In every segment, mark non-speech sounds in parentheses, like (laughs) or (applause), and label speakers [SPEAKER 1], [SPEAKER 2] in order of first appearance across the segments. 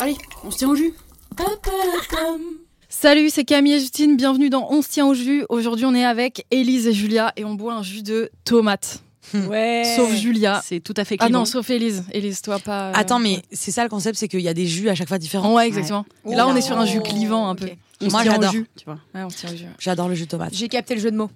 [SPEAKER 1] Allez, on se tient au jus.
[SPEAKER 2] Salut, c'est Camille et Justine, bienvenue dans On se tient au jus. Aujourd'hui, on est avec Élise et Julia et on boit un jus de tomate.
[SPEAKER 1] Ouais.
[SPEAKER 2] Sauf Julia.
[SPEAKER 1] C'est tout à fait
[SPEAKER 2] Ah
[SPEAKER 1] clivant.
[SPEAKER 2] non, sauf Élise. Élise, toi pas. euh,
[SPEAKER 3] Attends, mais c'est ça le concept, c'est qu'il y a des jus à chaque fois différents.
[SPEAKER 2] Ouais, exactement.
[SPEAKER 4] Ouais.
[SPEAKER 2] Là, on
[SPEAKER 4] Oh.
[SPEAKER 2] est sur un jus clivant un peu.
[SPEAKER 4] Ok.
[SPEAKER 1] on se
[SPEAKER 3] Moi,
[SPEAKER 1] tient au
[SPEAKER 3] j'adore.
[SPEAKER 1] jus, tu vois.
[SPEAKER 2] Ouais, on se tient au jus.
[SPEAKER 3] J'adore le jus de tomate.
[SPEAKER 4] J'ai capté le jeu de mots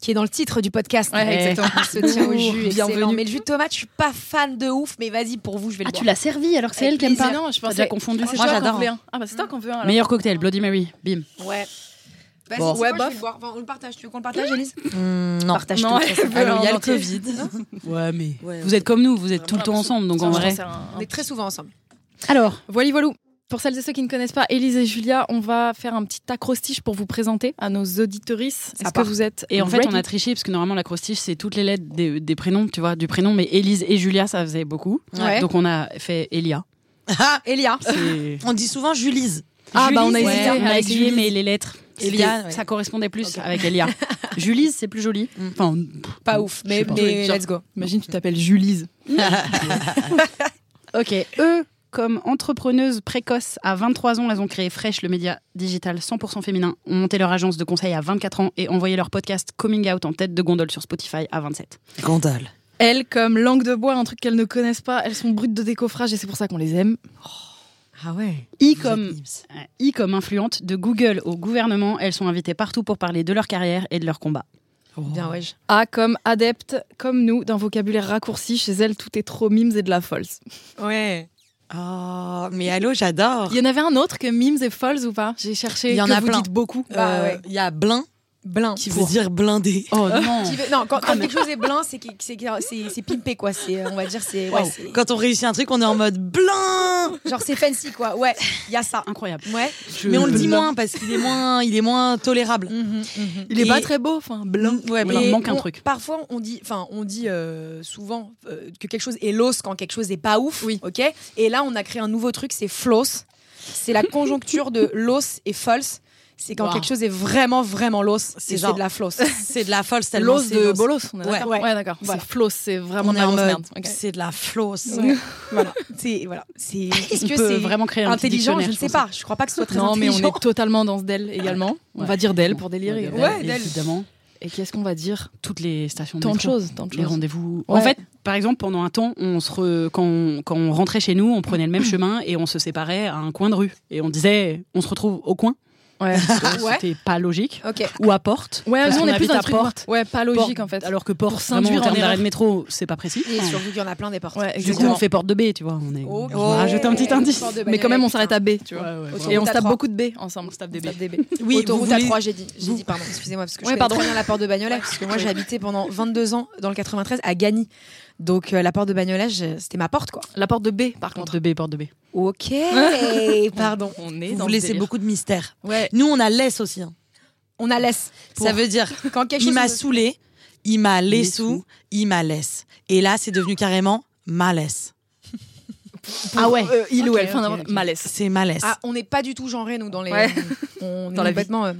[SPEAKER 4] qui est dans le titre du podcast. Eh,
[SPEAKER 2] Ouais, exactement.
[SPEAKER 4] On se tient au jus, excellent.
[SPEAKER 2] Bienvenue.
[SPEAKER 4] Mais le jus de tomate, je suis pas fan de ouf, mais vas-y pour vous, je vais le
[SPEAKER 1] Ah, tu
[SPEAKER 4] boire.
[SPEAKER 1] l'as servi alors que c'est elle qui aime
[SPEAKER 2] Mais
[SPEAKER 1] pas.
[SPEAKER 2] non, je
[SPEAKER 1] T'as
[SPEAKER 2] pensais.
[SPEAKER 1] déjà confondu.
[SPEAKER 2] Ah, c'est
[SPEAKER 3] Moi,
[SPEAKER 2] toi qu'on
[SPEAKER 3] j'adore.
[SPEAKER 2] voulait un. Ah bah c'est toi qu'on veut un. alors.
[SPEAKER 1] Meilleur cocktail, Bloody Mary, bim.
[SPEAKER 4] Ouais. Vas-y,
[SPEAKER 3] Bon.
[SPEAKER 4] c'est
[SPEAKER 2] Ouais,
[SPEAKER 4] quoi, je vais
[SPEAKER 2] bof.
[SPEAKER 4] le boire. Enfin, on le partage. Tu veux qu'on le partage, Elise
[SPEAKER 3] Hum, non.
[SPEAKER 4] Partage
[SPEAKER 2] Non,
[SPEAKER 4] tout.
[SPEAKER 2] elle
[SPEAKER 4] ça,
[SPEAKER 2] veut
[SPEAKER 4] c'est-
[SPEAKER 3] Alors, il y a
[SPEAKER 2] un
[SPEAKER 3] le
[SPEAKER 2] entier.
[SPEAKER 3] Covid.
[SPEAKER 1] Ouais, mais
[SPEAKER 3] Ouais.
[SPEAKER 1] vous êtes comme nous, vous êtes tout le temps
[SPEAKER 2] Vraiment
[SPEAKER 1] ensemble, donc
[SPEAKER 2] Tiens,
[SPEAKER 1] en
[SPEAKER 2] je
[SPEAKER 1] vrai.
[SPEAKER 2] pensais à un-
[SPEAKER 4] On est très souvent ensemble.
[SPEAKER 1] Alors,
[SPEAKER 2] Voilà, voilà. Pour celles et ceux qui ne connaissent pas Élise et Julia, on va faire un petit acrostiche pour vous présenter à nos auditorices. Est-ce que
[SPEAKER 1] part.
[SPEAKER 2] vous êtes
[SPEAKER 1] et en fait,
[SPEAKER 2] ready
[SPEAKER 1] on a triché parce que normalement la crostiche c'est toutes les lettres des, des prénoms, tu vois, du prénom. Mais Élise et Julia, ça faisait beaucoup.
[SPEAKER 4] Ouais.
[SPEAKER 1] Donc on a fait Elia.
[SPEAKER 3] Ah,
[SPEAKER 4] Elia.
[SPEAKER 1] C'est-
[SPEAKER 3] On dit souvent Julise.
[SPEAKER 2] Ah bah on a
[SPEAKER 1] Julie,
[SPEAKER 2] hésité
[SPEAKER 1] ouais, on a
[SPEAKER 2] avec
[SPEAKER 1] essayé,
[SPEAKER 2] Julie.
[SPEAKER 1] mais les lettres,
[SPEAKER 3] Elia,
[SPEAKER 1] c'était-
[SPEAKER 3] ouais.
[SPEAKER 1] ça correspondait plus avec (laughs) Elia. Julise, c'est plus joli.
[SPEAKER 3] Mm.
[SPEAKER 1] Enfin,
[SPEAKER 4] Pas ouf,
[SPEAKER 1] Je
[SPEAKER 4] mais,
[SPEAKER 1] sais pas.
[SPEAKER 4] mais let's go.
[SPEAKER 2] Imagine, tu t'appelles Julise.
[SPEAKER 1] Ok, eux, comme entrepreneuses précoces à 23 ans, elles ont créé Fresh, le média digital 100% féminin, ont monté leur agence de conseil à 24 ans et envoyé leur podcast Coming Out en tête de gondole sur Spotify à 27.
[SPEAKER 3] Gondole.
[SPEAKER 2] Elles, comme langue de bois, un truc qu'elles ne connaissent pas, elles sont brutes de décoffrage et c'est pour ça qu'on les aime.
[SPEAKER 3] Ah ouais.
[SPEAKER 1] I
[SPEAKER 3] Vous
[SPEAKER 1] comme,
[SPEAKER 3] êtes Nibs.
[SPEAKER 1] euh, I comme influente de Google au gouvernement, elles sont invitées partout pour parler de leur carrière et de leur combat.
[SPEAKER 3] Oh.
[SPEAKER 4] Bien, ouais. je-
[SPEAKER 2] A comme adepte, comme nous, d'un vocabulaire raccourci. Chez elles, tout est trop mimes et de la false.
[SPEAKER 4] Ouais.
[SPEAKER 3] Oh, mais allô, j'adore.
[SPEAKER 2] Il y en avait un autre que mimes et false ou pas J'ai cherché.
[SPEAKER 3] Il y en
[SPEAKER 2] que
[SPEAKER 3] a
[SPEAKER 2] vous
[SPEAKER 3] plein.
[SPEAKER 2] dites beaucoup.
[SPEAKER 4] Bah
[SPEAKER 3] Euh,
[SPEAKER 4] ouais.
[SPEAKER 3] Il y a blin
[SPEAKER 4] Blin.
[SPEAKER 3] qui veut dire blindé.
[SPEAKER 1] Oh non
[SPEAKER 4] Qui veut- Non, quand, quand quelque chose est blin, c'est que- c'est que- c'est- c'est pimpé, quoi. C'est, euh, On va dire, c'est. ouais,
[SPEAKER 3] Wow.
[SPEAKER 4] c'est-
[SPEAKER 3] Quand on réussit un truc, on est en mode blin.
[SPEAKER 4] Genre, c'est fancy, quoi. Ouais, il y a ça.
[SPEAKER 1] Incroyable.
[SPEAKER 4] Ouais.
[SPEAKER 1] Je-
[SPEAKER 3] Mais on le dit moins parce qu'il est moins, il est moins
[SPEAKER 4] Mm.
[SPEAKER 3] tolérable.
[SPEAKER 2] Il est pas
[SPEAKER 3] Et-
[SPEAKER 2] très beau, enfin, blanc.
[SPEAKER 3] Ouais,
[SPEAKER 1] Blanc.
[SPEAKER 3] blin.
[SPEAKER 1] il manque un
[SPEAKER 4] on-
[SPEAKER 1] truc.
[SPEAKER 4] Parfois, on dit, enfin, on dit euh, souvent euh, que quelque chose est los quand quelque chose est pas ouf.
[SPEAKER 2] Oui.
[SPEAKER 4] Ok. Et là, on a créé un nouveau truc, c'est flos. C'est la conjoncture (laughs) de los et false. C'est quand
[SPEAKER 1] Wow.
[SPEAKER 4] quelque chose est vraiment, vraiment los.
[SPEAKER 3] C'est
[SPEAKER 4] C'est
[SPEAKER 3] genre-
[SPEAKER 4] de la flos. (laughs)
[SPEAKER 3] C'est de la folle tellement
[SPEAKER 2] L'os
[SPEAKER 3] c'est
[SPEAKER 2] de
[SPEAKER 3] los.
[SPEAKER 2] bolos, on est
[SPEAKER 3] Ouais.
[SPEAKER 2] d'accord.
[SPEAKER 4] Ouais.
[SPEAKER 2] d'accord.
[SPEAKER 4] Voilà.
[SPEAKER 2] C'est floss, c'est vraiment
[SPEAKER 3] On
[SPEAKER 2] de
[SPEAKER 3] est
[SPEAKER 2] la
[SPEAKER 3] en
[SPEAKER 2] grosse
[SPEAKER 3] mode,
[SPEAKER 2] merde. Ok.
[SPEAKER 3] c'est de la flosse.
[SPEAKER 4] Ouais. voilà. C'est voilà. C'est. (laughs) Est-ce
[SPEAKER 1] On
[SPEAKER 4] que
[SPEAKER 1] peut
[SPEAKER 4] c'est
[SPEAKER 1] vraiment créer un petit
[SPEAKER 4] intelligent
[SPEAKER 1] dictionnaire,
[SPEAKER 4] Je ne sais
[SPEAKER 1] pense.
[SPEAKER 4] pas. Je crois pas que ce soit très
[SPEAKER 2] Non, mais on
[SPEAKER 4] intelligent.
[SPEAKER 2] est totalement dans ce d'elle également. On
[SPEAKER 1] Ouais.
[SPEAKER 2] va dire d'elle pour délirer.
[SPEAKER 1] Ouais,
[SPEAKER 4] Ouais, d'elle.
[SPEAKER 1] évidemment.
[SPEAKER 2] Et qu'est-ce qu'on va dire
[SPEAKER 1] Toutes les stations de
[SPEAKER 2] Tant de
[SPEAKER 1] métro.
[SPEAKER 2] choses, tant de
[SPEAKER 1] Les
[SPEAKER 2] choses.
[SPEAKER 1] rendez-vous.
[SPEAKER 2] Ouais.
[SPEAKER 1] En fait, par exemple, pendant un temps, on se re- quand, on, quand on rentrait chez nous, on prenait le même chemin et on se séparait à un coin de rue. Et on disait, on se retrouve au coin.
[SPEAKER 2] Ouais.
[SPEAKER 4] Ouais.
[SPEAKER 1] C'était pas logique.
[SPEAKER 4] Ok.
[SPEAKER 1] Ou à porte.
[SPEAKER 2] Ouais,
[SPEAKER 1] Parce
[SPEAKER 2] nous on
[SPEAKER 1] qu'on
[SPEAKER 2] est plus
[SPEAKER 1] habite
[SPEAKER 2] dans
[SPEAKER 1] à
[SPEAKER 2] le truc.
[SPEAKER 1] porte.
[SPEAKER 2] Ouais, pas logique
[SPEAKER 1] Porte,
[SPEAKER 2] en fait.
[SPEAKER 1] Alors que porte,
[SPEAKER 2] Pour
[SPEAKER 1] vraiment, en
[SPEAKER 2] s'induire en
[SPEAKER 1] termes
[SPEAKER 2] erreur.
[SPEAKER 1] d'arrêt de métro, c'est pas précis.
[SPEAKER 4] Et
[SPEAKER 1] Enfin,
[SPEAKER 4] surtout qu'il y en a plein des portes.
[SPEAKER 2] Ouais,
[SPEAKER 1] du coup,
[SPEAKER 2] exactement.
[SPEAKER 1] on fait porte de B, tu vois. On est...
[SPEAKER 4] Ok.
[SPEAKER 1] Je vous rajoute un petit indice.
[SPEAKER 4] Porte de
[SPEAKER 2] Mais quand
[SPEAKER 4] Bagnolet,
[SPEAKER 2] même, on s'arrête
[SPEAKER 4] putain.
[SPEAKER 2] à B, tu vois.
[SPEAKER 4] Autoroute
[SPEAKER 2] Et on se
[SPEAKER 4] à
[SPEAKER 2] tape
[SPEAKER 4] trois.
[SPEAKER 2] beaucoup de B ensemble. On se tape des B.
[SPEAKER 3] Oui, vous
[SPEAKER 4] autoroute à
[SPEAKER 3] voulez-
[SPEAKER 4] 3, j'ai dit. J'ai dit, pardon, excusez-moi, parce que je
[SPEAKER 2] Ouais,
[SPEAKER 4] connais
[SPEAKER 2] pardon.
[SPEAKER 4] très bien la porte de Bagnolet, parce que moi j'ai habité pendant 22 ans dans le 93 à Gagny. Donc euh, la porte de Bagnolet, je- c'était ma porte, quoi.
[SPEAKER 2] (laughs) La porte de B, par
[SPEAKER 1] Porte
[SPEAKER 2] contre.
[SPEAKER 1] de B, porte de B.
[SPEAKER 4] Ok, (laughs) pardon.
[SPEAKER 2] On est
[SPEAKER 3] Vous
[SPEAKER 2] dans
[SPEAKER 3] vous
[SPEAKER 2] le
[SPEAKER 3] laissez
[SPEAKER 2] délire.
[SPEAKER 3] beaucoup de mystère.
[SPEAKER 2] Ouais.
[SPEAKER 3] Nous, on a laisse aussi. hein.
[SPEAKER 4] On a laisse.
[SPEAKER 3] Ça veut dire
[SPEAKER 4] Quand quelque
[SPEAKER 3] il
[SPEAKER 4] chose.
[SPEAKER 3] m'a
[SPEAKER 4] me-
[SPEAKER 3] saoulé, il m'a
[SPEAKER 1] Les
[SPEAKER 3] laissé,
[SPEAKER 1] sous.
[SPEAKER 3] il m'a laisse. Et là, c'est devenu carrément malaise.
[SPEAKER 2] Ah ouais. il ou
[SPEAKER 1] Ok,
[SPEAKER 2] elle. Enfin,
[SPEAKER 1] ok,
[SPEAKER 2] n'importe-
[SPEAKER 1] ok.
[SPEAKER 2] malaise.
[SPEAKER 3] C'est malaise.
[SPEAKER 4] Ah, on n'est pas du tout genré, nous, dans les.
[SPEAKER 2] Ouais.
[SPEAKER 4] On
[SPEAKER 2] Dans
[SPEAKER 4] dans
[SPEAKER 2] la
[SPEAKER 4] est
[SPEAKER 2] vie.
[SPEAKER 4] complètement. euh,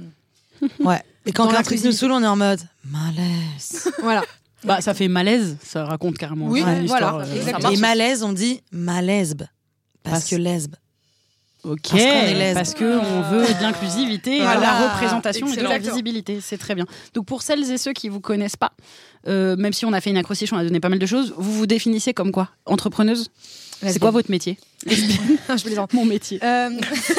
[SPEAKER 3] Ouais. Et quand
[SPEAKER 4] Dans
[SPEAKER 3] un
[SPEAKER 4] la
[SPEAKER 3] truc
[SPEAKER 4] cuisine.
[SPEAKER 3] nous saoule, on est en mode malaise.
[SPEAKER 4] Voilà.
[SPEAKER 1] Bah, ça fait malaise, ça raconte carrément.
[SPEAKER 4] Oui,
[SPEAKER 1] une
[SPEAKER 4] voilà,
[SPEAKER 1] histoire, euh,
[SPEAKER 4] exactement.
[SPEAKER 2] marche
[SPEAKER 3] Et
[SPEAKER 2] aussi.
[SPEAKER 3] malaise, on dit malaise. Parce
[SPEAKER 1] Passe.
[SPEAKER 3] que lesbe.
[SPEAKER 1] Ok,
[SPEAKER 3] qu'on est lèse.
[SPEAKER 1] parce qu'on veut de l'inclusivité, et de la
[SPEAKER 3] Voilà.
[SPEAKER 1] représentation et
[SPEAKER 5] Excellent.
[SPEAKER 1] de la visibilité, c'est très bien. Donc pour celles et ceux qui vous connaissent pas, euh, même si on a fait une accrochiche, on a donné pas mal de choses, vous vous définissez comme quoi Entrepreneuse C'est quoi votre métier
[SPEAKER 4] Je plaisante.
[SPEAKER 1] Mon métier.
[SPEAKER 4] Euh,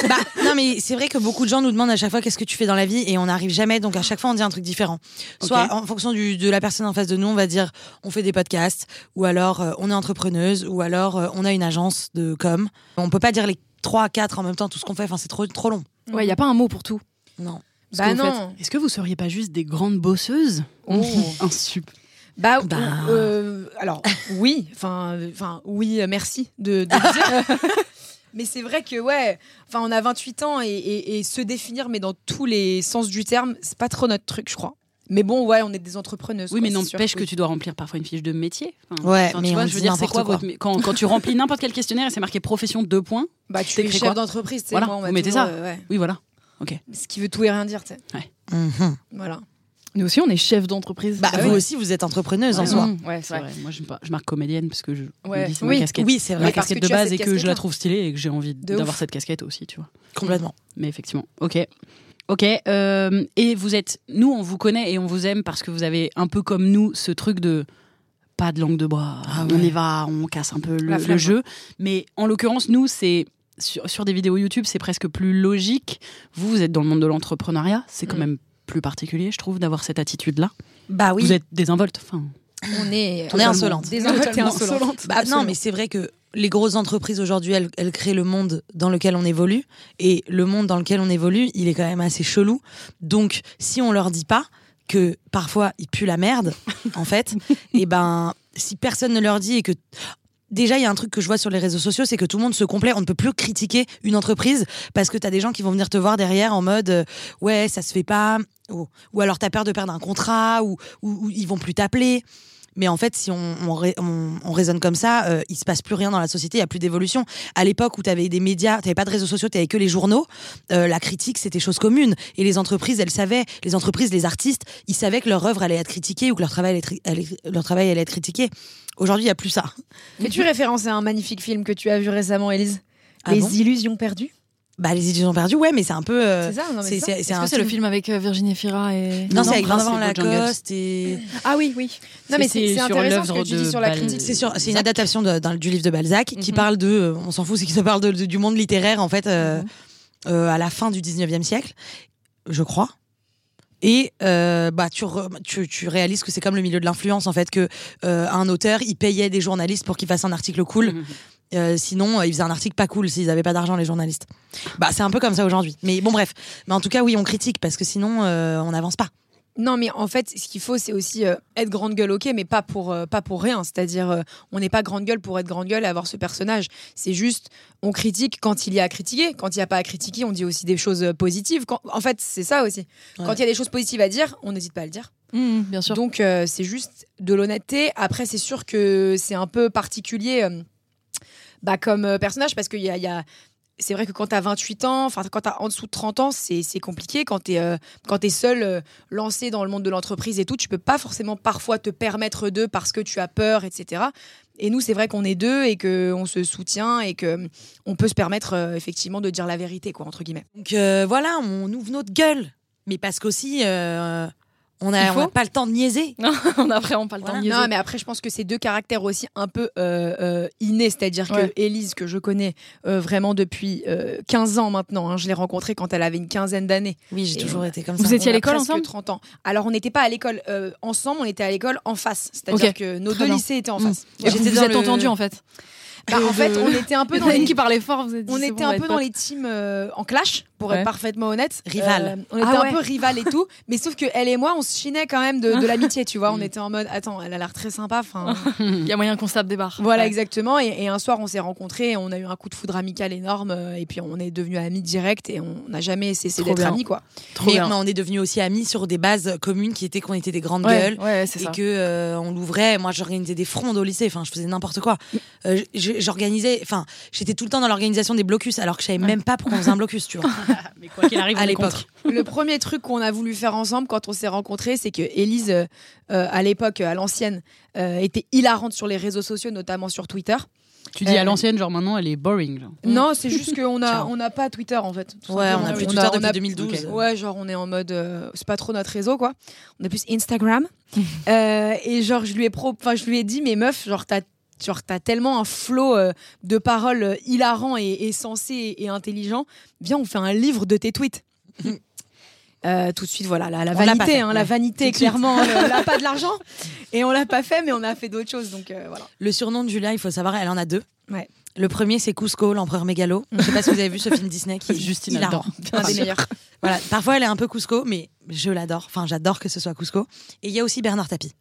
[SPEAKER 3] Bah, non, mais c'est vrai que beaucoup de gens nous demandent à chaque fois qu'est-ce que tu fais dans la vie et on n'arrive jamais. Donc à chaque fois, on dit un truc différent. Soit
[SPEAKER 1] Ok.
[SPEAKER 3] en fonction du- de la personne en face de nous, on va dire on fait des podcasts, ou alors euh, on est entrepreneuse, ou alors euh, on a une agence de com. On peut pas dire les trois, quatre en même temps tout ce qu'on fait. Enfin, c'est trop, trop long.
[SPEAKER 5] Ouais, il n'y a pas un mot pour tout.
[SPEAKER 3] Non.
[SPEAKER 1] Ce que
[SPEAKER 4] bah
[SPEAKER 1] vous
[SPEAKER 4] non.
[SPEAKER 1] faites. Est-ce que vous seriez pas juste des grandes bosseuses
[SPEAKER 2] (laughs)
[SPEAKER 4] Oh.
[SPEAKER 1] Un sup.
[SPEAKER 4] Bah,
[SPEAKER 3] Bah.
[SPEAKER 4] euh, alors oui, enfin, euh, enfin oui, euh, merci de, de le
[SPEAKER 1] (laughs)
[SPEAKER 4] dire. mais c'est vrai que ouais, enfin on a 28 ans et, et- et se définir, mais dans tous les sens du terme, c'est pas trop notre truc, je crois. Mais bon, ouais, on est des entrepreneuses.
[SPEAKER 1] Oui,
[SPEAKER 4] quoi,
[SPEAKER 1] mais
[SPEAKER 4] c'est
[SPEAKER 1] n'empêche
[SPEAKER 4] sûr,
[SPEAKER 1] que tu dois remplir parfois une fiche de métier. Enfin,
[SPEAKER 3] Ouais,
[SPEAKER 1] enfin,
[SPEAKER 3] mais
[SPEAKER 1] tu vois,
[SPEAKER 3] on
[SPEAKER 1] je veux
[SPEAKER 3] dit
[SPEAKER 1] dire, c'est
[SPEAKER 3] n'importe
[SPEAKER 1] quoi,
[SPEAKER 3] quoi.
[SPEAKER 1] votre mé- quand, quand tu remplis n'importe quel questionnaire et c'est marqué profession deux points,
[SPEAKER 4] Bah, tu es
[SPEAKER 1] t'écris
[SPEAKER 4] chef
[SPEAKER 1] quoi
[SPEAKER 4] d'entreprise, tu sais,
[SPEAKER 1] Voilà,
[SPEAKER 4] moi, on m'a
[SPEAKER 1] vous mettez
[SPEAKER 4] toujours,
[SPEAKER 1] ça.
[SPEAKER 4] euh, ouais.
[SPEAKER 1] oui, voilà.
[SPEAKER 4] Ce qui veut tout et rien dire, tu sais.
[SPEAKER 3] Mhm.
[SPEAKER 4] Voilà.
[SPEAKER 5] Nous aussi, on est chef d'entreprise.
[SPEAKER 2] Ah
[SPEAKER 3] Bah,
[SPEAKER 4] Bah
[SPEAKER 3] vous
[SPEAKER 4] oui.
[SPEAKER 3] aussi, vous êtes entrepreneuse en
[SPEAKER 1] Ouais,
[SPEAKER 3] soi.
[SPEAKER 4] Mm.
[SPEAKER 5] Mmh, ouais,
[SPEAKER 1] C'est vrai. Moi, j'aime pas- je marque comédienne parce que je
[SPEAKER 5] Ouais.
[SPEAKER 1] me dis, c'est ma
[SPEAKER 4] Oui,
[SPEAKER 1] casquette.
[SPEAKER 3] Oui, c'est vrai.
[SPEAKER 1] ma
[SPEAKER 4] parce
[SPEAKER 1] casquette
[SPEAKER 4] que
[SPEAKER 1] de
[SPEAKER 4] tu as
[SPEAKER 1] base et
[SPEAKER 4] cette
[SPEAKER 1] que je la
[SPEAKER 4] casquette-là.
[SPEAKER 1] trouve stylée et que j'ai envie
[SPEAKER 4] De
[SPEAKER 1] d'avoir
[SPEAKER 4] ouf.
[SPEAKER 1] cette casquette aussi, tu vois.
[SPEAKER 3] Complètement.
[SPEAKER 1] Mais effectivement, ok. Ok, euh, et vous êtes, nous on vous connaît et on vous aime parce que vous avez un peu comme nous ce truc de pas de langue de bois,
[SPEAKER 3] Ah
[SPEAKER 1] on
[SPEAKER 3] ouais.
[SPEAKER 1] y va, on casse un peu le,
[SPEAKER 4] La
[SPEAKER 1] le
[SPEAKER 4] flamme.
[SPEAKER 1] jeu. Mais en l'occurrence, nous c'est sur, sur des vidéos YouTube, c'est presque plus logique. Vous, vous êtes dans le monde de l'entrepreneuriat, c'est quand
[SPEAKER 4] Mm.
[SPEAKER 1] même plus particulier, je trouve, d'avoir cette attitude-là.
[SPEAKER 3] Bah oui.
[SPEAKER 1] Vous êtes désinvolte, (laughs) enfin.
[SPEAKER 4] On est,
[SPEAKER 3] On est euh, insolente.
[SPEAKER 4] Des insolentes.
[SPEAKER 1] Totalement
[SPEAKER 4] insolente. Ah,
[SPEAKER 3] Bah, non, mais c'est vrai que les grosses entreprises aujourd'hui, elles, elles créent le monde dans lequel on évolue. Et le monde dans lequel on évolue, il est quand même assez chelou. Donc, si on leur dit pas que parfois ils puent la merde, en fait, et ben, si personne ne leur dit et que. Déjà, il y a un truc que je vois sur les réseaux sociaux, c'est que tout le monde se complaît. On ne peut plus critiquer une entreprise parce que tu as des gens qui vont venir te voir derrière en mode euh, Ouais, ça se fait pas. Ou, ou alors, tu as peur de perdre un contrat, ou, ou- ou ils vont plus t'appeler. Mais en fait, si on, on, rai- on- on raisonne comme ça, euh, il se passe plus rien dans la société, il n'y a plus d'évolution. À l'époque où tu avais des médias, tu n'avais pas de réseaux sociaux, tu n'avais que les journaux, euh, la critique, c'était chose commune. Et les entreprises, elles savaient, les entreprises, les artistes, ils savaient que leur œuvre allait être critiquée ou que leur travail allait, tri- allait- leur travail allait être critiqué. Aujourd'hui, il n'y a plus ça. (laughs)
[SPEAKER 4] Fais-tu référence à un magnifique film que tu as vu récemment, Élise
[SPEAKER 3] Ah
[SPEAKER 4] Les
[SPEAKER 3] bon
[SPEAKER 4] illusions perdues
[SPEAKER 3] bah, les idées ont perdu, ouais, mais c'est un peu. euh,
[SPEAKER 4] C'est ça Non, mais
[SPEAKER 3] c'est
[SPEAKER 4] c'est ça.
[SPEAKER 3] c'est- c'est
[SPEAKER 5] Est-ce
[SPEAKER 3] un
[SPEAKER 5] que c'est le film avec euh, Virginie Fira et.
[SPEAKER 1] Non,
[SPEAKER 3] Non, c'est avec
[SPEAKER 1] Prince,
[SPEAKER 3] Vincent
[SPEAKER 1] c'est Go Jungles.
[SPEAKER 3] Lacoste et.
[SPEAKER 4] Ah oui,
[SPEAKER 2] (laughs)
[SPEAKER 4] oui.
[SPEAKER 1] C'est-
[SPEAKER 4] Non, mais c'est
[SPEAKER 1] c'est
[SPEAKER 4] c'est
[SPEAKER 1] sur
[SPEAKER 4] intéressant ce
[SPEAKER 1] l'œuvre
[SPEAKER 4] que tu
[SPEAKER 1] de
[SPEAKER 4] dis sur la
[SPEAKER 1] Bal-
[SPEAKER 4] critique.
[SPEAKER 3] C'est sûr, c'est une
[SPEAKER 1] Balzac.
[SPEAKER 3] adaptation de- d'un- du livre de Balzac qui
[SPEAKER 4] Mhm.
[SPEAKER 3] parle de, euh, on s'en fout, c'est qui se parle de- de- du monde littéraire en fait euh, euh, à la fin du 19e siècle, je crois. Et euh, bah tu, re- tu tu réalises que c'est comme le milieu de l'influence en fait que euh, un auteur il payait des journalistes pour qu'ils fassent un article cool.
[SPEAKER 1] (laughs) Mhm.
[SPEAKER 3] Euh, sinon, euh, ils faisaient un article pas cool s'ils avaient pas d'argent, les journalistes. Bah, c'est un peu comme ça aujourd'hui. Mais bon, bref. Mais en tout cas, oui, on critique parce que sinon, euh, on n'avance pas.
[SPEAKER 4] Non, mais en fait, ce qu'il faut, c'est aussi euh, être grande gueule, ok, mais pas pour, euh, pas pour rien. C'est-à-dire, euh, on n'est pas grande gueule pour être grande gueule et avoir ce personnage. C'est juste, on critique quand il y a à critiquer. Quand il n'y a pas à critiquer, on dit aussi des choses euh, positives. Quand- en fait, c'est ça aussi.
[SPEAKER 3] Ouais.
[SPEAKER 4] Quand il y a des choses positives à dire, on n'hésite pas à le dire.
[SPEAKER 5] Mmh, bien sûr.
[SPEAKER 4] Donc, euh, c'est juste de l'honnêteté. Après, c'est sûr que c'est un peu particulier euh, bah, comme euh, personnage parce qu'il y a. il y a- c'est vrai que quand t'as 28 ans, enfin quand t'as en dessous de 30 ans, c'est c'est compliqué. Quand t'es euh, quand t'es seul, euh, lancé dans le monde de l'entreprise et tout, tu peux pas forcément parfois te permettre d'eux parce que tu as peur, etc. Et nous, c'est vrai qu'on est deux et que on se soutient et que hum, on peut se permettre euh, effectivement de dire la vérité, quoi entre guillemets.
[SPEAKER 3] Donc euh, voilà, on ouvre notre gueule. Mais parce qu'aussi, euh, on
[SPEAKER 5] Il
[SPEAKER 3] a-
[SPEAKER 5] faut.
[SPEAKER 3] on n'a pas le temps de niaiser.
[SPEAKER 5] Non, on après on parle
[SPEAKER 3] Voilà.
[SPEAKER 5] d'un
[SPEAKER 4] Non, mais après, je pense que c'est deux caractères aussi un peu euh, euh, innés. C'est-à-dire
[SPEAKER 5] Ouais.
[SPEAKER 4] que Élise, que je connais euh, vraiment depuis euh, 15 ans maintenant, hein, je l'ai rencontrée quand elle avait une quinzaine d'années.
[SPEAKER 3] Oui, j'ai
[SPEAKER 4] Et
[SPEAKER 3] toujours été comme
[SPEAKER 5] Vous
[SPEAKER 3] ça.
[SPEAKER 5] étiez à
[SPEAKER 4] On a
[SPEAKER 5] l'école
[SPEAKER 4] presque
[SPEAKER 5] ensemble
[SPEAKER 4] 30 ans. Alors, on n'était pas à l'école euh, ensemble, on était à l'école en face. C'est-à-dire
[SPEAKER 5] Ok.
[SPEAKER 4] que nos
[SPEAKER 5] Très
[SPEAKER 4] deux
[SPEAKER 5] bien.
[SPEAKER 4] lycées étaient en
[SPEAKER 3] Mmh.
[SPEAKER 4] face.
[SPEAKER 3] Et
[SPEAKER 5] Vous
[SPEAKER 3] j'étais
[SPEAKER 5] vous
[SPEAKER 3] dans
[SPEAKER 5] êtes
[SPEAKER 3] le-
[SPEAKER 5] entendus en fait.
[SPEAKER 4] Bah,
[SPEAKER 5] Et
[SPEAKER 4] en fait,
[SPEAKER 5] de-
[SPEAKER 4] on était un
[SPEAKER 5] Il (laughs)
[SPEAKER 4] peu
[SPEAKER 5] y en
[SPEAKER 4] dans
[SPEAKER 5] a
[SPEAKER 4] les
[SPEAKER 5] une qui parlait fort, vous êtes dit,
[SPEAKER 4] on
[SPEAKER 5] c'est
[SPEAKER 4] était
[SPEAKER 5] bon, on
[SPEAKER 4] un
[SPEAKER 5] va
[SPEAKER 4] peu
[SPEAKER 5] être
[SPEAKER 4] dans
[SPEAKER 5] potes.
[SPEAKER 4] les teams euh, en clash, pour être
[SPEAKER 5] Ouais.
[SPEAKER 4] parfaitement honnête.
[SPEAKER 3] Rivales.
[SPEAKER 4] Euh, on était
[SPEAKER 5] Ah ouais.
[SPEAKER 4] un peu rivales et
[SPEAKER 5] (laughs)
[SPEAKER 4] tout, mais sauf que elle et moi, on se chinait quand même de, de l'amitié, tu vois. On
[SPEAKER 1] Mm.
[SPEAKER 4] était en mode, attends, elle a l'air très
[SPEAKER 5] (laughs)
[SPEAKER 4] sympa. Enfin,
[SPEAKER 5] Il y a moyen qu'on se tape des barres.
[SPEAKER 4] voilà,
[SPEAKER 5] Ouais.
[SPEAKER 4] exactement. Et, et un soir, on s'est rencontrés, et on a eu un coup de foudre amical énorme, euh, et puis on est devenus amis direct, et on n'a jamais cessé
[SPEAKER 5] Trop
[SPEAKER 4] d'être
[SPEAKER 5] bien. (laughs)
[SPEAKER 4] amis, quoi.
[SPEAKER 3] Mais mais on est devenus aussi amis sur des bases communes qui étaient qu'on était des grandes
[SPEAKER 5] Ouais,
[SPEAKER 3] gueules.
[SPEAKER 5] ouais, c'est
[SPEAKER 3] Et
[SPEAKER 5] ça.
[SPEAKER 3] que euh, on l'ouvrait. Moi, j'organisais des frondes au lycée. Enfin, je faisais n'importe quoi. Euh, je- je- j'ai- j'organisais, enfin, j'étais tout le temps dans l'organisation des blocus, alors que je savais même pas pourquoi on faisait un blocus, (laughs) tu vois,
[SPEAKER 1] Mais quoi qu'il arrive, on
[SPEAKER 3] à
[SPEAKER 1] est
[SPEAKER 3] l'époque.
[SPEAKER 1] contre.
[SPEAKER 4] Le premier truc qu'on a voulu faire ensemble quand on s'est rencontrés, c'est que Élise, euh, euh, à l'époque, euh, à l'ancienne, euh, était hilarante sur les réseaux sociaux, notamment sur Twitter.
[SPEAKER 1] Tu dis
[SPEAKER 4] Euh,
[SPEAKER 1] à l'ancienne, genre maintenant, elle est boring. genre.
[SPEAKER 4] Non, c'est juste qu'on n'a
[SPEAKER 3] Mm. Ciao.
[SPEAKER 4] on n'a pas Twitter en fait. tout
[SPEAKER 3] Ouais, on
[SPEAKER 4] simplement.
[SPEAKER 3] a plus
[SPEAKER 4] On
[SPEAKER 3] Twitter
[SPEAKER 4] a- on
[SPEAKER 3] depuis
[SPEAKER 4] a-
[SPEAKER 3] 2012.
[SPEAKER 4] Ok. Ouais, genre on est en mode, euh, c'est pas trop notre réseau quoi. On est plus
[SPEAKER 3] (laughs)
[SPEAKER 4] Instagram. Euh, et genre je lui ai pro, enfin je lui ai dit, mais meuf, genre t'as Genre, t'as tellement un flot euh, de paroles euh, hilarant et, et sensé et, et intelligent. Viens, on fait un livre de tes
[SPEAKER 3] (laughs)
[SPEAKER 4] tweets. Euh, tout de suite, voilà, la, la
[SPEAKER 3] On l'a pas
[SPEAKER 4] vanité,
[SPEAKER 3] fait,
[SPEAKER 4] hein,
[SPEAKER 3] ouais.
[SPEAKER 4] la vanité,
[SPEAKER 3] de suite.
[SPEAKER 4] clairement.
[SPEAKER 3] (laughs)
[SPEAKER 4] euh, on n'a pas de l'argent. Et on l'a pas fait, mais on a fait d'autres choses. Donc, euh, voilà.
[SPEAKER 3] Le surnom de Julia, il faut savoir, elle en a deux.
[SPEAKER 4] Ouais.
[SPEAKER 3] Le premier, c'est Cusco, l'empereur mégalo. Je sais pas si vous avez vu ce (laughs) film Disney qui est
[SPEAKER 1] Justine
[SPEAKER 3] hilarant.
[SPEAKER 1] adore.
[SPEAKER 4] Un des meilleurs.
[SPEAKER 3] Voilà, parfois elle est un peu Cusco, mais je l'adore. Enfin, j'adore que ce soit Cusco. Et il y a aussi Bernard Tapie.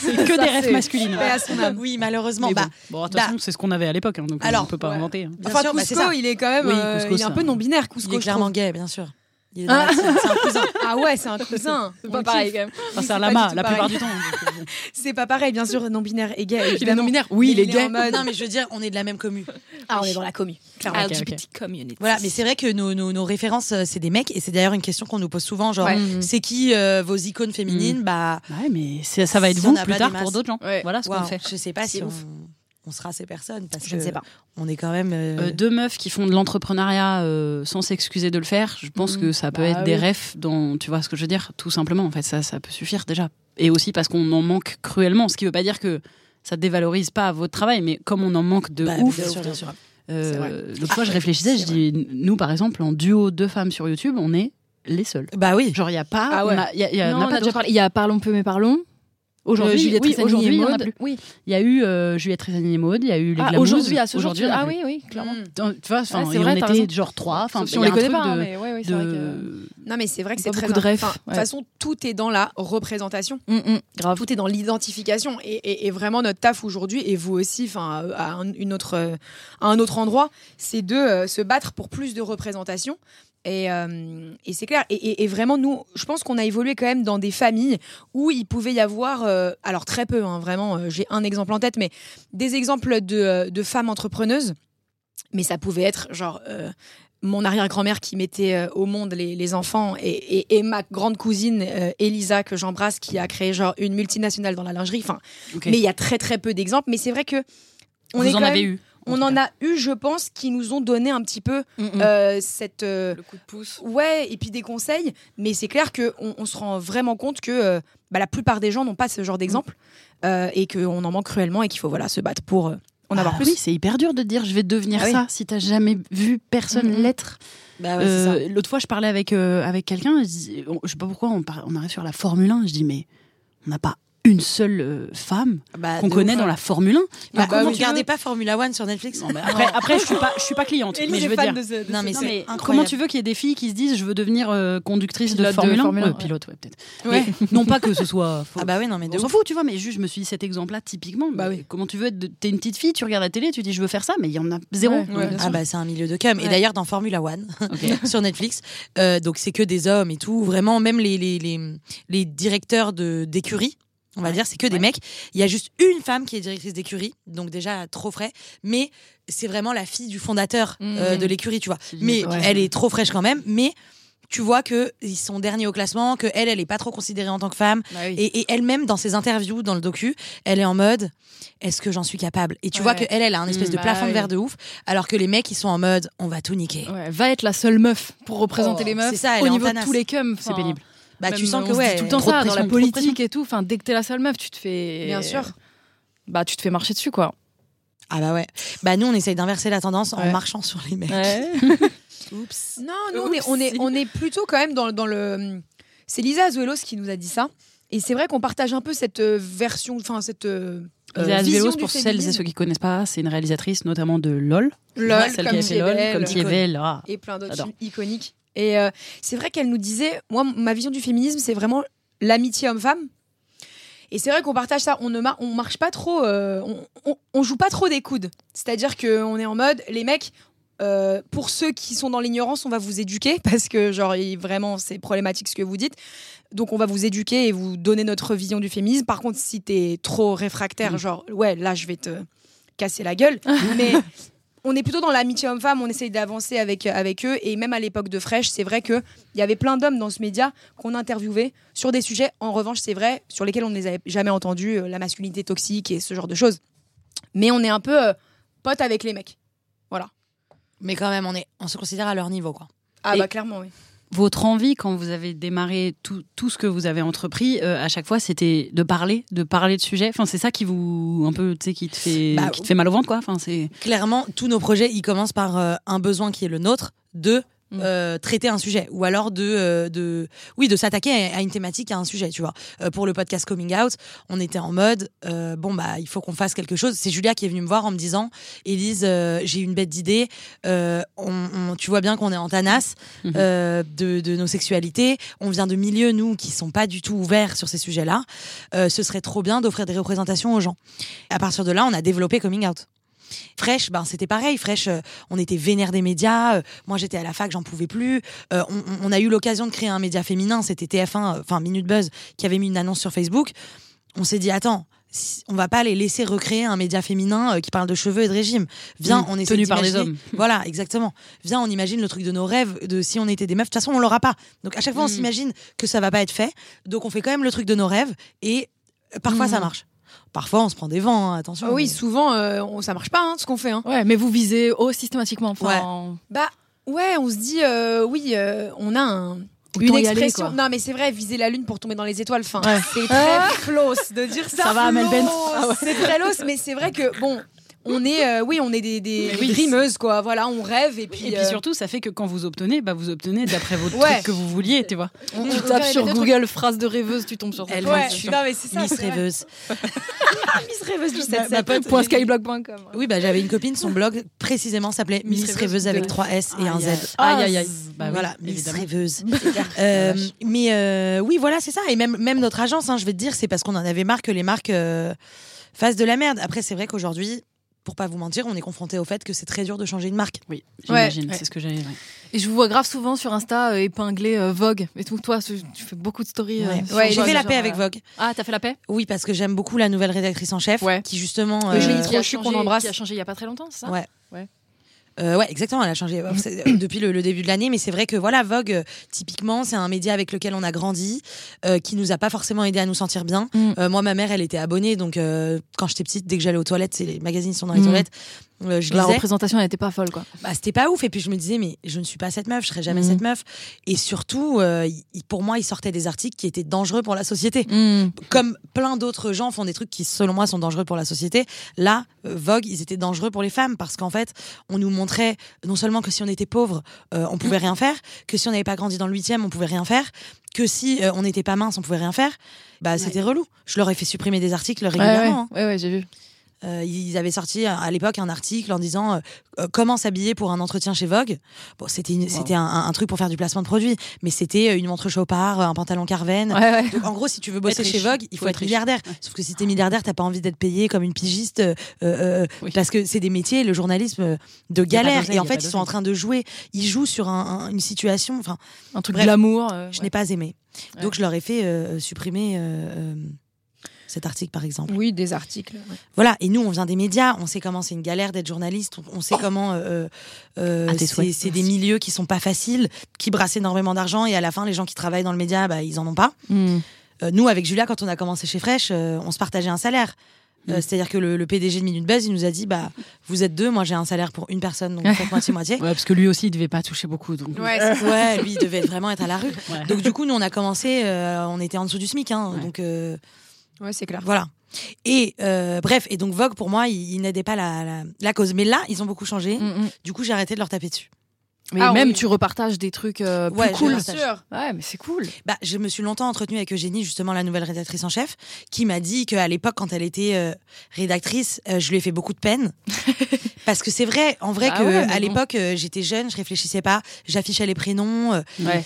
[SPEAKER 1] C'est que
[SPEAKER 4] Ça,
[SPEAKER 1] des rêves
[SPEAKER 4] c'est-
[SPEAKER 1] masculines.
[SPEAKER 4] Paix à son âme.
[SPEAKER 3] (laughs) Oui, malheureusement.
[SPEAKER 1] Mais
[SPEAKER 3] Bah,
[SPEAKER 1] bon. Bon, de toute façon, c'est ce qu'on avait à l'époque, hein, donc
[SPEAKER 3] Alors,
[SPEAKER 1] on peut pas
[SPEAKER 4] ouais.
[SPEAKER 1] inventer. hein.
[SPEAKER 3] bien
[SPEAKER 4] enfin,
[SPEAKER 3] sûr, bah, c'est
[SPEAKER 4] Cusco,
[SPEAKER 3] ça.
[SPEAKER 4] il est quand même
[SPEAKER 1] Oui,
[SPEAKER 4] euh,
[SPEAKER 1] Cusco,
[SPEAKER 4] il est un
[SPEAKER 1] ça.
[SPEAKER 4] peu non binaire.
[SPEAKER 3] Il
[SPEAKER 4] Cusco,
[SPEAKER 3] est
[SPEAKER 4] je
[SPEAKER 3] clairement gay, bien sûr. Il est dans
[SPEAKER 4] Ah.
[SPEAKER 3] la team, c'est un
[SPEAKER 4] (laughs)
[SPEAKER 3] cousin.
[SPEAKER 4] trouve. Ah ouais, c'est un cousin. C'est pas pareil quand même.
[SPEAKER 1] Enfin,
[SPEAKER 4] Oui,
[SPEAKER 1] c'est un
[SPEAKER 4] pas du
[SPEAKER 1] lama
[SPEAKER 4] tout
[SPEAKER 1] la
[SPEAKER 4] pareil.
[SPEAKER 1] plupart du temps. donc, euh, bon.
[SPEAKER 4] C'est pas pareil, bien sûr, non binaire et gay.
[SPEAKER 1] Il est
[SPEAKER 4] évidemment.
[SPEAKER 1] non binaire
[SPEAKER 4] Mais
[SPEAKER 1] Oui, il est
[SPEAKER 4] il est
[SPEAKER 1] gay.
[SPEAKER 4] en mode-
[SPEAKER 3] Non, mais je veux dire, on est de la même commune.
[SPEAKER 4] Ah, on est dans la commu. clairement.
[SPEAKER 1] ok,
[SPEAKER 2] LGBT community.
[SPEAKER 3] Voilà, mais c'est vrai que nos, nos- nos références, euh, c'est des mecs. Et c'est d'ailleurs une question qu'on nous pose souvent genre,
[SPEAKER 4] Ouais.
[SPEAKER 3] c'est qui euh, vos icônes féminines Bah,
[SPEAKER 1] Ouais, mais c'est- ça va être
[SPEAKER 3] Si on
[SPEAKER 1] vous
[SPEAKER 3] a
[SPEAKER 1] plus
[SPEAKER 3] pas
[SPEAKER 1] tard
[SPEAKER 3] des
[SPEAKER 1] pour
[SPEAKER 3] masses.
[SPEAKER 1] d'autres gens.
[SPEAKER 4] Ouais.
[SPEAKER 1] Voilà ce qu'on
[SPEAKER 3] waouh,
[SPEAKER 1] fait.
[SPEAKER 3] je sais pas
[SPEAKER 4] C'est
[SPEAKER 3] si
[SPEAKER 4] ouf.
[SPEAKER 3] on, on sera ces personnes. Parce
[SPEAKER 4] Ah, Je ne
[SPEAKER 3] que
[SPEAKER 4] sais pas.
[SPEAKER 3] On est quand même. euh,
[SPEAKER 1] Euh, deux meufs qui font de l'entrepreneuriat euh, sans s'excuser de le faire, je pense que ça peut
[SPEAKER 4] Bah
[SPEAKER 1] être des
[SPEAKER 4] oui.
[SPEAKER 1] refs dans, tu vois ce que je veux dire, tout simplement. En fait, ça, ça peut suffire déjà. Et aussi parce qu'on en manque cruellement, ce qui veut pas dire que ça dévalorise pas votre travail, mais comme on en manque de
[SPEAKER 3] bah,
[SPEAKER 1] ouf.
[SPEAKER 3] bien sûr, bien sûr.
[SPEAKER 1] euh,
[SPEAKER 4] C'est vrai.
[SPEAKER 1] L'autre fois, je réfléchissais, je
[SPEAKER 4] c'est
[SPEAKER 1] dis, nous par exemple, en duo deux femmes sur YouTube, on est les seuls.
[SPEAKER 3] Bah oui.
[SPEAKER 1] Genre, il n'y a pas.
[SPEAKER 4] Ah ouais.
[SPEAKER 1] on a- y a- y a-
[SPEAKER 2] Non,
[SPEAKER 1] on n'a
[SPEAKER 2] on
[SPEAKER 1] pas
[SPEAKER 2] a déjà
[SPEAKER 1] d'autres.
[SPEAKER 2] parlé. Il y a Parlons peu mais parlons.
[SPEAKER 1] Aujourd'hui,
[SPEAKER 2] Euh, Juliette
[SPEAKER 1] oui,
[SPEAKER 2] Tressani et
[SPEAKER 1] aujourd'hui, il y en a
[SPEAKER 2] Maude.
[SPEAKER 1] plus.
[SPEAKER 2] Oui.
[SPEAKER 1] Il y a eu euh, Juliette Trésanier et Maud, il y a eu les
[SPEAKER 2] Ah,
[SPEAKER 1] Glamouzes.
[SPEAKER 2] aujourd'hui, à ce jour,
[SPEAKER 1] Aujourd'hui,
[SPEAKER 2] tu-
[SPEAKER 1] on en a
[SPEAKER 2] Ah
[SPEAKER 1] plus.
[SPEAKER 2] oui, oui, clairement.
[SPEAKER 4] Mm.
[SPEAKER 1] Donc, Tu vois, enfin,
[SPEAKER 2] Ouais, c'est
[SPEAKER 1] et on
[SPEAKER 2] vrai, t'as
[SPEAKER 1] était
[SPEAKER 2] raison.
[SPEAKER 1] genre trois. Enfin,
[SPEAKER 2] Sauf si
[SPEAKER 1] il y
[SPEAKER 2] on
[SPEAKER 1] a
[SPEAKER 2] les
[SPEAKER 1] un
[SPEAKER 2] connaît
[SPEAKER 1] truc
[SPEAKER 2] pas, hein,
[SPEAKER 1] de-
[SPEAKER 2] mais ouais, ouais, c'est vrai que.
[SPEAKER 1] de...
[SPEAKER 4] Non, mais c'est vrai que
[SPEAKER 2] Pas
[SPEAKER 4] c'est très.
[SPEAKER 2] beaucoup de refs,
[SPEAKER 4] enfin, De toute
[SPEAKER 2] ouais.
[SPEAKER 4] façon, tout est dans la représentation.
[SPEAKER 2] Mm, mm, grave.
[SPEAKER 4] Tout est dans l'identification. Et, et- et vraiment, notre taf aujourd'hui, et vous aussi, enfin, à, à un, une autre, euh, à un autre endroit, c'est de euh, se battre pour plus de représentation. Et, euh, et c'est clair. Et, et- et vraiment, nous, je pense qu'on a évolué quand même dans des familles où il pouvait y avoir, euh, alors très peu, hein, vraiment, euh, j'ai un exemple en tête, mais des exemples de, euh, de femmes entrepreneuses. Mais ça pouvait être genre euh, mon arrière-grand-mère qui mettait euh, au monde les, les enfants et, et- et ma grande cousine euh, Elisa que j'embrasse qui a créé genre une multinationale dans la lingerie. Enfin,
[SPEAKER 1] Ok.
[SPEAKER 4] mais il y a très très peu d'exemples. Mais c'est vrai que on
[SPEAKER 1] Vous
[SPEAKER 4] est
[SPEAKER 1] en
[SPEAKER 4] quand
[SPEAKER 1] avez
[SPEAKER 4] même-
[SPEAKER 1] eu.
[SPEAKER 4] on
[SPEAKER 1] tout
[SPEAKER 4] en
[SPEAKER 1] cas.
[SPEAKER 4] a eu, je pense, qui nous ont donné un petit peu
[SPEAKER 3] Mm, mm.
[SPEAKER 4] euh, cette euh,
[SPEAKER 2] coup de pouce.
[SPEAKER 4] ouais et puis des conseils. Mais c'est clair que on, on se rend vraiment compte que euh, bah, la plupart des gens n'ont pas ce genre d'exemple euh, et qu'on en manque cruellement et qu'il faut voilà se battre pour euh, en avoir
[SPEAKER 1] Ah
[SPEAKER 4] plus.
[SPEAKER 1] Oui, c'est hyper dur de dire je vais devenir
[SPEAKER 4] Ah oui.
[SPEAKER 1] ça si t'as jamais vu personne
[SPEAKER 2] Mhm.
[SPEAKER 1] l'être.
[SPEAKER 3] Bah ouais, c'est ça.
[SPEAKER 1] Euh, L'autre fois, je parlais avec, euh, avec quelqu'un, je, dis- on- je sais pas pourquoi, on, par- on arrive sur la Formule 1, je dis mais on n'a pas une seule euh, femme
[SPEAKER 3] Bah,
[SPEAKER 1] qu'on
[SPEAKER 3] de
[SPEAKER 1] connaît
[SPEAKER 3] ouf.
[SPEAKER 1] dans la Formule 1.
[SPEAKER 3] Bah,
[SPEAKER 4] bah
[SPEAKER 3] vous
[SPEAKER 4] oui.
[SPEAKER 3] regardez pas Formula One sur Netflix
[SPEAKER 1] Non, bah, mais après, après je suis pas, je suis pas cliente, mais je veux dire.
[SPEAKER 3] Non, mais
[SPEAKER 1] Non,
[SPEAKER 3] c'est
[SPEAKER 1] mais
[SPEAKER 3] incroyable.
[SPEAKER 1] comment tu veux qu'il y ait des filles qui se disent je veux devenir euh, conductrice
[SPEAKER 2] Pilote
[SPEAKER 1] de
[SPEAKER 2] de
[SPEAKER 1] Formule 1
[SPEAKER 2] Formule un,
[SPEAKER 1] Euh,
[SPEAKER 2] ouais.
[SPEAKER 1] Pilote, ouais, peut-être.
[SPEAKER 3] Ouais.
[SPEAKER 1] Mais non pas que ce soit faux.
[SPEAKER 3] Ah bah oui, non, mais de
[SPEAKER 1] On s'en
[SPEAKER 3] ouf.
[SPEAKER 1] fout, tu vois, mais juste, je me suis dit, cet exemple-là, typiquement,
[SPEAKER 4] Bah
[SPEAKER 1] bah
[SPEAKER 4] oui.
[SPEAKER 1] comment tu veux être. de- T'es une petite fille, tu regardes la télé, tu dis, je veux faire ça, mais il y en a zéro.
[SPEAKER 2] Ouais,
[SPEAKER 4] ouais, bien
[SPEAKER 3] Ah bah c'est un milieu de cum. Et
[SPEAKER 2] Ouais.
[SPEAKER 3] d'ailleurs dans Formula One
[SPEAKER 1] Ok.
[SPEAKER 3] (laughs) sur Netflix, euh, donc c'est que des hommes et tout. Vraiment, même les les, les, les directeurs de d'écurie, on va dire, c'est que des mecs. Il y a juste une femme qui est directrice d'écurie, donc déjà trop frais. Mais c'est vraiment la fille du fondateur euh,
[SPEAKER 2] Mhm.
[SPEAKER 3] de l'écurie, tu vois.
[SPEAKER 1] C'est le
[SPEAKER 3] Mais
[SPEAKER 1] népotisme.
[SPEAKER 3] elle est trop fraîche quand même. Mais tu vois que ils sont derniers au classement, que elle, elle est pas trop considérée en tant que femme. Et, et elle-même, dans ses interviews, dans le docu, elle est en mode est-ce que j'en suis capable Et tu vois
[SPEAKER 2] Ouais.
[SPEAKER 3] qu'elle, elle a un espèce
[SPEAKER 1] Mm.
[SPEAKER 3] de
[SPEAKER 2] Bah
[SPEAKER 3] plafond de
[SPEAKER 2] oui.
[SPEAKER 3] verre de ouf, alors que les mecs, ils sont en mode on va tout niquer.
[SPEAKER 2] Ouais, va être la seule meuf pour représenter
[SPEAKER 3] Oh,
[SPEAKER 2] les meufs
[SPEAKER 3] c'est ça, elle
[SPEAKER 2] au
[SPEAKER 3] est en
[SPEAKER 2] niveau de
[SPEAKER 3] tanasse.
[SPEAKER 2] tous les cums.
[SPEAKER 1] C'est pénible.
[SPEAKER 3] Bah, tu sens que,
[SPEAKER 2] ouais,
[SPEAKER 3] ouais,
[SPEAKER 2] tout le temps
[SPEAKER 3] trop de
[SPEAKER 2] ça dans la
[SPEAKER 3] pression, trop de
[SPEAKER 2] politique et tout. Enfin, dès que t'es la seule meuf, tu te fais
[SPEAKER 4] Bien sûr.
[SPEAKER 2] Bah, tu te fais marcher dessus quoi.
[SPEAKER 3] pression. Ah bah ouais. Bah nous, on essaye d'inverser la tendance en
[SPEAKER 2] Ouais.
[SPEAKER 3] marchant sur les mecs.
[SPEAKER 2] Oups.
[SPEAKER 1] (laughs)
[SPEAKER 4] Non, nous, on est, on, est,
[SPEAKER 2] Oupsie.
[SPEAKER 4] on est plutôt quand même dans, dans le. C'est Lisa Azuelos qui nous a dit ça. Et c'est vrai qu'on partage un peu cette euh, version, enfin, cette. euh,
[SPEAKER 1] Lisa
[SPEAKER 4] euh,
[SPEAKER 1] Azuelos,
[SPEAKER 4] vision du
[SPEAKER 1] pour celles et
[SPEAKER 4] féminisme.
[SPEAKER 1] ceux qui connaissent pas, c'est une réalisatrice notamment de LOL.
[SPEAKER 4] LOL,
[SPEAKER 1] celle qui
[SPEAKER 4] comme
[SPEAKER 1] a fait LOL,
[SPEAKER 4] Tievel,
[SPEAKER 1] comme Tievel. ah.
[SPEAKER 4] Et plein d'autres
[SPEAKER 1] J'adore.
[SPEAKER 4] films iconiques. Et euh, c'est vrai qu'elle nous disait moi, ma vision du féminisme, c'est vraiment l'amitié homme-femme. Et c'est vrai qu'on partage ça. On ne mar- on marche pas trop. euh, on, on, on joue pas trop des coudes. C'est-à-dire qu'on est en mode les mecs. euh, pour ceux qui sont dans l'ignorance, on va vous éduquer (laughs) parce que genre il- vraiment c'est problématique ce que vous dites. Donc on va vous éduquer et vous donner notre vision du féminisme. Par contre, si t'es trop réfractaire,
[SPEAKER 1] Mhm.
[SPEAKER 4] genre ouais là je vais te casser
[SPEAKER 1] (laughs)
[SPEAKER 4] la gueule, mais on est plutôt dans l'amitié homme-femme, on essaye d'avancer avec, euh, avec eux. Et même à l'époque de Fresh, c'est vrai qu'il y avait plein d'hommes dans ce média qu'on interviewait sur des sujets, en revanche, c'est vrai, sur lesquels on ne les avait jamais entendus, euh, la masculinité toxique et ce genre de choses. Mais on est un peu euh, potes avec les mecs.
[SPEAKER 3] Mais quand même, on, est, on se considère à leur niveau, quoi.
[SPEAKER 4] Ah
[SPEAKER 1] Et-
[SPEAKER 4] bah clairement, oui.
[SPEAKER 1] Votre envie, quand vous avez démarré tout, tout ce que vous avez entrepris, euh, à chaque fois, c'était de parler, de parler de sujets. Enfin, c'est ça qui vous, un peu, tu sais, qui te fait,
[SPEAKER 3] Bah,
[SPEAKER 1] qui te fait mal au ventre, quoi. Enfin, c'est.
[SPEAKER 3] Clairement, tous nos projets, ils commencent par euh, un besoin qui est le nôtre de euh, traiter un sujet ou alors de, euh, de oui de s'attaquer à, à une thématique à un sujet tu vois Euh, pour le podcast coming out on était en mode euh, bon bah il faut qu'on fasse quelque chose c'est Julia qui est venue me voir en me disant Élise euh, j'ai une bête d'idée Euh, on- on- tu vois bien qu'on est en tanasse
[SPEAKER 1] Mhm.
[SPEAKER 3] euh, de, de nos sexualités on vient de milieux nous qui sont pas du tout ouverts sur ces sujets là ce serait trop bien d'offrir des représentations aux gens à partir de là on a développé coming out Fresh, ben c'était pareil. Fresh, euh, on était vénère des médias. Euh, moi, j'étais à la fac, j'en pouvais plus. Euh, on, on- on a eu l'occasion de créer un média féminin. C'était TF1, euh, enfin Minute Buzz, qui avait mis une annonce sur Facebook. On s'est dit, attends, si- on va pas les laisser recréer un média féminin euh, qui parle de cheveux et de régime. Viens, on essaie
[SPEAKER 1] Mm. tenu par des
[SPEAKER 3] d'imaginer-
[SPEAKER 1] hommes.
[SPEAKER 3] Voilà, exactement. Viens, on imagine le truc de nos rêves, de si on était des meufs. De toute façon, on l'aura pas. Donc à chaque fois, on
[SPEAKER 2] Mm.
[SPEAKER 3] s'imagine que ça va pas être fait. Donc on fait quand même le truc de nos rêves et euh, parfois
[SPEAKER 2] Mm.
[SPEAKER 3] ça marche. Parfois, on se prend des vents. hein, attention.
[SPEAKER 4] Ah oui,
[SPEAKER 3] mais-
[SPEAKER 4] souvent, euh, on, ça marche pas hein, ce qu'on fait. hein.
[SPEAKER 2] Ouais, mais vous visez haut systématiquement. Enfin,
[SPEAKER 4] Bah ouais, on se dit, euh, oui, euh, on a un-
[SPEAKER 2] y
[SPEAKER 4] une
[SPEAKER 2] aller,
[SPEAKER 4] expression.
[SPEAKER 2] quoi.
[SPEAKER 4] non mais c'est vrai, viser la lune pour tomber dans les étoines, enfin,
[SPEAKER 2] Ouais.
[SPEAKER 4] c'est très close de dire ça.
[SPEAKER 1] Ça va, Amel Bent.
[SPEAKER 4] Flos, C'est très close, mais c'est vrai que bon, on est, euh, oui, on est des, des
[SPEAKER 1] Oui.
[SPEAKER 4] dreameuses quoi. Voilà, on rêve et puis.
[SPEAKER 1] Et
[SPEAKER 4] euh,
[SPEAKER 1] puis surtout, ça fait que quand vous obtenez, bah, vous obtenez d'après votre
[SPEAKER 4] Ouais.
[SPEAKER 1] truc que vous vouliez, tu vois.
[SPEAKER 4] on- on
[SPEAKER 2] Tu
[SPEAKER 4] fait
[SPEAKER 2] tapes
[SPEAKER 4] des
[SPEAKER 2] sur
[SPEAKER 4] trucs.
[SPEAKER 2] Google phrase de rêveuse, tu tombes sur ça.
[SPEAKER 3] Elle
[SPEAKER 4] Ouais,
[SPEAKER 3] Miss
[SPEAKER 4] non mais c'est ça.
[SPEAKER 3] Miss
[SPEAKER 4] c'est vrai. Ah,
[SPEAKER 3] rêveuse.
[SPEAKER 4] Miss rêveuse du
[SPEAKER 3] Ma- ma
[SPEAKER 4] 7
[SPEAKER 3] pote,
[SPEAKER 2] Point skyblog.com.
[SPEAKER 3] Oui, bah, j'avais une copine, son blog précisément s'appelait
[SPEAKER 2] Miss
[SPEAKER 3] Miss,
[SPEAKER 2] Rêveuse
[SPEAKER 3] Rêveuse avec
[SPEAKER 2] de-
[SPEAKER 3] 3 S et un Z.
[SPEAKER 1] Aïe, aïe, aïe. Ah, Bah oui,
[SPEAKER 3] voilà, Miss
[SPEAKER 1] évidemment.
[SPEAKER 3] Rêveuse. Euh, mais euh, oui, voilà, c'est ça. Et même, même notre agence, hein, je vais te dire, c'est parce qu'on en avait marre que les marques euh, fassent de la merde. Après, c'est vrai qu'aujourd'hui, pour pas vous mentir, on est confronté au fait que c'est très dur de changer une marque.
[SPEAKER 1] Oui, j'imagine,
[SPEAKER 2] j'imagine, Ouais.
[SPEAKER 1] c'est
[SPEAKER 2] c'est
[SPEAKER 1] ce que j'allais
[SPEAKER 2] Et je vous vois grave souvent sur Insta euh, épinglé euh, Vogue et tout. Toi, tu tu fais beaucoup de stories. euh,
[SPEAKER 3] Ouais.
[SPEAKER 2] sur
[SPEAKER 4] Ouais,
[SPEAKER 3] J'ai
[SPEAKER 2] Vogue,
[SPEAKER 3] fait la
[SPEAKER 2] genre,
[SPEAKER 3] paix avec
[SPEAKER 2] euh,
[SPEAKER 3] Vogue.
[SPEAKER 2] Ah, t'as fait la paix
[SPEAKER 3] Oui, parce que j'aime beaucoup la nouvelle rédactrice en chef,
[SPEAKER 2] Ouais.
[SPEAKER 3] qui justement. euh,
[SPEAKER 4] Le génie
[SPEAKER 2] Qui
[SPEAKER 4] Trop
[SPEAKER 2] a
[SPEAKER 4] chou qu'on
[SPEAKER 2] changé-
[SPEAKER 4] embrasse.
[SPEAKER 2] Qui a changé il y a pas très longtemps, c'est ça
[SPEAKER 3] Ouais. Euh, ouais, exactement, elle a changé euh, c'est- euh, depuis le, le début de l'année, mais c'est vrai que voilà, Vogue, euh, typiquement, c'est un média avec lequel on a grandi, euh, qui nous a pas forcément aidé à nous sentir bien.
[SPEAKER 2] Mm.
[SPEAKER 3] Euh, moi, ma mère, elle était abonnée, donc euh, quand j'étais petite, dès que j'allais aux toilettes, c'est les magazines qui sont dans les
[SPEAKER 2] Mm.
[SPEAKER 3] toilettes, euh, je
[SPEAKER 2] La
[SPEAKER 3] lisais.
[SPEAKER 2] représentation n'était pas folle, quoi.
[SPEAKER 3] Bah, c'était pas ouf, et puis je me disais, mais je ne suis pas cette meuf, je serai jamais
[SPEAKER 2] Mm.
[SPEAKER 3] cette meuf. Et surtout, euh, il- il- pour moi, il sortait des articles qui étaient dangereux pour la société comme plein d'autres gens font des trucs qui, selon moi, sont dangereux pour la société, là, euh, Vogue, ils étaient dangereux pour les femmes parce qu'en fait, on nous montrait non seulement que si on était pauvre, euh, on pouvait rien faire, que si on n'avait pas grandi dans le huitième, on pouvait rien faire, que si euh, on n'était pas mince, on pouvait rien faire. Bah, c'était relou. Je leur ai fait supprimer des articles
[SPEAKER 2] Ouais,
[SPEAKER 3] régulièrement. hein.
[SPEAKER 2] ouais, ouais, j'ai vu.
[SPEAKER 3] Euh, ils avaient sorti euh, à l'époque un article en disant euh, euh, comment s'habiller pour un entretien chez Vogue. Bon, c'était une- c'était un, un- un truc pour faire du placement de produits, mais c'était euh, une montre chopard, un pantalon carven,
[SPEAKER 2] Ouais, ouais.
[SPEAKER 3] donc, en gros, si tu veux bosser
[SPEAKER 1] Être
[SPEAKER 3] chez
[SPEAKER 1] riche.
[SPEAKER 3] Vogue, il faut,
[SPEAKER 1] Faut
[SPEAKER 3] être,
[SPEAKER 1] être riche.
[SPEAKER 3] milliardaire. Sauf que si t'es milliardaire, t'as pas envie d'être payé comme une pigiste, euh, euh, euh,
[SPEAKER 1] Oui.
[SPEAKER 3] parce que c'est des métiers, le journalisme euh, de
[SPEAKER 1] pas
[SPEAKER 3] galère.
[SPEAKER 1] d'oseille,
[SPEAKER 3] Et en
[SPEAKER 1] y a
[SPEAKER 3] fait,
[SPEAKER 1] pas
[SPEAKER 3] ils sont en
[SPEAKER 1] d'oseille.
[SPEAKER 3] train de jouer. Ils jouent sur un- un- une situation. Enfin,
[SPEAKER 2] Un truc
[SPEAKER 3] Bref.
[SPEAKER 2] glamour. euh,
[SPEAKER 3] je
[SPEAKER 2] ouais.
[SPEAKER 3] n'ai pas aimé.
[SPEAKER 2] Ouais.
[SPEAKER 3] Donc, je leur ai fait euh, supprimer. euh, euh, cet article par exemple.
[SPEAKER 4] Oui, des articles. ouais.
[SPEAKER 3] Voilà, et nous on vient des médias, on sait comment c'est une galère d'être journaliste, on- on sait comment euh, euh,
[SPEAKER 1] À tes
[SPEAKER 3] c'est
[SPEAKER 1] souhaits.
[SPEAKER 3] c'est des milieux qui sont pas faciles, qui brassent énormément d'argent et à la fin les gens qui travaillent dans le média, bah, ils en ont pas.
[SPEAKER 2] Mm.
[SPEAKER 3] Euh, nous, avec Julia, quand on a commencé chez Fresh, euh, on se partageait un salaire. Euh,
[SPEAKER 1] Mm.
[SPEAKER 3] C'est-à-dire que le, le PDG de Minute Buzz, il nous a dit bah, Vous êtes deux, moi j'ai un salaire pour une personne,
[SPEAKER 1] (laughs)
[SPEAKER 3] donc faites moitié-moitié.
[SPEAKER 1] Ouais, parce que lui aussi, il devait pas toucher beaucoup. Donc...
[SPEAKER 4] Ouais, c'est-
[SPEAKER 3] ouais, lui, il devait être- vraiment être à la rue.
[SPEAKER 1] Ouais.
[SPEAKER 3] Donc, du coup, nous, on a commencé, euh, on était en dessous du SMIC. hein,
[SPEAKER 1] Ouais.
[SPEAKER 3] Donc, euh,
[SPEAKER 4] ouais, c'est clair.
[SPEAKER 3] voilà. Et euh, bref, et donc Vogue, pour moi, il, il n'aidait pas la, la- la cause. Mais là, ils ont beaucoup changé.
[SPEAKER 2] Mm, mm.
[SPEAKER 3] Du coup, j'ai arrêté de leur taper dessus.
[SPEAKER 2] Mais
[SPEAKER 4] Ah,
[SPEAKER 2] même,
[SPEAKER 4] oui.
[SPEAKER 2] tu repartages des trucs euh, plus
[SPEAKER 3] Ouais, je
[SPEAKER 2] cool.
[SPEAKER 3] partage.
[SPEAKER 2] Ouais, mais c'est cool.
[SPEAKER 3] Bah, je me suis longtemps entretenue avec Eugénie, justement la nouvelle rédactrice en chef, qui m'a dit qu'à l'époque, quand elle était euh, rédactrice, euh, je lui ai fait beaucoup de
[SPEAKER 2] (laughs)
[SPEAKER 3] peine. Parce que c'est vrai, en vrai,
[SPEAKER 2] Bah
[SPEAKER 3] que
[SPEAKER 2] ouais, mais
[SPEAKER 3] à
[SPEAKER 2] bon.
[SPEAKER 3] l'époque, euh, j'étais jeune, je réfléchissais pas, j'affichais les prénoms. euh,
[SPEAKER 2] Ouais.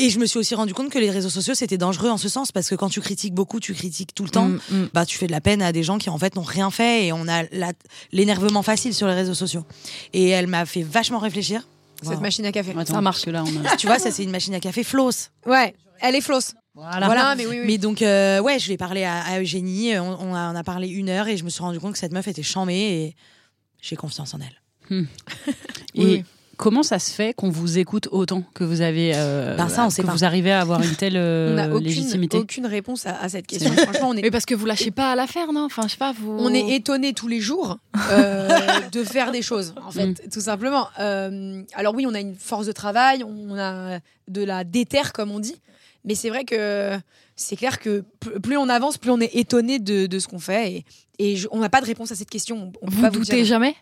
[SPEAKER 3] et je me suis aussi rendu compte que les réseaux sociaux, c'était dangereux en ce sens, parce que quand tu critiques beaucoup, tu critiques tout le temps,
[SPEAKER 2] Mm, mm.
[SPEAKER 3] bah, tu fais de la peine à des gens qui en fait n'ont rien fait et on a la- l'énervement facile sur les réseaux sociaux. Et elle m'a fait vachement réfléchir.
[SPEAKER 4] Cette
[SPEAKER 3] Wow.
[SPEAKER 4] machine à café.
[SPEAKER 1] euh, Attends,
[SPEAKER 2] Ça marche.
[SPEAKER 1] parce Que là, on a-
[SPEAKER 3] Tu vois, ça c'est une machine à café flosse.
[SPEAKER 4] Ouais, elle est flosse.
[SPEAKER 3] Voilà.
[SPEAKER 4] Voilà, mais oui, oui.
[SPEAKER 3] Mais donc, euh, ouais, je l'ai parlé à, à Eugénie, euh, on, on a, on a parlé une heure et je me suis rendu compte que cette meuf était chamée et j'ai confiance en elle.
[SPEAKER 1] Et comment ça se fait qu'on vous écoute autant que vous avez euh,
[SPEAKER 3] Ben ça, on sait
[SPEAKER 1] que
[SPEAKER 3] pas.
[SPEAKER 1] vous arrivez à avoir une
[SPEAKER 4] (laughs)
[SPEAKER 1] telle
[SPEAKER 4] On
[SPEAKER 1] euh,
[SPEAKER 4] n'a aucune,
[SPEAKER 1] légitimité
[SPEAKER 4] aucune réponse à, à cette question. Franchement, on est,
[SPEAKER 2] Mais parce que vous lâchez pas à l'affaire, non Enfin, je sais pas, vous.
[SPEAKER 4] on est étonnés tous les jours
[SPEAKER 2] (laughs)
[SPEAKER 4] euh, de faire des choses, en fait,
[SPEAKER 1] Mm.
[SPEAKER 4] tout simplement. Euh, alors oui, on a une force de travail, on a de la déterre, comme on dit. Mais c'est vrai que c'est clair que pl- plus on avance, plus on est étonné de, de ce qu'on fait. Et, et je- on n'a pas de réponse à cette question. On peut
[SPEAKER 2] Vous
[SPEAKER 4] pas
[SPEAKER 2] doutez
[SPEAKER 4] dire
[SPEAKER 2] jamais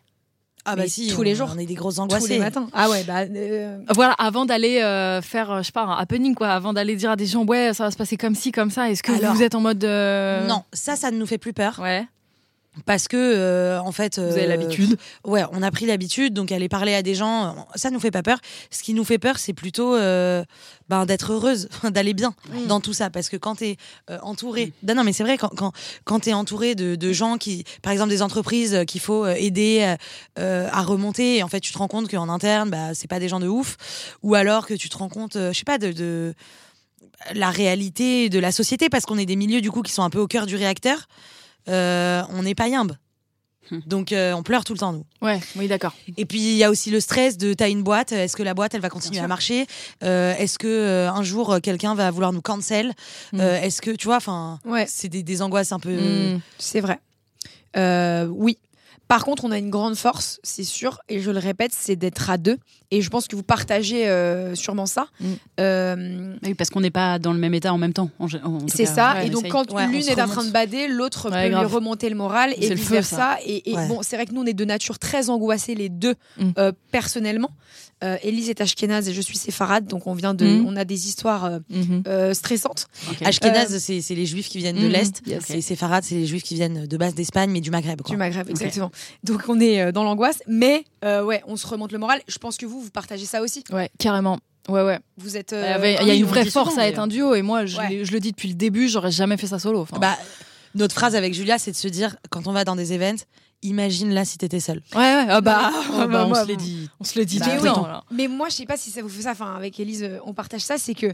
[SPEAKER 3] Ah
[SPEAKER 4] bah
[SPEAKER 3] bah
[SPEAKER 4] si,
[SPEAKER 3] si,
[SPEAKER 4] tous les jours.
[SPEAKER 3] On est des grosses
[SPEAKER 4] tous les
[SPEAKER 3] angoissées.
[SPEAKER 4] matins. Ah ouais, bah... euh,
[SPEAKER 2] Voilà, avant d'aller euh, faire, euh, je sais pas, un happening, quoi, avant d'aller dire à des gens, ouais, ça va se passer comme ci, comme ça, est-ce que
[SPEAKER 3] Alors,
[SPEAKER 2] vous êtes en mode. euh,
[SPEAKER 3] Non, ça, ça ne nous fait plus peur
[SPEAKER 2] Ouais,
[SPEAKER 3] parce que, euh, en fait.
[SPEAKER 2] vous avez
[SPEAKER 3] euh,
[SPEAKER 2] l'habitude.
[SPEAKER 3] Ouais, on a pris l'habitude, donc aller parler à des gens, euh, ça nous fait pas peur. Ce qui nous fait peur, c'est plutôt euh, ben, d'être heureuse, (laughs) d'aller bien dans tout ça. Parce que quand t'es euh, entouré. Non, non, mais c'est vrai, quand, quand, quand t'es entouré de, de gens qui. Par exemple, des entreprises euh, qu'il faut euh, aider euh, euh, à remonter, et en fait, tu te rends compte qu'en interne, bah, c'est pas des gens de ouf. Ou alors que tu te rends compte, euh, je sais pas, de. de la réalité de la société parce qu'on est des milieux du coup qui sont un peu au cœur du réacteur Euh, on n'est pas yimbe donc euh, on pleure tout le temps nous
[SPEAKER 2] Ouais, oui, d'accord.
[SPEAKER 3] et puis il y a aussi le stress de t'as une boîte, est-ce que la boîte elle va continuer
[SPEAKER 2] Bien sûr.
[SPEAKER 3] à marcher Euh, Est-ce que euh, un jour euh, quelqu'un va vouloir nous cancel
[SPEAKER 2] Mm.
[SPEAKER 3] Euh, Est-ce que tu vois, enfin,
[SPEAKER 4] ouais.
[SPEAKER 3] c'est des, des angoisses un peu.
[SPEAKER 2] Mm.
[SPEAKER 4] C'est vrai. Euh, oui. Par contre, on a une grande force, c'est sûr, et je le répète, c'est d'être à deux. Et je pense que vous partagez euh, sûrement ça.
[SPEAKER 2] Mm.
[SPEAKER 4] Euh,
[SPEAKER 1] Oui, parce qu'on n'est pas dans le même état en même temps. en gé- en- en tout
[SPEAKER 4] c'est
[SPEAKER 1] cas,
[SPEAKER 4] ça.
[SPEAKER 1] on
[SPEAKER 4] et donc,
[SPEAKER 1] essaye.
[SPEAKER 4] quand
[SPEAKER 3] Ouais, on
[SPEAKER 4] l'une
[SPEAKER 3] se
[SPEAKER 4] est en
[SPEAKER 3] remonte.
[SPEAKER 4] train de bader, l'autre
[SPEAKER 2] Ouais,
[SPEAKER 4] peut
[SPEAKER 2] grave.
[SPEAKER 4] lui remonter le moral et
[SPEAKER 2] C'est le
[SPEAKER 4] vice
[SPEAKER 2] feu,
[SPEAKER 4] versa. Et, et
[SPEAKER 3] Ouais.
[SPEAKER 4] bon, c'est vrai que nous, on est de nature très angoissés les deux,
[SPEAKER 2] Mm.
[SPEAKER 4] euh, personnellement. Euh, Élise est ashkénaze et je suis séfarade, donc on vient de,
[SPEAKER 2] Mm.
[SPEAKER 4] on a des histoires euh,
[SPEAKER 2] Mhm.
[SPEAKER 4] euh, stressantes.
[SPEAKER 1] Ok.
[SPEAKER 3] Ashkenaz, c'est c'est les juifs qui viennent de
[SPEAKER 2] Mm.
[SPEAKER 3] l'Est.
[SPEAKER 2] Yes.
[SPEAKER 3] C'est séfarade, c'est les juifs qui viennent de base d'Espagne, mais du Maghreb. Quoi.
[SPEAKER 4] Du Maghreb, exactement. Donc on est euh, dans l'angoisse, mais euh, ouais, on se remonte le moral. Je pense que vous, vous partagez ça aussi.
[SPEAKER 2] Ouais, carrément. Ouais, ouais.
[SPEAKER 4] Vous êtes.
[SPEAKER 2] Il
[SPEAKER 4] euh,
[SPEAKER 2] y avait- il y
[SPEAKER 1] oui,
[SPEAKER 2] a une
[SPEAKER 1] on le
[SPEAKER 2] vraie
[SPEAKER 1] dit souvent,
[SPEAKER 2] force à être
[SPEAKER 1] d'ailleurs.
[SPEAKER 2] un duo, et moi, je,
[SPEAKER 4] Ouais.
[SPEAKER 2] l'ai- je le dis depuis le début, j'aurais jamais fait ça solo. enfin.
[SPEAKER 3] Bah, notre phrase avec Julia, c'est de se dire quand on va dans des events, imagine là si t'étais seule.
[SPEAKER 2] ouais, ouais, ah bah,
[SPEAKER 1] Oh, bah,
[SPEAKER 2] bah,
[SPEAKER 1] on
[SPEAKER 2] moi,
[SPEAKER 1] se l'est dit.
[SPEAKER 2] on se le dit
[SPEAKER 4] Bah,
[SPEAKER 2] tout
[SPEAKER 4] oui.
[SPEAKER 2] le temps. là.
[SPEAKER 4] Mais moi, je sais pas si ça vous fait ça. Enfin, avec Elise, euh, on partage ça. C'est que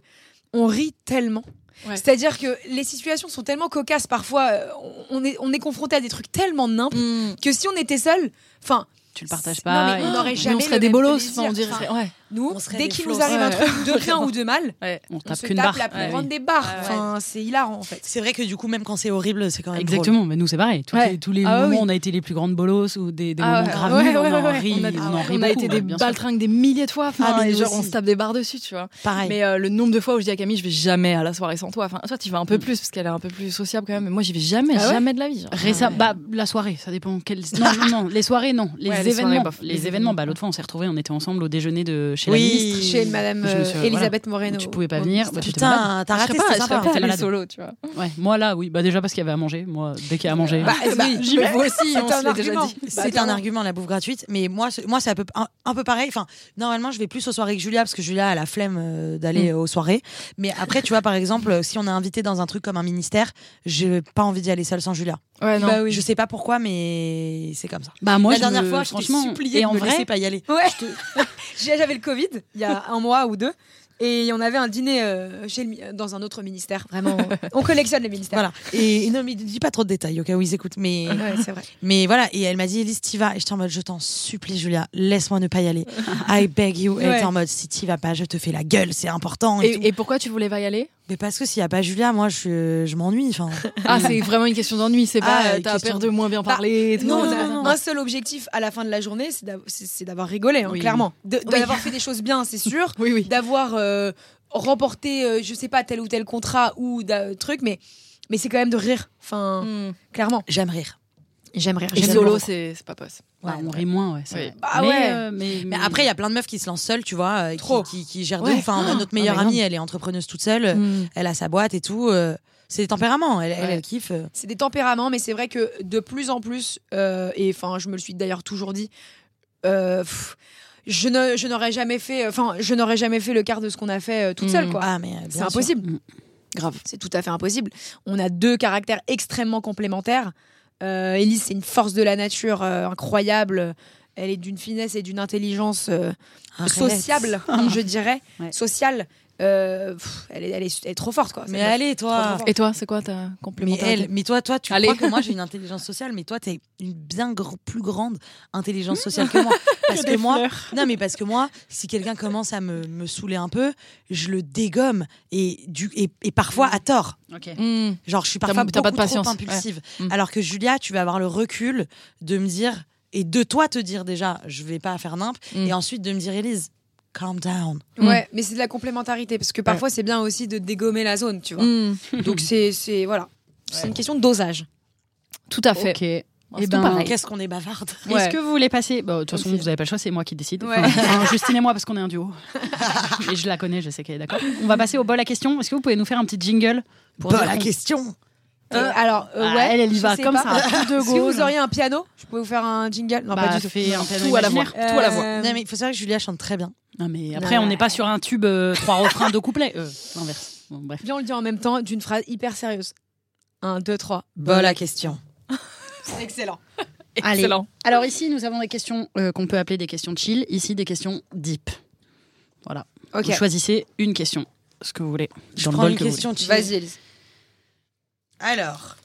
[SPEAKER 4] on rit tellement.
[SPEAKER 2] Ouais.
[SPEAKER 4] C'est-à-dire que les situations sont tellement cocasses parfois. euh, On est, on est confronté à des trucs tellement nimpes que si on était seul, enfin,
[SPEAKER 1] Tu le partages
[SPEAKER 4] Non,
[SPEAKER 1] pas.
[SPEAKER 4] mais
[SPEAKER 1] et-
[SPEAKER 4] on aurait
[SPEAKER 2] Mais
[SPEAKER 4] jamais
[SPEAKER 2] on
[SPEAKER 4] le
[SPEAKER 2] serait des
[SPEAKER 4] même
[SPEAKER 2] bolos,
[SPEAKER 4] plaisir.
[SPEAKER 2] enfin, on dirait.
[SPEAKER 4] Enfin,
[SPEAKER 2] Ouais.
[SPEAKER 4] nous,
[SPEAKER 3] On serait
[SPEAKER 4] dès
[SPEAKER 3] des
[SPEAKER 4] qu'il
[SPEAKER 3] flots.
[SPEAKER 4] nous arrive un
[SPEAKER 2] Ouais.
[SPEAKER 4] truc de bien ou de mal,
[SPEAKER 1] On se
[SPEAKER 4] on
[SPEAKER 1] tape
[SPEAKER 4] se
[SPEAKER 1] qu'une
[SPEAKER 4] tape
[SPEAKER 1] barre.
[SPEAKER 4] la plus
[SPEAKER 1] Ouais,
[SPEAKER 4] grande
[SPEAKER 1] oui.
[SPEAKER 4] des barres.
[SPEAKER 2] Ouais, ouais.
[SPEAKER 4] Enfin, c'est hilarant en fait.
[SPEAKER 3] C'est vrai que du coup, même quand c'est horrible, c'est quand même. drôle.
[SPEAKER 1] Exactement, mais nous c'est pareil. Tous
[SPEAKER 4] Ouais.
[SPEAKER 1] les, tous les
[SPEAKER 4] Ah,
[SPEAKER 1] moments
[SPEAKER 4] oui.
[SPEAKER 1] on a été les plus grandes bolos ou des, des
[SPEAKER 4] Ah,
[SPEAKER 1] moments
[SPEAKER 4] ouais.
[SPEAKER 1] graves,
[SPEAKER 4] Ouais,
[SPEAKER 1] nuls,
[SPEAKER 4] ouais,
[SPEAKER 1] on en
[SPEAKER 4] ouais.
[SPEAKER 1] rit.
[SPEAKER 2] On a, ah
[SPEAKER 1] on en rit
[SPEAKER 2] on a
[SPEAKER 1] beaucoup,
[SPEAKER 2] été des
[SPEAKER 1] bien sûr.
[SPEAKER 2] baltringues des milliers de fois. Enfin,
[SPEAKER 3] Ah, mais
[SPEAKER 2] et
[SPEAKER 3] nous
[SPEAKER 2] genre, on
[SPEAKER 3] aussi.
[SPEAKER 2] se tape des barres dessus, tu vois.
[SPEAKER 3] Pareil.
[SPEAKER 2] Mais euh, le nombre de fois où je dis à Camille, je vais jamais à la soirée sans toi. Enfin, toi, tu vas un peu
[SPEAKER 3] Mm.
[SPEAKER 2] plus parce qu'elle est un peu plus sociable quand même. Mais moi, j'y vais jamais,
[SPEAKER 4] Ah ouais
[SPEAKER 2] jamais de la vie. genre.
[SPEAKER 1] Récemment, bah, la soirée, ça dépend. Quel... Non, non, non, les soirées, non. Les
[SPEAKER 2] Ouais, les
[SPEAKER 1] événements.
[SPEAKER 2] soirées, bof.
[SPEAKER 1] les,
[SPEAKER 2] Les
[SPEAKER 1] événements,
[SPEAKER 2] événements.
[SPEAKER 1] bah, l'autre fois, on s'est retrouvés, on était ensemble au déjeuner de chez la ministre.
[SPEAKER 3] oui.
[SPEAKER 4] Chez Madame
[SPEAKER 1] Je me
[SPEAKER 4] euh,
[SPEAKER 1] suis- voilà.
[SPEAKER 4] Elisabeth Moreno.
[SPEAKER 1] Tu pouvais pas venir. bah, t'étais malade.
[SPEAKER 3] Putain, t'as
[SPEAKER 2] Je serais
[SPEAKER 3] raté,
[SPEAKER 2] pas,
[SPEAKER 3] c'était
[SPEAKER 2] je serais
[SPEAKER 3] sympa.
[SPEAKER 2] pas allée
[SPEAKER 1] malade.
[SPEAKER 2] solo, tu vois.
[SPEAKER 1] Ouais, moi là, oui. Bah, déjà parce qu'il y avait à manger. Moi, dès qu'il y a à manger.
[SPEAKER 4] Bah, bah,
[SPEAKER 2] j'y vais, vous aussi, on
[SPEAKER 4] c'est
[SPEAKER 2] se
[SPEAKER 4] un
[SPEAKER 2] l'est déjà
[SPEAKER 4] argument.
[SPEAKER 2] dit.
[SPEAKER 4] Bah,
[SPEAKER 3] c'est un
[SPEAKER 4] clairement.
[SPEAKER 3] argument la bouffe gratuite mais moi c'est- moi c'est un peu un, un peu pareil enfin normalement je vais plus aux soirées que Julia parce que Julia a la flemme euh,
[SPEAKER 1] Mm.
[SPEAKER 3] d'aller aux soirées mais après tu vois par exemple euh, si on est invité dans un truc comme un ministère j'ai pas envie d'y aller seule sans Julia
[SPEAKER 2] Ouais, non. (laughs)
[SPEAKER 3] je sais pas pourquoi mais c'est comme ça
[SPEAKER 1] Bah, moi,
[SPEAKER 3] la
[SPEAKER 1] je
[SPEAKER 3] dernière
[SPEAKER 1] me-
[SPEAKER 3] fois
[SPEAKER 1] franchement,
[SPEAKER 3] je t'ai supplié
[SPEAKER 1] et
[SPEAKER 3] de
[SPEAKER 1] en
[SPEAKER 3] me
[SPEAKER 1] vrai,
[SPEAKER 3] laisser pas y aller
[SPEAKER 4] Ouais. (laughs) J'ai- J'avais le Covid il y a un mois ou deux. Et on avait un dîner euh, chez le mi- dans un autre ministère. Vraiment, on collectionne les ministères.
[SPEAKER 3] voilà et, et non mais dis pas trop de détails au cas où ils écoutent mais
[SPEAKER 4] Ouais, c'est vrai.
[SPEAKER 3] mais voilà et elle m'a dit Elise t'y vas et j'étais en mode je t'en supplie Julia laisse-moi ne pas
[SPEAKER 1] (laughs)
[SPEAKER 3] y aller I beg you et elle
[SPEAKER 4] Ouais.
[SPEAKER 3] était en mode si t'y vas pas je te fais la gueule c'est important et tout.
[SPEAKER 2] Et, et pourquoi tu voulais pas y aller
[SPEAKER 3] Mais parce que s'il n'y a pas Julia, moi, je, je m'ennuie. Enfin, (laughs)
[SPEAKER 2] Ah, c'est vraiment une question d'ennui, c'est pas
[SPEAKER 3] Ah,
[SPEAKER 2] euh,
[SPEAKER 3] une
[SPEAKER 2] t'as
[SPEAKER 3] question-
[SPEAKER 2] peur de moins bien
[SPEAKER 4] Bah,
[SPEAKER 2] parler. et tout.
[SPEAKER 4] Nous, on
[SPEAKER 2] Ouais,
[SPEAKER 4] a
[SPEAKER 2] ouais, ouais.
[SPEAKER 4] un seul objectif à la fin de la journée, c'est d'av- c'est c'est d'avoir rigolé, hein,
[SPEAKER 2] Oui.
[SPEAKER 4] clairement. De-
[SPEAKER 2] Oui.
[SPEAKER 4] D'avoir fait des choses bien, c'est sûr.
[SPEAKER 2] Oui, oui.
[SPEAKER 4] D'avoir euh, remporté, euh, je sais pas, tel ou tel contrat ou d'un truc, mais, mais c'est quand même de rire. Enfin,
[SPEAKER 2] Mm.
[SPEAKER 3] Mm.
[SPEAKER 4] clairement.
[SPEAKER 3] j'aime rire.
[SPEAKER 4] J'aime rire.
[SPEAKER 2] Et
[SPEAKER 4] j'aime
[SPEAKER 2] solo,
[SPEAKER 4] rire.
[SPEAKER 2] c'est c'est pas possible.
[SPEAKER 1] bah,
[SPEAKER 3] Ouais,
[SPEAKER 1] on
[SPEAKER 3] ouais.
[SPEAKER 1] rit moins, ouais. c'est
[SPEAKER 2] Oui.
[SPEAKER 1] vrai.
[SPEAKER 4] Bah,
[SPEAKER 1] mais,
[SPEAKER 4] ouais.
[SPEAKER 1] euh, mais,
[SPEAKER 3] Mais après, il y a plein de meufs qui se lancent seules, tu vois, euh, qui-
[SPEAKER 4] Trop.
[SPEAKER 3] Qui, qui, gèrent
[SPEAKER 2] Ouais.
[SPEAKER 3] de ouf. Enfin, on a notre meilleure
[SPEAKER 2] mais
[SPEAKER 3] amie, elle est entrepreneuse toute seule, euh, elle a sa boîte et tout. euh, C'est des tempéraments, elle, elle,
[SPEAKER 2] Ouais.
[SPEAKER 3] elle kiffe. euh.
[SPEAKER 4] C'est des tempéraments, mais c'est vrai que de plus en plus, euh, et enfin, je me le suis d'ailleurs toujours dit, euh, pff, je ne, je n'aurais jamais fait, euh, enfin, je n'aurais jamais fait le quart de ce qu'on a fait euh, toute seule,
[SPEAKER 2] Mm.
[SPEAKER 4] quoi.
[SPEAKER 3] Ah, mais euh, bien
[SPEAKER 4] c'est
[SPEAKER 3] sûr.
[SPEAKER 4] impossible.
[SPEAKER 1] Mm.
[SPEAKER 4] Grave. C'est tout à fait impossible. On a deux caractères extrêmement complémentaires. Euh, Elise, c'est une force de la nature euh, incroyable. Elle est d'une finesse et d'une intelligence euh,
[SPEAKER 3] Arrête. (laughs)
[SPEAKER 4] sociable, je dirais,
[SPEAKER 1] Ouais.
[SPEAKER 4] sociale, euh, pff, elle, est, elle, est, elle est trop forte, quoi.
[SPEAKER 3] Mais
[SPEAKER 4] Cette meuf.
[SPEAKER 3] allez, toi.
[SPEAKER 4] Trop, trop
[SPEAKER 2] Et toi, c'est quoi ta
[SPEAKER 3] Mais
[SPEAKER 2] complémentarité
[SPEAKER 3] elle, mais toi, toi, tu
[SPEAKER 2] Allez.
[SPEAKER 3] crois que (laughs) moi j'ai une intelligence sociale, mais toi, t'es une bien gr- plus grande intelligence sociale (laughs) que moi. Parce que moi, non, mais parce que moi, si quelqu'un commence à me, me saouler un peu, je le dégomme et du et, et parfois à tort.
[SPEAKER 1] Ok.
[SPEAKER 2] Hmm.
[SPEAKER 3] Genre, je suis
[SPEAKER 2] T'as-
[SPEAKER 3] parfois
[SPEAKER 2] t'as pas de
[SPEAKER 3] beaucoup
[SPEAKER 2] patience,
[SPEAKER 3] trop
[SPEAKER 2] ouais.
[SPEAKER 3] impulsive.
[SPEAKER 2] Mm.
[SPEAKER 3] Alors que Julia, tu vas avoir le recul de me dire et de toi te dire déjà, je vais pas faire nimp,
[SPEAKER 2] Mm.
[SPEAKER 3] et ensuite de me dire, Elise, calm down.
[SPEAKER 4] forte. Ouais, mais c'est de la complémentarité parce que parfois c'est bien aussi de dégommer la zone, tu vois.
[SPEAKER 3] Mm.
[SPEAKER 2] Hmm.
[SPEAKER 4] Donc c'est c'est- voilà, c'est une question de dosage.
[SPEAKER 2] Tout à fait.
[SPEAKER 1] Ok. Et
[SPEAKER 3] Eh
[SPEAKER 2] C'est tout
[SPEAKER 1] ben,
[SPEAKER 2] pareil.
[SPEAKER 3] Qu'est-ce qu'on
[SPEAKER 2] (laughs)
[SPEAKER 3] est bavarde.
[SPEAKER 2] Ouais.
[SPEAKER 1] Est-ce que vous voulez passer Bah, De toute façon,
[SPEAKER 2] Ok.
[SPEAKER 1] vous n'avez pas le choix, c'est moi qui décide.
[SPEAKER 4] Ouais.
[SPEAKER 1] Enfin, enfin, Justine et moi, parce qu'on est un (laughs) duo. Et je la connais, je sais qu'elle est d'accord. On va passer au bol à questions. Est-ce que vous pouvez nous faire un petit jingle pour
[SPEAKER 3] Pas
[SPEAKER 1] dire
[SPEAKER 3] la
[SPEAKER 1] qu'on-
[SPEAKER 3] question.
[SPEAKER 4] Et alors euh,
[SPEAKER 1] Ah,
[SPEAKER 4] ouais,
[SPEAKER 1] elle, elle y
[SPEAKER 4] je
[SPEAKER 1] va
[SPEAKER 4] sais
[SPEAKER 1] comme
[SPEAKER 4] pas.
[SPEAKER 1] ça, à coup de
[SPEAKER 4] (laughs) Si
[SPEAKER 1] gauche.
[SPEAKER 4] vous auriez un piano, je peux vous faire un jingle. Non,
[SPEAKER 1] Bah,
[SPEAKER 4] pas du tout.
[SPEAKER 1] fais un piano
[SPEAKER 2] Tout à la voix.
[SPEAKER 1] imaginaire.
[SPEAKER 2] Tout à la voix.
[SPEAKER 4] Euh,
[SPEAKER 3] Non, mais il faut savoir que Julia chante très bien.
[SPEAKER 1] Non, mais après,
[SPEAKER 4] Ouais.
[SPEAKER 1] on n'est pas sur un tube, euh, trois refrains, deux couplets. Euh, L'inverse. Bon, bref.
[SPEAKER 4] Viens, on le dit en même temps d'une phrase hyper sérieuse. 1, 2, 3.
[SPEAKER 3] Bah, la question.
[SPEAKER 4] Excellent.
[SPEAKER 1] Allez.
[SPEAKER 2] Excellent.
[SPEAKER 1] Alors ici, nous avons des questions euh, qu'on peut appeler des questions chill. Ici, des questions deep. Voilà.
[SPEAKER 4] Ok.
[SPEAKER 1] Vous choisissez une question, ce que vous voulez.
[SPEAKER 3] Je
[SPEAKER 1] dans le
[SPEAKER 3] prends
[SPEAKER 1] bol
[SPEAKER 3] une
[SPEAKER 1] que vous
[SPEAKER 3] question. tu-
[SPEAKER 4] Vas-y, Elise.
[SPEAKER 3] Alors,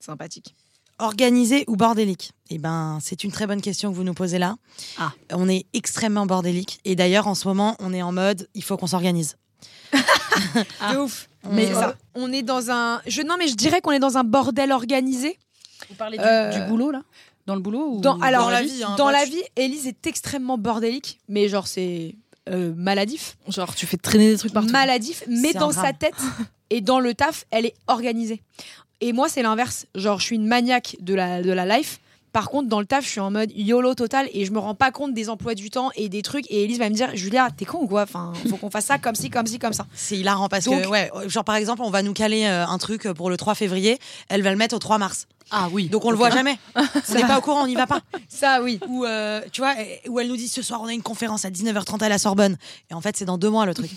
[SPEAKER 4] Sympathique.
[SPEAKER 3] organisé ou bordélique Eh ben, c'est une très bonne question que vous nous posez là.
[SPEAKER 1] Ah.
[SPEAKER 3] On est extrêmement bordélique et d'ailleurs en ce moment, on est en mode il faut qu'on s'organise.
[SPEAKER 1] Ah.
[SPEAKER 4] De ouf.
[SPEAKER 1] Mm.
[SPEAKER 3] On-
[SPEAKER 4] Mais ça, on est dans un. Je, non, mais je dirais qu'on est dans un bordel organisé.
[SPEAKER 1] Vous parlez
[SPEAKER 4] du-
[SPEAKER 1] du,
[SPEAKER 3] Euh,
[SPEAKER 4] du
[SPEAKER 1] boulot, là Dans le boulot ou...
[SPEAKER 4] Dans, alors,
[SPEAKER 3] la vie, hein,
[SPEAKER 4] dans
[SPEAKER 3] bah,
[SPEAKER 4] la
[SPEAKER 3] tu-
[SPEAKER 4] vie, Elise est extrêmement bordélique, mais genre, c'est euh, maladif.
[SPEAKER 2] Genre, tu fais traîner des trucs partout.
[SPEAKER 4] Maladif, mais
[SPEAKER 3] C'est un
[SPEAKER 4] dans
[SPEAKER 3] drame.
[SPEAKER 4] sa (laughs) tête et dans le taf, elle est organisée. Et moi, c'est l'inverse. Genre, je suis une maniaque de la, de la life. Par contre, dans le taf, je suis en mode YOLO total et je me rends pas compte des emplois du temps et des trucs. Et Elise va me dire Julia, t'es con ou quoi Enfin, faut qu'on fasse ça comme ci, comme ci, comme ça.
[SPEAKER 3] C'est hilarant parce
[SPEAKER 4] Donc-
[SPEAKER 3] que, ouais, oh, genre par exemple, on va nous caler euh, un truc pour le 3 février, elle va le mettre au 3 mars.
[SPEAKER 1] Ah oui.
[SPEAKER 3] Donc on le voit
[SPEAKER 4] (laughs)
[SPEAKER 3] jamais. on n'est pas au courant, on n'y va pas.
[SPEAKER 4] Ça, oui.
[SPEAKER 3] Ou, euh, tu vois, euh, ou elle nous dit ce soir, on a une conférence à 19h30 à la Sorbonne. Et en fait, c'est dans deux mois le
[SPEAKER 4] (laughs)
[SPEAKER 3] truc.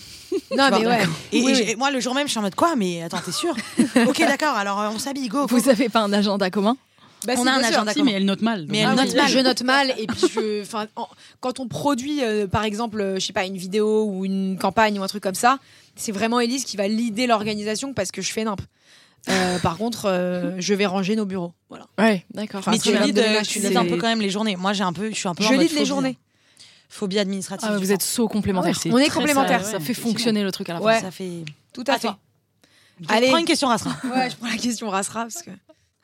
[SPEAKER 4] Non, mais
[SPEAKER 3] Pardon.
[SPEAKER 4] ouais.
[SPEAKER 3] Et, et
[SPEAKER 4] Oui,
[SPEAKER 3] j'ai- et moi, le jour même, je suis en mode quoi Mais attends,
[SPEAKER 4] (laughs)
[SPEAKER 3] t'es sûr Ok, d'accord, alors euh, on s'habille, go. go.
[SPEAKER 2] Vous avez pas un agenda commun
[SPEAKER 4] Bah,
[SPEAKER 3] on
[SPEAKER 4] si,
[SPEAKER 3] a un
[SPEAKER 4] bien sûr.
[SPEAKER 3] agenda
[SPEAKER 1] Ah, Si,
[SPEAKER 3] commun.
[SPEAKER 1] mais elle note mal. donc-
[SPEAKER 3] Mais elle
[SPEAKER 1] Ah
[SPEAKER 3] note
[SPEAKER 1] oui.
[SPEAKER 3] mal.
[SPEAKER 4] Je note mal et puis je, enfin, en- quand on produit, euh, par exemple, euh, je sais pas, une vidéo ou une campagne ou un truc comme ça, c'est vraiment Elise qui va l'idée l'organisation parce que je fais nimp. Euh, par contre, euh, je vais ranger nos bureaux. Voilà.
[SPEAKER 2] Ouais, d'accord.
[SPEAKER 4] Enfin,
[SPEAKER 3] mais
[SPEAKER 4] ça
[SPEAKER 3] tu
[SPEAKER 4] va me
[SPEAKER 3] lides,
[SPEAKER 4] donner
[SPEAKER 3] euh,
[SPEAKER 4] la
[SPEAKER 3] tu
[SPEAKER 4] chute.
[SPEAKER 3] lides un
[SPEAKER 4] C'est-
[SPEAKER 3] peu quand même les journées. Moi, j'ai un peu, je suis un peu. en
[SPEAKER 4] Je
[SPEAKER 3] mode
[SPEAKER 4] lide les
[SPEAKER 3] phobie.
[SPEAKER 4] journées.
[SPEAKER 3] Phobie administrative.
[SPEAKER 2] Ah,
[SPEAKER 3] je
[SPEAKER 2] vous
[SPEAKER 3] pense.
[SPEAKER 2] êtes so complémentaires.
[SPEAKER 1] Ah ouais,
[SPEAKER 4] On est
[SPEAKER 1] très
[SPEAKER 4] complémentaires.
[SPEAKER 1] sérieux,
[SPEAKER 2] ça
[SPEAKER 1] ouais,
[SPEAKER 2] fait fonctionner le truc à la fin.
[SPEAKER 4] Ouais.
[SPEAKER 3] Ça fait.
[SPEAKER 4] Tout à fait.
[SPEAKER 3] Attends.
[SPEAKER 4] Allez.
[SPEAKER 3] Allez, prends une question Rasra.
[SPEAKER 4] Ah, Ouais, je prends la question Rasra parce que.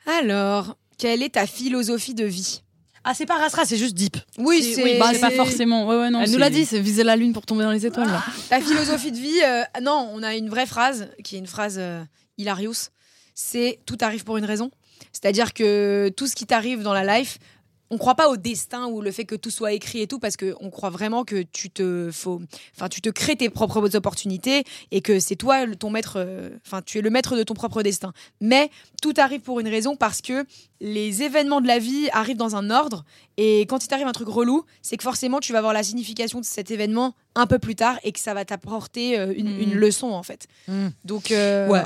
[SPEAKER 4] Alors, quelle est ta philosophie de vie
[SPEAKER 3] Ah, c'est pas Rasra, c'est juste Deep.
[SPEAKER 4] Oui,
[SPEAKER 1] C'est- oui, bah, c'est pas forcément. Ouais, ouais, non,
[SPEAKER 2] Elle
[SPEAKER 1] c'est-
[SPEAKER 2] nous l'a dit, c'est viser la lune pour tomber dans les étoiles. là.
[SPEAKER 4] La philosophie de vie, euh, non, on a une vraie phrase qui est une phrase euh, hilarious. C'est tout arrive pour une raison. C'est-à-dire que tout ce qui t'arrive dans la life, on croit pas au destin ou le fait que tout soit écrit et tout parce que on croit vraiment que tu te faut, enfin tu te crées tes propres opportunités et que c'est toi le- ton maître, euh, enfin tu es le maître de ton propre destin. Mais tout arrive pour une raison parce que les événements de la vie arrivent dans un ordre et quand il t'arrive un truc relou, c'est que forcément tu vas voir la signification de cet événement un peu plus tard et que ça va t'apporter euh, une,
[SPEAKER 2] Mm.
[SPEAKER 4] une leçon en fait.
[SPEAKER 3] Mm.
[SPEAKER 4] Donc euh,
[SPEAKER 3] Ouais.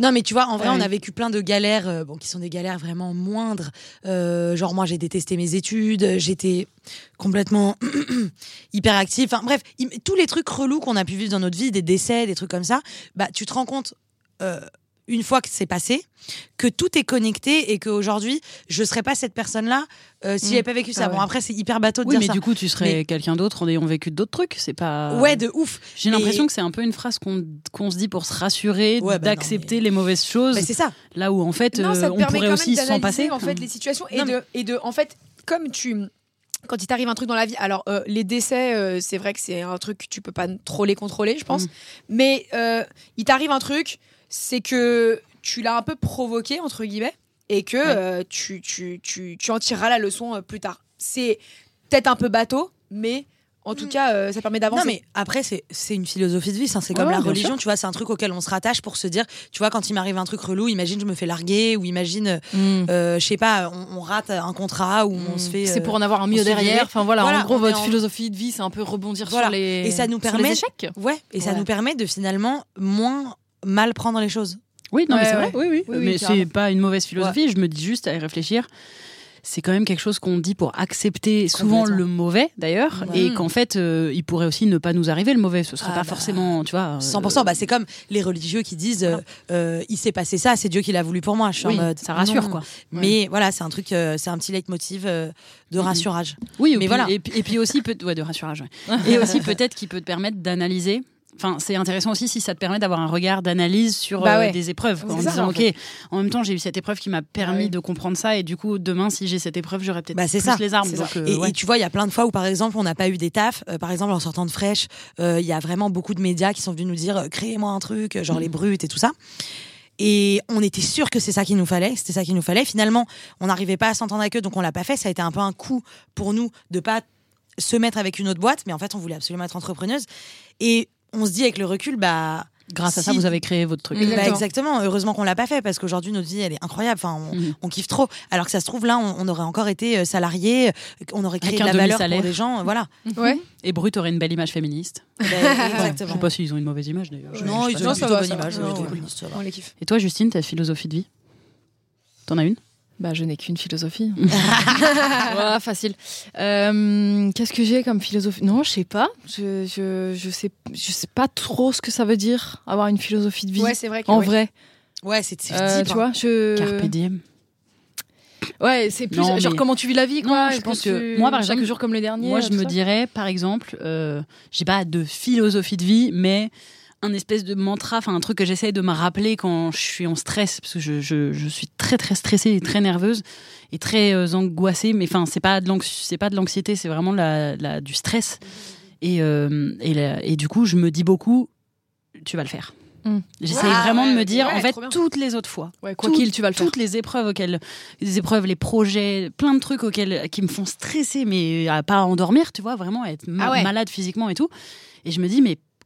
[SPEAKER 3] Non, mais tu vois, en vrai,
[SPEAKER 4] Ouais.
[SPEAKER 3] on a vécu plein de galères, euh, bon, qui sont des galères vraiment moindres. Euh, genre, moi, j'ai détesté mes études, euh, j'étais complètement (clears throat) hyperactive. Enfin, bref, im- tous les trucs relous qu'on a pu vivre dans notre vie, des décès, des trucs comme ça, bah, tu te rends compte, euh, une fois que c'est passé, que tout est connecté et qu'aujourd'hui, je serais pas cette personne-là euh, si
[SPEAKER 2] Mm.
[SPEAKER 3] j'avais pas vécu ça.
[SPEAKER 4] Ah
[SPEAKER 3] Bon,
[SPEAKER 4] ouais.
[SPEAKER 3] après, c'est hyper bateau de
[SPEAKER 1] Oui,
[SPEAKER 3] dire
[SPEAKER 1] mais
[SPEAKER 3] ça.
[SPEAKER 1] du euh, coup, tu serais
[SPEAKER 3] Mais-
[SPEAKER 1] quelqu'un d'autre en ayant vécu d'autres trucs. C'est pas.
[SPEAKER 3] Ouais, de ouf.
[SPEAKER 1] J'ai
[SPEAKER 3] mais-
[SPEAKER 1] l'impression que c'est un peu une phrase qu'on qu'on se dit pour se rassurer,
[SPEAKER 3] Ouais, bah non,
[SPEAKER 1] d'accepter les mauvaises choses.
[SPEAKER 3] Bah, c'est ça.
[SPEAKER 1] Là où en fait,
[SPEAKER 4] Non, ça
[SPEAKER 1] euh,
[SPEAKER 4] te
[SPEAKER 1] on
[SPEAKER 4] permet
[SPEAKER 1] pourrait
[SPEAKER 4] quand
[SPEAKER 1] aussi
[SPEAKER 4] même
[SPEAKER 1] s'en
[SPEAKER 4] d'analyser
[SPEAKER 1] passer.
[SPEAKER 4] en fait les situations et
[SPEAKER 3] Non,
[SPEAKER 4] de et de en fait comme tu quand il t'arrive un truc dans la vie, alors euh, les décès, euh, c'est vrai que c'est un truc que tu peux pas trop les contrôler, je pense.
[SPEAKER 1] Mm.
[SPEAKER 4] Mais euh, il t'arrive un truc, c'est que tu l'as un peu provoqué entre guillemets et que euh, tu, tu, tu, tu en tireras la leçon euh, plus tard. C'est peut-être un peu bateau, mais en
[SPEAKER 1] Mm.
[SPEAKER 4] tout cas, euh, ça permet d'avancer.
[SPEAKER 3] Non, mais après, c'est c'est une philosophie de vie. ça. C'est comme
[SPEAKER 1] Ouais,
[SPEAKER 3] la
[SPEAKER 1] bien
[SPEAKER 3] religion, tu vois. C'est un truc auquel on se rattache pour se dire, tu vois, quand il m'arrive un truc relou, imagine, je me fais larguer, ou imagine,
[SPEAKER 2] Hmm.
[SPEAKER 3] euh, je sais pas, on, on rate un contrat, ou on
[SPEAKER 1] Hmm,
[SPEAKER 3] se fait.
[SPEAKER 2] Mm. C'est
[SPEAKER 3] euh,
[SPEAKER 2] pour en avoir un mieux
[SPEAKER 3] se fait virer.
[SPEAKER 2] derrière. Enfin voilà,
[SPEAKER 3] Voilà,
[SPEAKER 2] en gros,
[SPEAKER 3] on est
[SPEAKER 2] votre
[SPEAKER 3] en-
[SPEAKER 2] philosophie de vie, c'est un peu rebondir
[SPEAKER 3] Voilà.
[SPEAKER 2] sur les.
[SPEAKER 3] Et ça nous
[SPEAKER 2] sur les
[SPEAKER 3] permet-
[SPEAKER 2] échecs.
[SPEAKER 3] euh, Ouais, et ça
[SPEAKER 2] Ouais.
[SPEAKER 3] nous permet de finalement moins mal prendre les choses.
[SPEAKER 1] Oui, non, mais
[SPEAKER 4] Ouais,
[SPEAKER 1] c'est vrai.
[SPEAKER 4] ouais.
[SPEAKER 1] Oui, oui.
[SPEAKER 4] Oui, oui,
[SPEAKER 1] mais
[SPEAKER 4] carrément.
[SPEAKER 1] c'est pas une mauvaise philosophie. Je me dis juste à y réfléchir. c'est quand même quelque chose qu'on dit pour accepter souvent le mauvais d'ailleurs,
[SPEAKER 3] Ouais.
[SPEAKER 1] et qu'en fait, euh, il pourrait aussi ne pas nous arriver le mauvais. Ce serait
[SPEAKER 3] Ah
[SPEAKER 1] pas
[SPEAKER 3] bah,
[SPEAKER 1] forcément, tu vois. euh,
[SPEAKER 3] 100%, bah, c'est comme les religieux qui disent euh, euh, il s'est passé ça, c'est Dieu qui l'a voulu pour moi. Je suis en
[SPEAKER 1] oui,
[SPEAKER 3] mode,
[SPEAKER 1] ça rassure
[SPEAKER 3] non.
[SPEAKER 1] quoi.
[SPEAKER 3] Mais voilà, c'est un truc, euh, c'est un petit leitmotiv euh,
[SPEAKER 1] Mm-hmm.
[SPEAKER 3] de rassurage.
[SPEAKER 1] Oui,
[SPEAKER 3] Mais
[SPEAKER 1] mais
[SPEAKER 3] voilà.
[SPEAKER 1] voilà. Et, puis- et puis aussi, peut ouais, de rassurage. ouais. Et aussi peut-être qui peut te permettre d'analyser. Enfin, c'est intéressant aussi si ça te permet d'avoir un regard d'analyse sur
[SPEAKER 4] Bah
[SPEAKER 1] euh,
[SPEAKER 4] ouais.
[SPEAKER 1] des épreuves, quoi, en
[SPEAKER 4] C'est ça,
[SPEAKER 1] disant
[SPEAKER 4] en
[SPEAKER 1] ok, en même temps j'ai eu cette épreuve qui m'a permis de comprendre ça et du coup demain si j'ai cette épreuve j'aurai peut-être
[SPEAKER 3] Bah, c'est
[SPEAKER 1] plus
[SPEAKER 3] ça.
[SPEAKER 1] les armes.
[SPEAKER 3] C'est
[SPEAKER 1] Donc,
[SPEAKER 3] ça.
[SPEAKER 1] euh,
[SPEAKER 3] et,
[SPEAKER 1] ouais.
[SPEAKER 3] et tu vois, il y a plein de fois où, par exemple, on n'a pas eu des tafs. Euh, par exemple, en sortant de fraîche, euh, il y a vraiment beaucoup de médias qui sont venus nous dire euh, créez-moi un truc, euh, genre les brutes et tout ça. Et on était sûr que c'est ça qu'il nous fallait, c'était ça qu'il nous fallait. Finalement, on n'arrivait pas à s'entendre avec eux, donc on l'a pas fait. Ça a été un peu un coup pour nous de pas se mettre avec une autre boîte, mais en fait, on voulait absolument être entrepreneuse. Et on se dit avec le recul, bah
[SPEAKER 1] Grâce à ça
[SPEAKER 3] si-
[SPEAKER 1] vous avez créé votre truc.
[SPEAKER 3] bah, Exactement.
[SPEAKER 4] Exactement.
[SPEAKER 3] Heureusement qu'on l'a pas fait parce qu'aujourd'hui notre vie elle est incroyable. Enfin, on,
[SPEAKER 1] Mhm.
[SPEAKER 3] on kiffe trop. Alors que ça se trouve là, on, on aurait encore été salarié, on aurait créé
[SPEAKER 1] Avec
[SPEAKER 3] de la
[SPEAKER 1] un
[SPEAKER 3] valeur pour
[SPEAKER 1] demi-salaire.
[SPEAKER 3] des gens. euh, Voilà.
[SPEAKER 2] Mhm.
[SPEAKER 4] Ouais.
[SPEAKER 1] Et Brut aurait une belle image féministe.
[SPEAKER 3] Ben,
[SPEAKER 1] Je
[SPEAKER 3] exactement.
[SPEAKER 1] sais pas s'ils ont une mauvaise image d'ailleurs. Je-
[SPEAKER 3] Non,
[SPEAKER 1] je sais
[SPEAKER 3] ils
[SPEAKER 1] pas
[SPEAKER 3] ont
[SPEAKER 1] si-
[SPEAKER 3] plutôt
[SPEAKER 4] ça va,
[SPEAKER 3] bonne
[SPEAKER 4] ça va.
[SPEAKER 3] image.
[SPEAKER 4] Non,
[SPEAKER 3] plutôt
[SPEAKER 4] ouais.
[SPEAKER 3] bonne image, ça va.
[SPEAKER 4] On les kiffe.
[SPEAKER 1] Et toi Justine, ta philosophie de vie, t'en as une
[SPEAKER 2] Bah, je n'ai qu'une (laughs) philosophie. voilà, facile. Euh, Qu'est-ce que j'ai comme philosophie Non, je sais pas. Je, je, je sais, je sais pas trop ce que ça veut dire avoir une philosophie de vie.
[SPEAKER 4] Ouais, c'est vrai que.
[SPEAKER 2] en
[SPEAKER 4] ouais.
[SPEAKER 2] vrai,
[SPEAKER 3] Ouais, c'est c'est
[SPEAKER 2] Euh,
[SPEAKER 3] deep,
[SPEAKER 2] tu
[SPEAKER 3] hein.
[SPEAKER 2] vois, je.
[SPEAKER 1] Carpe diem.
[SPEAKER 2] Ouais, c'est plus
[SPEAKER 1] Non, mais-
[SPEAKER 2] genre comment tu vis la vie, quoi.
[SPEAKER 1] Non, je
[SPEAKER 2] Est-ce
[SPEAKER 1] pense
[SPEAKER 2] tu-
[SPEAKER 1] que- moi, par
[SPEAKER 2] chaque
[SPEAKER 1] exemple,
[SPEAKER 2] jour comme le dernier.
[SPEAKER 1] Moi,
[SPEAKER 2] là,
[SPEAKER 1] je
[SPEAKER 2] tout
[SPEAKER 1] me
[SPEAKER 2] ça.
[SPEAKER 1] dirais, par exemple, euh, j'ai pas de philosophie de vie, mais un espèce de mantra, enfin un truc que j'essaie de me rappeler quand je suis en stress, parce que je, je- je suis très très stressée et très nerveuse et très euh, angoissée. Mais enfin, c'est pas de l'anx- c'est pas de l'anxiété, c'est vraiment de la, de la- du stress. Et, euh, et, la- et du coup, je me dis beaucoup, tu vas le faire.
[SPEAKER 2] Mm.
[SPEAKER 1] J'essaie
[SPEAKER 4] Ouais,
[SPEAKER 1] vraiment de
[SPEAKER 4] ouais,
[SPEAKER 1] me dire,
[SPEAKER 4] ouais,
[SPEAKER 1] en fait,
[SPEAKER 4] trop bien.
[SPEAKER 1] toutes les autres fois,
[SPEAKER 2] Ouais, quoi
[SPEAKER 1] Tout-
[SPEAKER 2] qu'il, tu vas le faire.
[SPEAKER 1] toutes les épreuves auxquelles les épreuves les projets plein de trucs auxquels qui me font stresser mais à pas endormir tu vois vraiment à être ma-
[SPEAKER 4] Ah ouais.
[SPEAKER 1] malade physiquement et tout et je me dis mais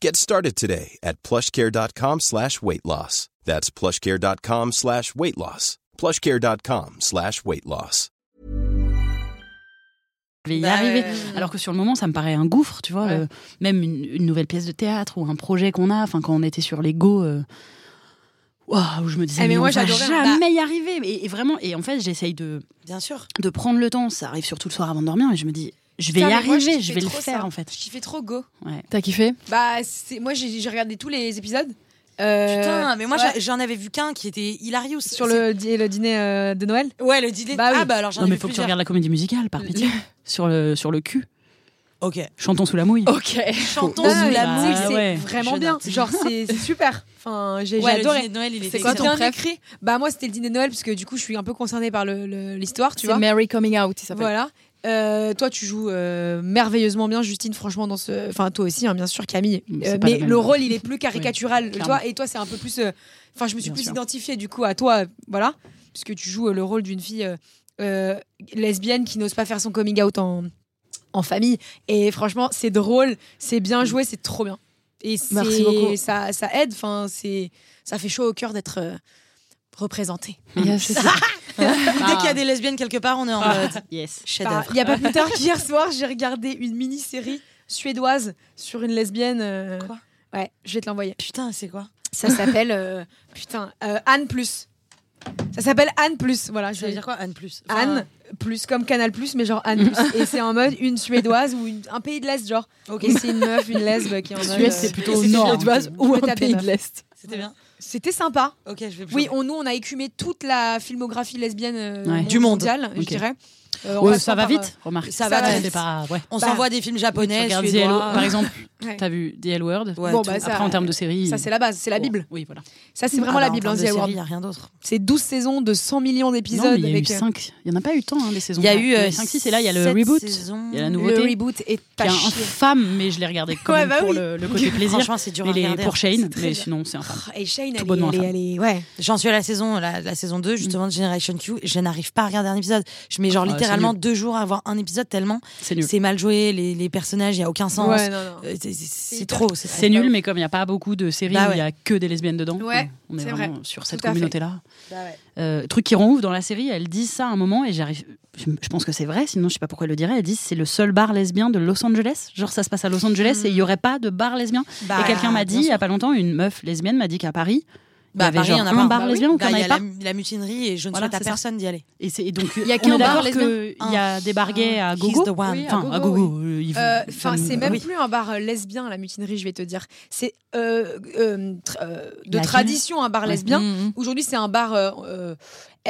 [SPEAKER 6] Get started today at plushcare.com slash weight loss. That's plushcare.com slash weight loss. Plushcare.com slash weight loss.
[SPEAKER 1] je vais y
[SPEAKER 3] Bah
[SPEAKER 1] arriver
[SPEAKER 3] ouais.
[SPEAKER 1] alors que sur le moment ça me paraît un gouffre tu vois
[SPEAKER 2] Ouais.
[SPEAKER 1] euh, même une, une nouvelle pièce de théâtre ou un projet qu'on a enfin quand on était sur l'ego euh, waouh, je me disais
[SPEAKER 4] Eh, mais
[SPEAKER 1] mais,
[SPEAKER 4] moi,
[SPEAKER 1] on va
[SPEAKER 4] j'adorais, hein.
[SPEAKER 1] jamais y arriver et, et vraiment et en fait j'essaye de
[SPEAKER 3] Bien sûr.
[SPEAKER 1] de prendre le temps ça arrive surtout le soir avant de dormir et je me dis je vais
[SPEAKER 4] Putain,
[SPEAKER 1] y
[SPEAKER 4] mais moi,
[SPEAKER 1] arriver je
[SPEAKER 4] kiffais
[SPEAKER 1] vais le
[SPEAKER 4] trop
[SPEAKER 1] faire
[SPEAKER 4] ça.
[SPEAKER 1] en fait
[SPEAKER 4] Je kiffais trop Go.
[SPEAKER 1] ouais.
[SPEAKER 2] T'as kiffé
[SPEAKER 4] Bah, c'est- moi, j'ai j'ai regardé tous les épisodes. Euh,
[SPEAKER 3] Putain, mais moi
[SPEAKER 4] ouais.
[SPEAKER 3] j'a- j'en avais vu qu'un qui était hilarious.
[SPEAKER 4] Sur le, di- le dîner euh, de Noël.
[SPEAKER 3] C'est- Ouais, le dîner.
[SPEAKER 4] Bah oui.
[SPEAKER 3] Ah bah alors j'en
[SPEAKER 1] Non,
[SPEAKER 3] ai
[SPEAKER 1] mais
[SPEAKER 3] vu
[SPEAKER 1] faut que tu
[SPEAKER 3] plusieurs.
[SPEAKER 1] regardes la comédie musicale,
[SPEAKER 4] Mm.
[SPEAKER 1] par
[SPEAKER 4] (laughs)
[SPEAKER 1] pitié. sur, le, sur le cul.
[SPEAKER 3] Ok.
[SPEAKER 1] Chantons sous la mouille.
[SPEAKER 4] Oh.
[SPEAKER 2] Ok.
[SPEAKER 3] Chantons
[SPEAKER 4] Non,
[SPEAKER 1] sous
[SPEAKER 3] sous
[SPEAKER 4] mais
[SPEAKER 1] la
[SPEAKER 3] la
[SPEAKER 1] mouille.
[SPEAKER 4] tu Bah, sais
[SPEAKER 3] mouille.
[SPEAKER 4] que
[SPEAKER 1] Ah
[SPEAKER 4] c'est
[SPEAKER 1] ouais.
[SPEAKER 4] vraiment
[SPEAKER 3] Je
[SPEAKER 4] bien.
[SPEAKER 3] note.
[SPEAKER 4] Genre, c'est (laughs) c'est super. Enfin, j'ai j'ai
[SPEAKER 3] Ouais, le
[SPEAKER 4] adoré.
[SPEAKER 3] dîner de Noël, il était
[SPEAKER 2] C'est quoi ton
[SPEAKER 3] excellent.
[SPEAKER 4] bien
[SPEAKER 2] préf
[SPEAKER 4] écrit. Bah, moi, c'était le dîner de Noël, parce que du coup, je suis un peu concernée par le- le- l'histoire, tu
[SPEAKER 2] C'est
[SPEAKER 4] vois.
[SPEAKER 2] Mary Coming Out, il s'appelle.
[SPEAKER 4] Voilà. Euh, toi, tu joues euh, merveilleusement bien, Justine. Franchement, dans ce, enfin toi aussi, hein, bien sûr, Camille.
[SPEAKER 1] Mais
[SPEAKER 4] Euh,
[SPEAKER 1] c'est pas
[SPEAKER 4] mais
[SPEAKER 1] la même.
[SPEAKER 4] le rôle, il est plus caricatural.
[SPEAKER 1] clairement.
[SPEAKER 4] toi et toi, c'est un peu plus. euh, Enfin, je me suis
[SPEAKER 1] Bien
[SPEAKER 4] plus
[SPEAKER 1] sûr.
[SPEAKER 4] identifiée du coup à toi, euh, voilà, puisque tu joues euh, le rôle d'une fille euh, euh, lesbienne qui n'ose pas faire son coming out en, en famille. Et franchement, c'est drôle, c'est
[SPEAKER 1] Mm.
[SPEAKER 4] bien joué, c'est trop bien. Et
[SPEAKER 2] Merci
[SPEAKER 4] c'est-
[SPEAKER 2] beaucoup.
[SPEAKER 4] Ça, ça aide. Enfin, c'est, ça fait chaud au cœur d'être euh, représentée.
[SPEAKER 2] Yes, c'est ça.
[SPEAKER 3] (laughs) Dès qu'il y a des lesbiennes quelque part, on est en
[SPEAKER 1] Ah.
[SPEAKER 3] mode
[SPEAKER 1] (laughs) Yes.
[SPEAKER 3] chef
[SPEAKER 4] Enfin, Bah, Il y a pas plus tard qu'hier soir, j'ai regardé une mini-série suédoise sur une lesbienne. euh,
[SPEAKER 3] Quoi
[SPEAKER 4] Ouais, je vais te l'envoyer.
[SPEAKER 3] Putain, c'est quoi
[SPEAKER 4] Ça s'appelle euh, (laughs) putain euh, Anne plus. Ça s'appelle Anne plus. Voilà, je
[SPEAKER 3] Ça
[SPEAKER 4] vais
[SPEAKER 3] veut dire quoi Anne plus. Enfin,
[SPEAKER 4] Anne plus comme Canal plus, mais genre Anne plus. Et c'est en mode une suédoise ou une- un pays de l'est genre.
[SPEAKER 3] Ok.
[SPEAKER 4] Et c'est une meuf, une lesbe qui est en mode.
[SPEAKER 1] Suède,
[SPEAKER 4] euh,
[SPEAKER 1] c'est plutôt au
[SPEAKER 2] C'était
[SPEAKER 1] nord.
[SPEAKER 2] suédoise
[SPEAKER 1] hein.
[SPEAKER 2] ou
[SPEAKER 4] Je
[SPEAKER 2] un
[SPEAKER 4] vais taper
[SPEAKER 2] pays de
[SPEAKER 4] meuf.
[SPEAKER 2] l'est.
[SPEAKER 3] C'était bien.
[SPEAKER 4] C'était sympa.
[SPEAKER 3] Ok, je vais.
[SPEAKER 4] Oui, on, nous on a écumé toute la filmographie lesbienne euh,
[SPEAKER 1] Ouais.
[SPEAKER 3] Du monde.
[SPEAKER 4] mondiale, je
[SPEAKER 1] Ok.
[SPEAKER 4] dirais. Euh, en
[SPEAKER 1] Ouais,
[SPEAKER 4] passant
[SPEAKER 1] ça va
[SPEAKER 4] par,
[SPEAKER 1] vite, remarque.
[SPEAKER 3] ça
[SPEAKER 4] va
[SPEAKER 1] Ouais,
[SPEAKER 4] vite.
[SPEAKER 1] c'est pas- ouais.
[SPEAKER 3] On
[SPEAKER 4] Bah,
[SPEAKER 3] s'envoie des films
[SPEAKER 1] Tu
[SPEAKER 3] japonais,
[SPEAKER 1] regardes
[SPEAKER 3] suédois.
[SPEAKER 1] Yellow, par exemple.
[SPEAKER 4] euh, Ouais.
[SPEAKER 1] T'as vu The L Word.
[SPEAKER 3] Ouais,
[SPEAKER 4] Bon,
[SPEAKER 3] tout.
[SPEAKER 4] bah, ça-
[SPEAKER 1] Après, en termes de série.
[SPEAKER 4] Ça, c'est la base, c'est la
[SPEAKER 1] oh,
[SPEAKER 4] Bible.
[SPEAKER 1] Oui, voilà.
[SPEAKER 4] Ça, c'est vraiment
[SPEAKER 3] Ah
[SPEAKER 4] la
[SPEAKER 3] bah,
[SPEAKER 4] Bible,
[SPEAKER 3] en
[SPEAKER 4] hein,
[SPEAKER 3] termes
[SPEAKER 4] The
[SPEAKER 3] de
[SPEAKER 4] L Word.
[SPEAKER 3] série, il n'y a rien d'autre.
[SPEAKER 4] C'est 12 saisons de 100 millions
[SPEAKER 1] Non, mais
[SPEAKER 4] d'épisodes.
[SPEAKER 1] il y a eu
[SPEAKER 4] avec, euh,
[SPEAKER 1] 5. Il n'y en a pas eu tant, hein, les saisons.
[SPEAKER 3] Il y a eu euh,
[SPEAKER 1] 5-6, et là, il y a le reboot. Il y a la
[SPEAKER 4] euh, Le
[SPEAKER 1] nouveauté.
[SPEAKER 4] reboot est
[SPEAKER 1] qui est
[SPEAKER 4] à
[SPEAKER 1] un
[SPEAKER 4] chier.
[SPEAKER 1] femme, mais je l'ai regardé quand
[SPEAKER 4] Ouais,
[SPEAKER 1] même
[SPEAKER 4] bah
[SPEAKER 1] pour
[SPEAKER 4] oui.
[SPEAKER 1] le, le
[SPEAKER 4] (laughs)
[SPEAKER 1] côté plaisir.
[SPEAKER 3] Franchement, c'est dur à
[SPEAKER 1] Il est
[SPEAKER 3] regarder.
[SPEAKER 1] pour Shane,
[SPEAKER 4] très
[SPEAKER 1] mais
[SPEAKER 4] bien. Oh,
[SPEAKER 1] sinon, c'est infâme.
[SPEAKER 4] Et Shane, elle,
[SPEAKER 1] bonnement
[SPEAKER 4] est, elle, est-
[SPEAKER 1] infâme.
[SPEAKER 4] elle est- Ouais.
[SPEAKER 3] J'en suis à la saison, la, la saison 2, justement, de Generation Q. Je n'arrive pas à regarder un épisode. Je mets genre
[SPEAKER 1] Mm. Ah, c'est
[SPEAKER 3] littéralement
[SPEAKER 1] nul.
[SPEAKER 3] deux jours à avoir un épisode tellement
[SPEAKER 1] C'est nul.
[SPEAKER 3] c'est mal joué, les, les personnages, il n'y a aucun sens.
[SPEAKER 4] Ouais, non, non.
[SPEAKER 3] Euh, c'est- c'est- C'est
[SPEAKER 4] hyper-
[SPEAKER 3] trop. c'est-
[SPEAKER 1] C'est nul, mais comme il n'y a pas beaucoup de séries
[SPEAKER 3] Bah
[SPEAKER 1] où il y a que des lesbiennes dedans,
[SPEAKER 4] Ouais,
[SPEAKER 1] on est
[SPEAKER 4] c'est
[SPEAKER 1] vraiment
[SPEAKER 4] vrai.
[SPEAKER 1] sur cette
[SPEAKER 4] Tout à fait.
[SPEAKER 1] communauté-là. Euh, truc qui rend ouf dans la série, elle dit ça à un moment et j'arrive. Je, je pense que c'est vrai, sinon je sais pas pourquoi elle le dirait. Elle dit c'est le seul bar lesbien de Los Angeles. Genre ça se passe à Los Angeles et il y aurait pas de bar lesbien.
[SPEAKER 3] Bah,
[SPEAKER 1] et quelqu'un m'a
[SPEAKER 3] bien
[SPEAKER 1] dit il y
[SPEAKER 3] sûr.
[SPEAKER 1] a pas longtemps, une meuf lesbienne m'a dit qu'à Paris, il
[SPEAKER 3] Bah,
[SPEAKER 1] y avait
[SPEAKER 3] Paris,
[SPEAKER 1] genre
[SPEAKER 3] il y en a
[SPEAKER 1] un
[SPEAKER 3] pas.
[SPEAKER 1] bar
[SPEAKER 3] Bah oui.
[SPEAKER 1] lesbien ou
[SPEAKER 3] Bah,
[SPEAKER 1] qu'on
[SPEAKER 3] il y
[SPEAKER 1] n'avait
[SPEAKER 3] a
[SPEAKER 1] pas.
[SPEAKER 3] la, la mutinerie et je ne
[SPEAKER 1] Voilà,
[SPEAKER 3] souhaite à
[SPEAKER 1] c'est ça.
[SPEAKER 3] personne d'y aller.
[SPEAKER 1] Et, c'est- et donc
[SPEAKER 2] y a
[SPEAKER 1] on
[SPEAKER 2] qu'un
[SPEAKER 1] est
[SPEAKER 2] bar
[SPEAKER 1] d'accord
[SPEAKER 2] lesbien.
[SPEAKER 1] que il y a des bars gays à
[SPEAKER 3] He's
[SPEAKER 1] gogo.
[SPEAKER 3] the one.
[SPEAKER 4] Oui, à
[SPEAKER 1] Enfin, à
[SPEAKER 4] gogo,
[SPEAKER 1] gogo. euh, ils vont-
[SPEAKER 4] Euh, Enfin,
[SPEAKER 1] ça me-
[SPEAKER 4] c'est même
[SPEAKER 1] Ah oui.
[SPEAKER 4] plus un bar euh, lesbien, la mutinerie, je vais te dire. C'est euh, euh, tr- euh, de
[SPEAKER 1] La
[SPEAKER 4] tradition un bar lesbien.
[SPEAKER 1] Mm.
[SPEAKER 3] Mhm.
[SPEAKER 4] Aujourd'hui, c'est un bar. euh, euh,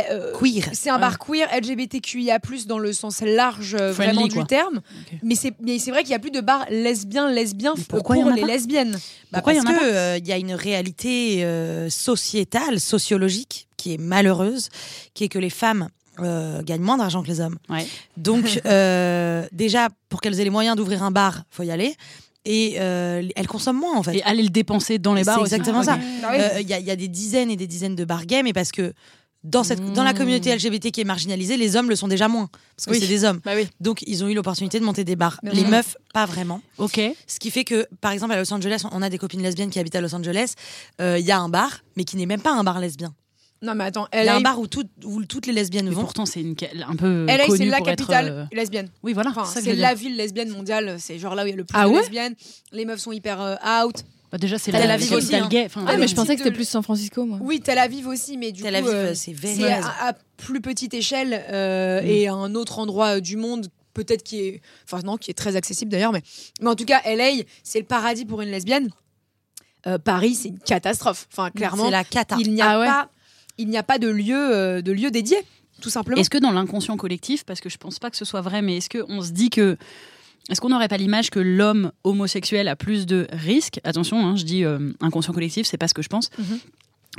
[SPEAKER 4] euh,
[SPEAKER 3] Queer.
[SPEAKER 4] c'est un bar queer, LGBTQIA+, dans le sens large euh,
[SPEAKER 1] Friendly,
[SPEAKER 4] vraiment du
[SPEAKER 1] quoi.
[SPEAKER 4] terme.
[SPEAKER 1] Ok.
[SPEAKER 4] Mais c'est mais c'est vrai qu'il n'y a plus de bar lesbien, lesbien
[SPEAKER 1] Mais
[SPEAKER 4] f-
[SPEAKER 1] pourquoi il y
[SPEAKER 4] euh, pour
[SPEAKER 1] en a
[SPEAKER 4] les
[SPEAKER 1] pas
[SPEAKER 4] lesbiennes.
[SPEAKER 3] Bah,
[SPEAKER 1] Pourquoi il y en
[SPEAKER 3] parce
[SPEAKER 1] a
[SPEAKER 3] que euh, il y a une réalité euh, sociétale, sociologique qui est malheureuse, qui est que les femmes euh, gagnent moins d'argent que les hommes.
[SPEAKER 1] Ouais. (laughs)
[SPEAKER 3] Donc euh, déjà pour qu'elles aient les moyens d'ouvrir un bar, faut y aller. Et euh, elles consomment moins en fait.
[SPEAKER 1] Et aller le dépenser dans les
[SPEAKER 3] C'est
[SPEAKER 1] bars. aussi.
[SPEAKER 3] exactement
[SPEAKER 1] Ah,
[SPEAKER 3] ça.
[SPEAKER 1] ok.
[SPEAKER 4] Ah
[SPEAKER 3] Euh,
[SPEAKER 4] oui.
[SPEAKER 3] Il y, a- il y a des dizaines et des dizaines de bar gays, mais parce que dans, cette, dans
[SPEAKER 1] Mmh.
[SPEAKER 3] la communauté LGBT qui est marginalisée, les hommes le sont déjà moins, parce que
[SPEAKER 2] Oui.
[SPEAKER 3] c'est des hommes.
[SPEAKER 2] Bah oui.
[SPEAKER 3] Donc ils ont eu l'opportunité de monter des bars.
[SPEAKER 4] Mais
[SPEAKER 3] les
[SPEAKER 4] oui.
[SPEAKER 3] meufs, pas vraiment.
[SPEAKER 1] Ok.
[SPEAKER 3] Ce qui fait que, par exemple, à Los Angeles, on a des copines lesbiennes qui habitent à Los Angeles. Euh, Il y a un bar, mais qui n'est même pas un bar lesbien.
[SPEAKER 4] Non, mais attends,
[SPEAKER 3] Il y a
[SPEAKER 4] LA,
[SPEAKER 3] un bar où, tout- où toutes les lesbiennes
[SPEAKER 1] Mais
[SPEAKER 3] vont.
[SPEAKER 1] pourtant, c'est une ca- un peu
[SPEAKER 4] LA, c'est
[SPEAKER 1] connue
[SPEAKER 4] la
[SPEAKER 1] pour être,
[SPEAKER 4] capitale
[SPEAKER 1] euh,
[SPEAKER 4] lesbienne.
[SPEAKER 1] Oui, voilà.
[SPEAKER 4] Enfin,
[SPEAKER 1] c'est ça que je
[SPEAKER 4] c'est
[SPEAKER 1] veux dire.
[SPEAKER 4] la ville lesbienne mondiale. C'est genre là où il y a le plus
[SPEAKER 2] Ah
[SPEAKER 4] de
[SPEAKER 2] ouais
[SPEAKER 4] lesbiennes. Les meufs sont hyper euh, out.
[SPEAKER 1] Bah, déjà, c'est
[SPEAKER 3] Tel
[SPEAKER 1] la,
[SPEAKER 3] Aviv
[SPEAKER 1] c'est la
[SPEAKER 3] aussi,
[SPEAKER 1] capitale
[SPEAKER 3] hein.
[SPEAKER 1] gay. Enfin,
[SPEAKER 2] Ah, mais je
[SPEAKER 4] petite,
[SPEAKER 2] pensais que c'était
[SPEAKER 4] euh,
[SPEAKER 2] plus San Francisco, moi.
[SPEAKER 4] Oui, Tel Aviv aussi, mais du
[SPEAKER 3] Tel
[SPEAKER 4] coup,
[SPEAKER 3] Aviv,
[SPEAKER 4] euh, c'est
[SPEAKER 3] c'est vrai.
[SPEAKER 1] ah,
[SPEAKER 4] à, à plus petite échelle
[SPEAKER 1] Mm.
[SPEAKER 4] euh, et à un autre endroit euh, du monde. Peut-être qui est, enfin non, qui est très accessible d'ailleurs, mais mais en tout cas, LA, c'est le paradis pour une lesbienne. Euh, Paris, c'est une catastrophe. Enfin, clairement,
[SPEAKER 3] C'est la cata.
[SPEAKER 4] il n'y a
[SPEAKER 2] Ah ouais.
[SPEAKER 4] pas, il n'y a pas de lieu, euh, de lieu dédié, tout simplement.
[SPEAKER 1] Est-ce que dans l'inconscient collectif, parce que je pense pas que ce soit vrai, mais est-ce qu'on se dit que. Est-ce qu'on n'aurait pas l'image que l'homme homosexuel a plus de risques Attention, hein, je dis euh, inconscient collectif, c'est pas ce que je pense.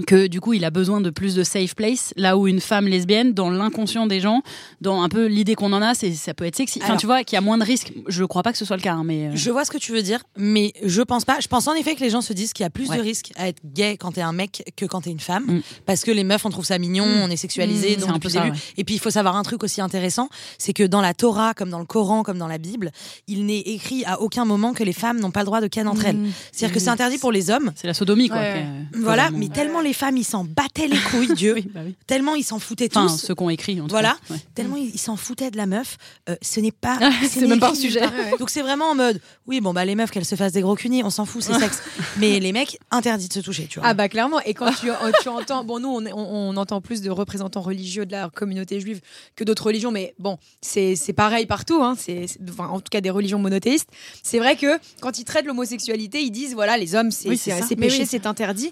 [SPEAKER 1] Que du coup, il a besoin de plus de safe place, là où une femme lesbienne, dans l'inconscient des gens, dans un peu l'idée qu'on en a, c'est ça peut être sexy. Enfin,
[SPEAKER 3] Alors-
[SPEAKER 1] tu vois, qu'il y a moins de risques. Je crois pas que ce soit le cas, hein, mais. euh,
[SPEAKER 3] Je vois ce que tu veux dire, mais je pense pas. Je pense en effet que les gens se disent qu'il y a plus
[SPEAKER 1] Ouais.
[SPEAKER 3] de risques à être gay quand t'es un mec que quand t'es une femme,
[SPEAKER 1] Mm.
[SPEAKER 3] parce que les meufs on trouve ça mignon, on est sexualisé,
[SPEAKER 1] Mm.
[SPEAKER 3] donc
[SPEAKER 1] C'est un
[SPEAKER 3] depuis
[SPEAKER 1] peu
[SPEAKER 3] le
[SPEAKER 1] ça,
[SPEAKER 3] début.
[SPEAKER 1] ouais.
[SPEAKER 3] Et puis il faut savoir un truc aussi intéressant, c'est que dans la Torah, comme dans le Coran, comme dans la Bible, il n'est écrit à aucun moment que les femmes n'ont pas le droit de ken
[SPEAKER 1] Mm.
[SPEAKER 3] entre elles. C'est-à-dire que c'est interdit pour les hommes.
[SPEAKER 1] C'est la sodomie, quoi.
[SPEAKER 2] Ouais,
[SPEAKER 1] que-
[SPEAKER 3] Voilà,
[SPEAKER 1] vraiment.
[SPEAKER 3] mais tellement les femmes ils s'en battaient les couilles, Dieu,
[SPEAKER 1] Oui, bah oui.
[SPEAKER 3] tellement ils s'en foutaient
[SPEAKER 1] Enfin,
[SPEAKER 3] tous.
[SPEAKER 1] ceux qu'on écrit, en tout
[SPEAKER 3] Voilà.
[SPEAKER 1] cas. Ouais.
[SPEAKER 3] Tellement ils ils s'en foutaient de la meuf, euh, ce n'est pas. ce
[SPEAKER 2] c'est
[SPEAKER 3] n'est
[SPEAKER 2] même pas un
[SPEAKER 3] écrit nulle
[SPEAKER 2] sujet.
[SPEAKER 4] Ah
[SPEAKER 3] part. Donc c'est vraiment en mode, oui, bon, bah les meufs, qu'elles se fassent des gros cunis, on s'en fout, c'est sexe. Mais les mecs, interdit de se toucher, tu vois.
[SPEAKER 4] Ah bah clairement. Et quand tu, tu entends, bon nous on, on- on entend plus de représentants religieux de la communauté juive que d'autres religions, mais bon c'est c'est pareil partout. Hein, c'est c'est- enfin, en tout cas des religions monothéistes. C'est vrai que quand ils traitent l'homosexualité, ils disent voilà les hommes c'est
[SPEAKER 1] Oui, c'est
[SPEAKER 4] c'est
[SPEAKER 1] ça.
[SPEAKER 4] c'est
[SPEAKER 1] Mais
[SPEAKER 4] péché,
[SPEAKER 1] oui.
[SPEAKER 4] c'est interdit.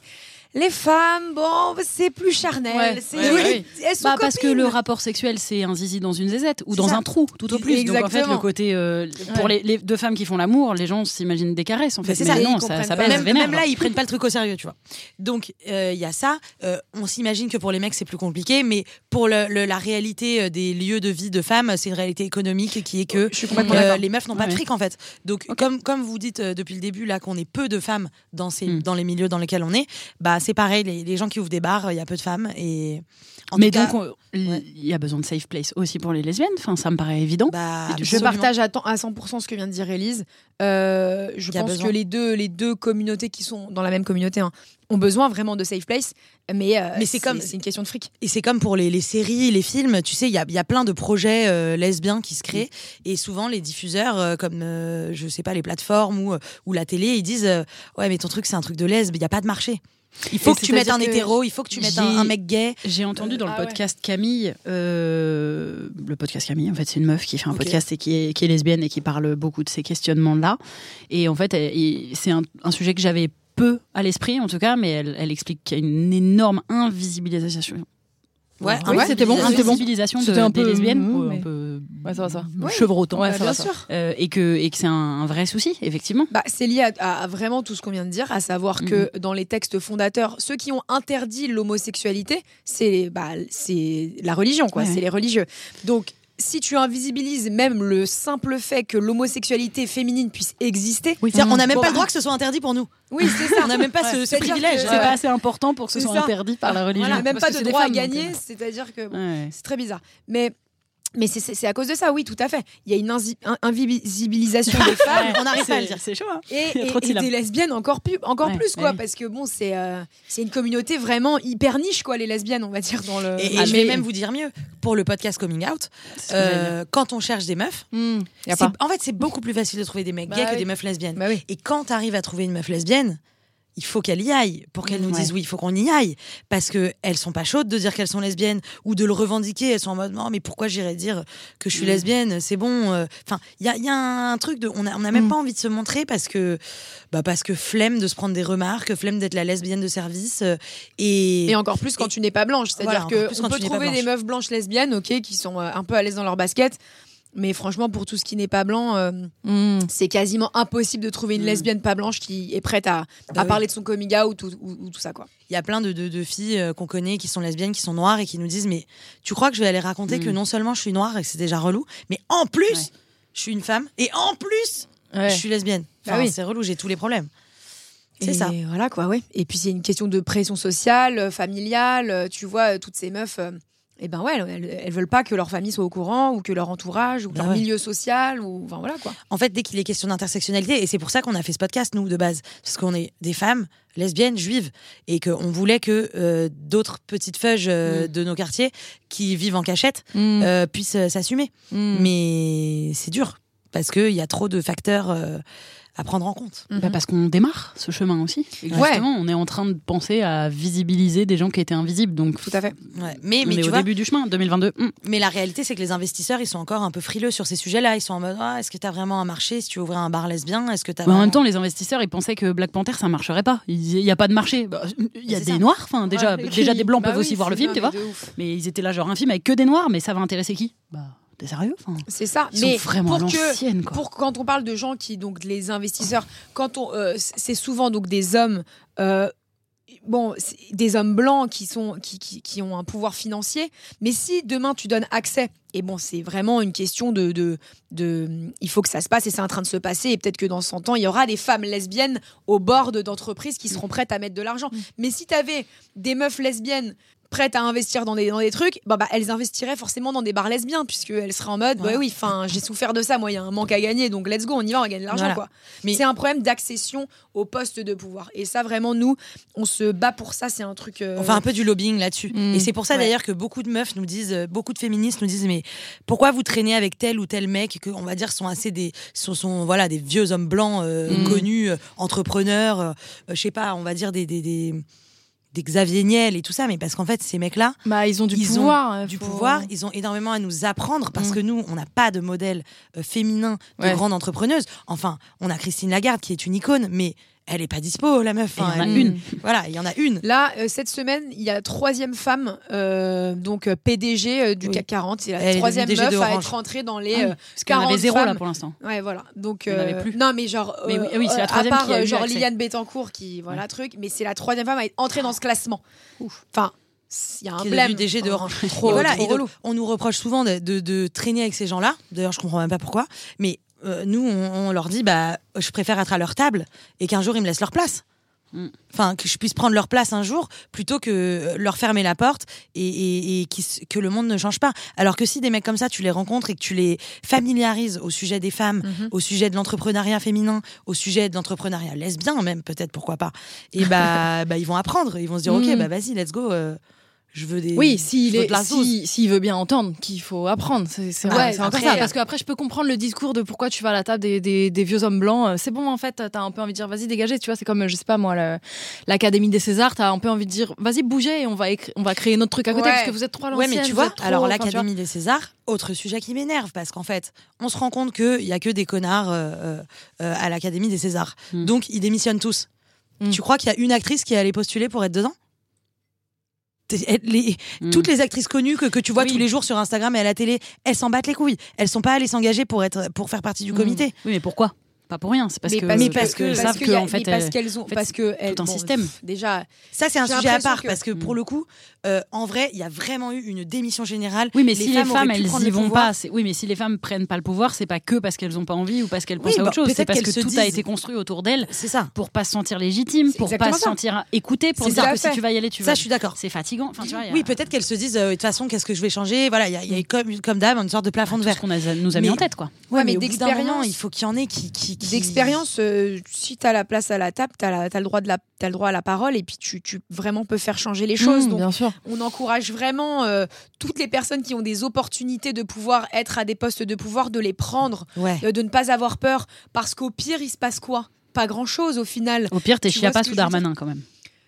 [SPEAKER 4] Les femmes, bon, c'est plus charnel.
[SPEAKER 2] Ouais,
[SPEAKER 4] c'est
[SPEAKER 2] ouais, ouais.
[SPEAKER 4] Elles sont
[SPEAKER 1] Bah, parce que
[SPEAKER 4] copines.
[SPEAKER 1] le rapport sexuel, c'est un zizi dans une zézette ou
[SPEAKER 4] C'est
[SPEAKER 1] dans
[SPEAKER 4] ça.
[SPEAKER 1] un trou, tout au plus. Donc en fait,
[SPEAKER 4] Exactement.
[SPEAKER 1] le côté euh, pour les, les deux femmes qui font l'amour, les gens s'imaginent des caresses en fait.
[SPEAKER 3] Bah, c'est
[SPEAKER 1] mais
[SPEAKER 3] ça,
[SPEAKER 1] non,
[SPEAKER 4] ils
[SPEAKER 1] ça,
[SPEAKER 4] comprennent
[SPEAKER 1] ça baisse
[SPEAKER 4] pas.
[SPEAKER 3] même,
[SPEAKER 1] vénère.
[SPEAKER 3] même là, ils prennent pas le truc au sérieux, tu vois. Donc, euh, il y a ça. Euh, on s'imagine que pour les mecs, c'est plus compliqué, mais pour le- le- la réalité euh, des lieux de vie de femmes, c'est une réalité économique qui est que
[SPEAKER 4] Je suis complètement
[SPEAKER 3] euh,
[SPEAKER 4] d'accord.
[SPEAKER 3] les meufs n'ont
[SPEAKER 1] Ouais,
[SPEAKER 3] pas de
[SPEAKER 1] ouais.
[SPEAKER 3] fric, en fait. Donc, comme, comme vous dites euh, depuis le début, là, qu'on est peu de femmes dans, ces,
[SPEAKER 1] Mm.
[SPEAKER 3] dans les milieux dans lesquels on est, bah, c'est pareil. Les, les gens qui ouvrent des bars, euh, il y a peu de femmes. Et en
[SPEAKER 1] mais
[SPEAKER 3] tout cas,
[SPEAKER 1] donc, on- il
[SPEAKER 3] ouais.
[SPEAKER 1] y a besoin de safe place aussi pour les lesbiennes. Enfin, ça me paraît évident.
[SPEAKER 3] bah,
[SPEAKER 1] Et du
[SPEAKER 4] Je
[SPEAKER 3] absolument.
[SPEAKER 4] partage à, temps- à 100% ce que vient de dire Elise. Euh, je
[SPEAKER 3] Il y a
[SPEAKER 4] pense
[SPEAKER 3] besoin.
[SPEAKER 4] que les deux, les deux communautés qui sont dans la même communauté hein, ont besoin vraiment de safe place, mais, euh,
[SPEAKER 3] Mais c'est comme-
[SPEAKER 4] c'est une question de fric.
[SPEAKER 3] Et c'est comme pour les, les séries, les films, tu sais, il y a, il y a plein de projets euh, lesbiens qui se créent. Et souvent, les diffuseurs, euh, comme, euh, je sais pas, les plateformes ou, euh, ou la télé, ils disent euh, Ouais, mais ton truc, c'est un truc de lesbe, il n'y a pas de marché. Il faut
[SPEAKER 1] Et
[SPEAKER 3] que tu mettes un
[SPEAKER 1] c'est-à-dire que
[SPEAKER 3] hétéro, il faut que tu mettes
[SPEAKER 1] j'ai-
[SPEAKER 3] un, un mec gay.
[SPEAKER 1] J'ai entendu dans le
[SPEAKER 4] ah ouais.
[SPEAKER 1] podcast Camille, euh, le podcast Camille, en fait, c'est une meuf qui fait un
[SPEAKER 3] Ok.
[SPEAKER 1] podcast et qui est, qui est lesbienne et qui parle beaucoup de ces questionnements-là. Et en fait, elle- il- c'est un, un sujet que j'avais peu à l'esprit, en tout cas, mais elle, elle explique qu'il y a une énorme invisibilisation
[SPEAKER 3] Ouais,
[SPEAKER 1] Ah ouais
[SPEAKER 2] c'était bon,
[SPEAKER 1] la
[SPEAKER 2] c'était bon.
[SPEAKER 1] sensibilisation de-
[SPEAKER 2] C'était un
[SPEAKER 1] des
[SPEAKER 2] peu-
[SPEAKER 1] lesbiennes,
[SPEAKER 2] mm,
[SPEAKER 1] euh, un
[SPEAKER 2] mais-
[SPEAKER 1] peu
[SPEAKER 2] Ouais, ça va, ça va.
[SPEAKER 1] euh, chevrotant,
[SPEAKER 2] Ouais,
[SPEAKER 1] euh,
[SPEAKER 2] ça va,
[SPEAKER 4] bien
[SPEAKER 2] ça
[SPEAKER 4] sûr.
[SPEAKER 1] euh, et que et que c'est un, un vrai souci, effectivement.
[SPEAKER 4] Bah, c'est lié à, à- à vraiment tout ce qu'on vient de dire, à savoir
[SPEAKER 3] Mm-hmm.
[SPEAKER 4] que dans les textes fondateurs, ceux qui ont interdit l'homosexualité, c'est bah, c'est la religion, quoi.
[SPEAKER 1] Ouais,
[SPEAKER 4] c'est
[SPEAKER 1] ouais.
[SPEAKER 4] les religieux. Donc, si tu invisibilises même le simple fait que l'homosexualité féminine puisse exister,
[SPEAKER 3] Oui, c'est-à-dire, on n'a même
[SPEAKER 4] Bon.
[SPEAKER 3] pas le droit que ce soit interdit pour nous.
[SPEAKER 4] oui, c'est ça.
[SPEAKER 3] On n'a même pas ce- ce,
[SPEAKER 4] C'est-à-dire
[SPEAKER 3] privilège.
[SPEAKER 4] que-
[SPEAKER 1] C'est
[SPEAKER 4] Ouais.
[SPEAKER 1] pas assez important pour que ce
[SPEAKER 4] C'est
[SPEAKER 1] soit
[SPEAKER 4] ça.
[SPEAKER 1] interdit par la religion.
[SPEAKER 4] On n'a même
[SPEAKER 2] parce
[SPEAKER 4] pas
[SPEAKER 2] que
[SPEAKER 4] de
[SPEAKER 2] c'est des
[SPEAKER 4] droit à
[SPEAKER 2] femmes, donc,
[SPEAKER 4] gagner, c'est-à-dire que bon,
[SPEAKER 1] Ouais.
[SPEAKER 4] c'est très bizarre. Mais mais c'est- c'est c'est à cause de ça, oui, tout à fait. Il y a une insi- in- invisibilisation des femmes
[SPEAKER 3] Ah, On n'arrive pas à le
[SPEAKER 1] C'est-
[SPEAKER 3] dire.
[SPEAKER 1] C'est chaud. hein.
[SPEAKER 4] et,
[SPEAKER 1] Il y a
[SPEAKER 4] et-
[SPEAKER 1] trop de
[SPEAKER 4] et
[SPEAKER 1] syllabes.
[SPEAKER 4] des lesbiennes encore plus, encore
[SPEAKER 1] Ouais,
[SPEAKER 4] plus quoi,
[SPEAKER 1] ouais.
[SPEAKER 4] parce que bon, c'est euh, c'est une communauté vraiment hyper niche quoi, les lesbiennes, on va dire dans le.
[SPEAKER 3] Et, et
[SPEAKER 4] Ah,
[SPEAKER 3] je
[SPEAKER 4] mais-
[SPEAKER 3] vais même vous dire mieux, pour le podcast Coming Out,
[SPEAKER 1] C'est ce que j'allais dire.
[SPEAKER 3] euh, quand on cherche des meufs,
[SPEAKER 2] Hmm.
[SPEAKER 4] Y a
[SPEAKER 3] c'est-
[SPEAKER 4] pas.
[SPEAKER 3] en fait, c'est beaucoup plus facile de trouver des mecs
[SPEAKER 2] Bah
[SPEAKER 3] gays que
[SPEAKER 2] oui.
[SPEAKER 3] des meufs lesbiennes.
[SPEAKER 4] Bah oui.
[SPEAKER 3] Et quand t'arrives à trouver une meuf lesbienne, il faut qu'elle y aille pour qu'elle nous
[SPEAKER 1] Ouais.
[SPEAKER 3] dise oui, il faut qu'on y aille. Parce que elles sont pas chaudes de dire qu'elles sont lesbiennes ou de le revendiquer. Elles sont en mode non, mais pourquoi j'irais dire que je suis lesbienne C'est bon. euh. Enfin, il y a, il y a un truc de. On n'a on a même
[SPEAKER 2] Mm.
[SPEAKER 3] pas envie de se montrer parce que, bah parce que flemme de se prendre des remarques, flemme d'être la lesbienne de service. euh, et,
[SPEAKER 4] Et encore plus quand tu n'es pas blanche, c'est-à-dire
[SPEAKER 3] Voilà,
[SPEAKER 4] que
[SPEAKER 3] encore plus
[SPEAKER 4] on
[SPEAKER 3] quand
[SPEAKER 4] peut
[SPEAKER 3] tu n'es pas
[SPEAKER 4] trouver des
[SPEAKER 3] blanche.
[SPEAKER 4] meufs blanches lesbiennes, ok, qui sont euh, un peu à l'aise dans leur basket, mais franchement pour tout ce qui n'est pas blanc. euh,
[SPEAKER 2] Hmm.
[SPEAKER 4] c'est quasiment impossible de trouver une
[SPEAKER 3] Mm.
[SPEAKER 4] lesbienne pas blanche qui est prête à, à
[SPEAKER 3] Bah oui.
[SPEAKER 4] parler de son coming out ou, ou- ou tout ça quoi.
[SPEAKER 3] Il y a plein de, de, de filles euh, qu'on connaît qui sont lesbiennes, qui sont noires et qui nous disent Mais tu crois que je vais aller raconter
[SPEAKER 1] Mm.
[SPEAKER 3] que non seulement je suis noire et que c'est déjà relou, mais en plus,
[SPEAKER 1] Ouais.
[SPEAKER 3] je suis une femme et en plus,
[SPEAKER 2] Ouais.
[SPEAKER 3] je suis lesbienne.
[SPEAKER 4] Bah
[SPEAKER 3] Enfin,
[SPEAKER 4] oui.
[SPEAKER 3] C'est relou, j'ai tous les problèmes.
[SPEAKER 4] Et
[SPEAKER 3] C'est ça.
[SPEAKER 4] Voilà quoi, ouais. Et puis c'est une question de pression sociale, euh, familiale. euh, Tu vois, euh, toutes ces meufs, et ben ouais, elles, elles veulent pas que leur famille soit au courant ou que leur entourage ou que
[SPEAKER 3] Bah
[SPEAKER 4] leur
[SPEAKER 3] ouais.
[SPEAKER 4] milieu social ou enfin voilà quoi.
[SPEAKER 3] En fait, dès qu'il est question d'intersectionnalité, et c'est pour ça qu'on a fait ce podcast, nous, de base, parce qu'on est des femmes lesbiennes, juives, et qu'on voulait que euh, d'autres petites feuges euh, de nos quartiers qui vivent en cachette
[SPEAKER 2] Hmm.
[SPEAKER 3] euh, puissent euh, s'assumer.
[SPEAKER 2] Hmm.
[SPEAKER 3] Mais c'est dur, parce qu'il y a trop de facteurs euh, à prendre en compte.
[SPEAKER 1] Bah, parce qu'on démarre ce chemin aussi. Et que
[SPEAKER 4] Ouais.
[SPEAKER 1] Justement, on est en train de penser à visibiliser des gens qui étaient invisibles. Donc,
[SPEAKER 4] Tout à fait.
[SPEAKER 3] Ouais. Mais,
[SPEAKER 1] On
[SPEAKER 3] mais
[SPEAKER 1] est
[SPEAKER 3] tu
[SPEAKER 1] au
[SPEAKER 3] vois,
[SPEAKER 1] début du chemin, 2022. Mm.
[SPEAKER 3] Mais la réalité, c'est que les investisseurs, ils sont encore un peu frileux sur ces sujets-là. Ils sont en mode Ah, est-ce que t'as vraiment un marché si tu ouvrais un bar lesbien Est-ce que t'as
[SPEAKER 1] Bah, en
[SPEAKER 3] vraiment-
[SPEAKER 1] même temps, les investisseurs, ils pensaient que Black Panther, ça marcherait pas. Il disaient, il y a pas de marché. Bah, Il y a
[SPEAKER 3] C'est
[SPEAKER 1] des
[SPEAKER 3] ça.
[SPEAKER 1] noirs, enfin, déjà,
[SPEAKER 2] Ouais.
[SPEAKER 1] (laughs) déjà des blancs
[SPEAKER 2] Bah
[SPEAKER 1] peuvent
[SPEAKER 2] oui,
[SPEAKER 1] aussi voir le film, tu vois. Mais ils étaient là, genre un film avec que des noirs, mais ça va intéresser qui Bah, t'es sérieux Enfin,
[SPEAKER 4] C'est ça.
[SPEAKER 1] Ils
[SPEAKER 4] mais
[SPEAKER 1] sont vraiment à
[SPEAKER 4] pour que
[SPEAKER 1] l'ancienne, quoi.
[SPEAKER 4] pour quand on parle de gens qui donc les investisseurs, quand on euh, c'est souvent donc des hommes. euh, Bon, c'est des hommes blancs qui, sont, qui, qui, qui ont un pouvoir financier, mais si demain tu donnes accès, et bon, c'est vraiment une question de, de, de- Il faut que ça se passe et c'est en train de se passer, et peut-être que dans 100 ans, il y aura des femmes lesbiennes au bord de- d'entreprises qui seront prêtes à mettre de
[SPEAKER 3] Mm.
[SPEAKER 4] l'argent. Mais si tu avais des meufs lesbiennes prêtes à investir dans des, dans des trucs, bah, bah, elles investiraient forcément dans des bars lesbiens, puisqu'elles seraient en mode, bah
[SPEAKER 3] Voilà.
[SPEAKER 4] oui, enfin, j'ai souffert de ça, moi, il y a un manque à gagner, donc let's go, on y va, on gagne de l'argent,
[SPEAKER 3] Voilà.
[SPEAKER 4] quoi.
[SPEAKER 3] Mais-
[SPEAKER 4] C'est un problème d'accession au poste de pouvoir. Et ça, vraiment, nous, on se bat pour ça, c'est un truc. euh,
[SPEAKER 3] On fait un peu du lobbying là-dessus.
[SPEAKER 2] Mm.
[SPEAKER 3] Et c'est pour ça
[SPEAKER 4] Ouais.
[SPEAKER 3] d'ailleurs que beaucoup de meufs nous disent, euh, beaucoup de féministes nous disent, mais pourquoi vous traînez avec tel ou tel mec que, on va dire, sont assez des, sont, sont, voilà, des vieux hommes blancs euh,
[SPEAKER 2] Mm.
[SPEAKER 3] connus, euh, entrepreneurs, euh, euh, je sais pas, on va dire des, des, des, des Xavier Niel et tout ça, mais parce qu'en fait, ces mecs-là,
[SPEAKER 2] Bah, ils ont du
[SPEAKER 3] Ils ont
[SPEAKER 2] pouvoir.
[SPEAKER 1] Ah,
[SPEAKER 2] hein,
[SPEAKER 3] du
[SPEAKER 2] faut-
[SPEAKER 3] pouvoir, ils ont énormément à nous apprendre parce
[SPEAKER 2] Mm.
[SPEAKER 3] que nous, on n'a pas de modèle euh, féminin de
[SPEAKER 2] Ouais.
[SPEAKER 3] grande entrepreneuse. Enfin, on a Christine Lagarde qui est une icône, mais elle est pas dispo, la meuf.
[SPEAKER 1] Et il y
[SPEAKER 3] Enfin,
[SPEAKER 1] en a
[SPEAKER 2] Hmm.
[SPEAKER 3] elle-
[SPEAKER 1] une.
[SPEAKER 3] Voilà, il y en a une.
[SPEAKER 4] Là, euh, cette semaine, il y a la troisième femme, euh, donc euh, PDG euh, du
[SPEAKER 3] Oui.
[SPEAKER 4] CAC 40. C'est la
[SPEAKER 3] Elle est
[SPEAKER 4] troisième
[SPEAKER 3] devenue DG
[SPEAKER 4] meuf à
[SPEAKER 3] d'Orange.
[SPEAKER 4] être rentrée dans les.
[SPEAKER 1] Ah oui,
[SPEAKER 4] euh,
[SPEAKER 1] Parce qu'on avait
[SPEAKER 4] 40
[SPEAKER 1] zéro là
[SPEAKER 4] femmes.
[SPEAKER 1] pour l'instant.
[SPEAKER 4] ouais, voilà. Donc, euh,
[SPEAKER 1] Il y en avait plus.
[SPEAKER 4] non, mais genre.
[SPEAKER 1] Mais oui, oui, c'est la
[SPEAKER 4] euh,
[SPEAKER 1] troisième
[SPEAKER 4] À part
[SPEAKER 1] qui a
[SPEAKER 4] euh,
[SPEAKER 1] eu
[SPEAKER 4] genre
[SPEAKER 1] accès.
[SPEAKER 4] Liliane Bettencourt qui. Voilà, truc. Mais c'est la troisième femme à être entrée dans ce classement. Enfin, il y a un
[SPEAKER 3] Qui est
[SPEAKER 4] blème.
[SPEAKER 3] devenue DG
[SPEAKER 4] Enfin,
[SPEAKER 3] d'Orange.
[SPEAKER 4] Trop,
[SPEAKER 3] Et voilà,
[SPEAKER 4] trop
[SPEAKER 3] et donc,
[SPEAKER 4] relou.
[SPEAKER 3] on nous reproche souvent de, de- de traîner avec ces gens-là. D'ailleurs, je comprends même pas pourquoi. Mais euh, nous, on, on leur dit, bah, je préfère être à leur table et qu'un jour ils me laissent leur place.
[SPEAKER 1] Mm.
[SPEAKER 3] Enfin, que je puisse prendre leur place un jour plutôt que euh, leur fermer la porte et, et- et qu'ils s- que le monde ne change pas. Alors que si des mecs comme ça, tu les rencontres et que tu les familiarises au sujet des femmes,
[SPEAKER 2] Mm-hmm.
[SPEAKER 3] au sujet de l'entrepreneuriat féminin, au sujet de l'entrepreneuriat lesbien même peut-être, pourquoi pas.
[SPEAKER 2] (laughs)
[SPEAKER 3] Et bah, bah, ils vont apprendre, ils vont se dire, ok,
[SPEAKER 2] Mm.
[SPEAKER 3] bah vas-y, let's go. euh, je veux des.
[SPEAKER 2] Oui,
[SPEAKER 3] je
[SPEAKER 2] s'il
[SPEAKER 3] veux
[SPEAKER 2] est,
[SPEAKER 3] de la sauce.
[SPEAKER 2] si- s'il veut bien entendre, qu'il faut apprendre. C'est c'est
[SPEAKER 4] Ouais,
[SPEAKER 2] vrai,
[SPEAKER 4] c'est
[SPEAKER 2] c'est encore
[SPEAKER 4] après-
[SPEAKER 2] ça. Parce qu'après, je peux comprendre le discours de pourquoi tu vas à la table des, des- des vieux hommes blancs. Euh, C'est bon, en fait, t'as un peu envie de dire, vas-y, dégagez. Tu vois, c'est comme, euh, je sais pas moi, le- l'Académie des Césars, t'as un peu envie de dire, vas-y, bougez et on va, écri- on va créer notre truc à côté
[SPEAKER 4] Ouais.
[SPEAKER 2] parce que vous êtes trois
[SPEAKER 3] Ouais,
[SPEAKER 2] l'ancienne.
[SPEAKER 3] mais tu
[SPEAKER 2] vous
[SPEAKER 3] vois,
[SPEAKER 2] êtes trop-
[SPEAKER 3] alors
[SPEAKER 2] enfin, tu vois.
[SPEAKER 3] l'Académie des Césars, autre sujet qui m'énerve, parce qu'en fait, on se rend compte qu'il n'y a que des connards euh, euh, euh, à l'Académie des Césars.
[SPEAKER 2] Hmm.
[SPEAKER 1] Mm.
[SPEAKER 3] Donc, ils démissionnent tous.
[SPEAKER 2] Mm.
[SPEAKER 3] Tu crois qu'il y a une actrice qui est allée postuler pour être dedans T'es- elles- les-
[SPEAKER 2] Hmm.
[SPEAKER 1] Mm.
[SPEAKER 3] Toutes les actrices connues que, que tu vois
[SPEAKER 1] Oui.
[SPEAKER 3] tous les jours sur Instagram et à la télé, elles s'en battent les couilles. Elles sont pas allées s'engager pour, être, pour faire partie
[SPEAKER 2] Hmm.
[SPEAKER 3] du comité.
[SPEAKER 1] Oui, mais pourquoi Pas pour rien. C'est parce que
[SPEAKER 3] mais parce que-
[SPEAKER 1] elles
[SPEAKER 3] parce
[SPEAKER 1] savent
[SPEAKER 4] qu'il y
[SPEAKER 1] que
[SPEAKER 4] a-
[SPEAKER 1] en fait,
[SPEAKER 4] mais parce
[SPEAKER 1] elles-
[SPEAKER 4] qu'elles ont
[SPEAKER 1] fait,
[SPEAKER 4] parce
[SPEAKER 1] c'est
[SPEAKER 4] que elles-
[SPEAKER 1] un
[SPEAKER 4] bon,
[SPEAKER 1] système.
[SPEAKER 4] pff, déjà
[SPEAKER 3] Ça, c'est un
[SPEAKER 4] J'ai
[SPEAKER 3] sujet à
[SPEAKER 4] l'impression
[SPEAKER 3] part
[SPEAKER 4] que-
[SPEAKER 3] parce que
[SPEAKER 2] Hmm.
[SPEAKER 3] pour le coup, euh, en vrai, il y a vraiment eu une démission générale.
[SPEAKER 1] Oui, mais si les
[SPEAKER 3] auraient
[SPEAKER 1] femmes,
[SPEAKER 3] pu
[SPEAKER 1] elles
[SPEAKER 3] prendre
[SPEAKER 1] y
[SPEAKER 3] le
[SPEAKER 1] vont
[SPEAKER 3] pouvoir.
[SPEAKER 1] pas. c'est- Oui, mais si les femmes prennent pas le pouvoir, c'est pas que parce qu'elles ont pas envie ou parce qu'elles
[SPEAKER 3] Oui,
[SPEAKER 1] pensent à
[SPEAKER 3] bah,
[SPEAKER 1] autre chose. C'est
[SPEAKER 3] peut-être
[SPEAKER 1] parce que
[SPEAKER 3] qu'elles se
[SPEAKER 1] tout a
[SPEAKER 3] disent-
[SPEAKER 1] été construit autour d'elles
[SPEAKER 3] C'est ça.
[SPEAKER 1] pour pas se sentir légitime, pour pas
[SPEAKER 4] exactement
[SPEAKER 1] se
[SPEAKER 4] ça.
[SPEAKER 1] sentir écoutée, pour
[SPEAKER 4] C'est
[SPEAKER 1] dire
[SPEAKER 4] ça.
[SPEAKER 1] que si
[SPEAKER 4] Tout à
[SPEAKER 1] tu vas y aller, tu
[SPEAKER 3] Ça,
[SPEAKER 1] vas.
[SPEAKER 3] je suis d'accord.
[SPEAKER 1] C'est fatigant. Enfin, tu vois, il Ah, y a-
[SPEAKER 3] Oui, peut-être qu'elles se disent euh, de toute façon, qu'est-ce que je vais changer Voilà, il y a, il y a comme, comme d'hab une sorte de plafond de
[SPEAKER 1] Ah, tout ce
[SPEAKER 3] verre.
[SPEAKER 1] qu'on a- nous a mis
[SPEAKER 3] Mais-
[SPEAKER 1] en tête, quoi.
[SPEAKER 3] Ouais,
[SPEAKER 4] Ouais, mais
[SPEAKER 3] mais, au bout d'un
[SPEAKER 4] d'expérience-
[SPEAKER 3] moment, il faut qu'il y en ait qui. qui, qui-
[SPEAKER 4] d'expérience euh, si t'as la place à la table t'as la- t'as le droit de la t'as le droit à la parole et puis tu, tu vraiment peux faire changer les choses
[SPEAKER 2] Mmh,
[SPEAKER 4] donc
[SPEAKER 2] bien sûr.
[SPEAKER 4] on encourage vraiment euh, toutes les personnes qui ont des opportunités de pouvoir être à des postes de pouvoir de les prendre
[SPEAKER 3] Ouais.
[SPEAKER 4] euh, de ne pas avoir peur parce qu'au pire il se passe quoi pas grand chose au final
[SPEAKER 1] Au pire, t'es
[SPEAKER 4] Tu vois ce
[SPEAKER 1] Chiapas
[SPEAKER 4] que
[SPEAKER 1] ou
[SPEAKER 4] je veux dire
[SPEAKER 1] Darmanin, quand même.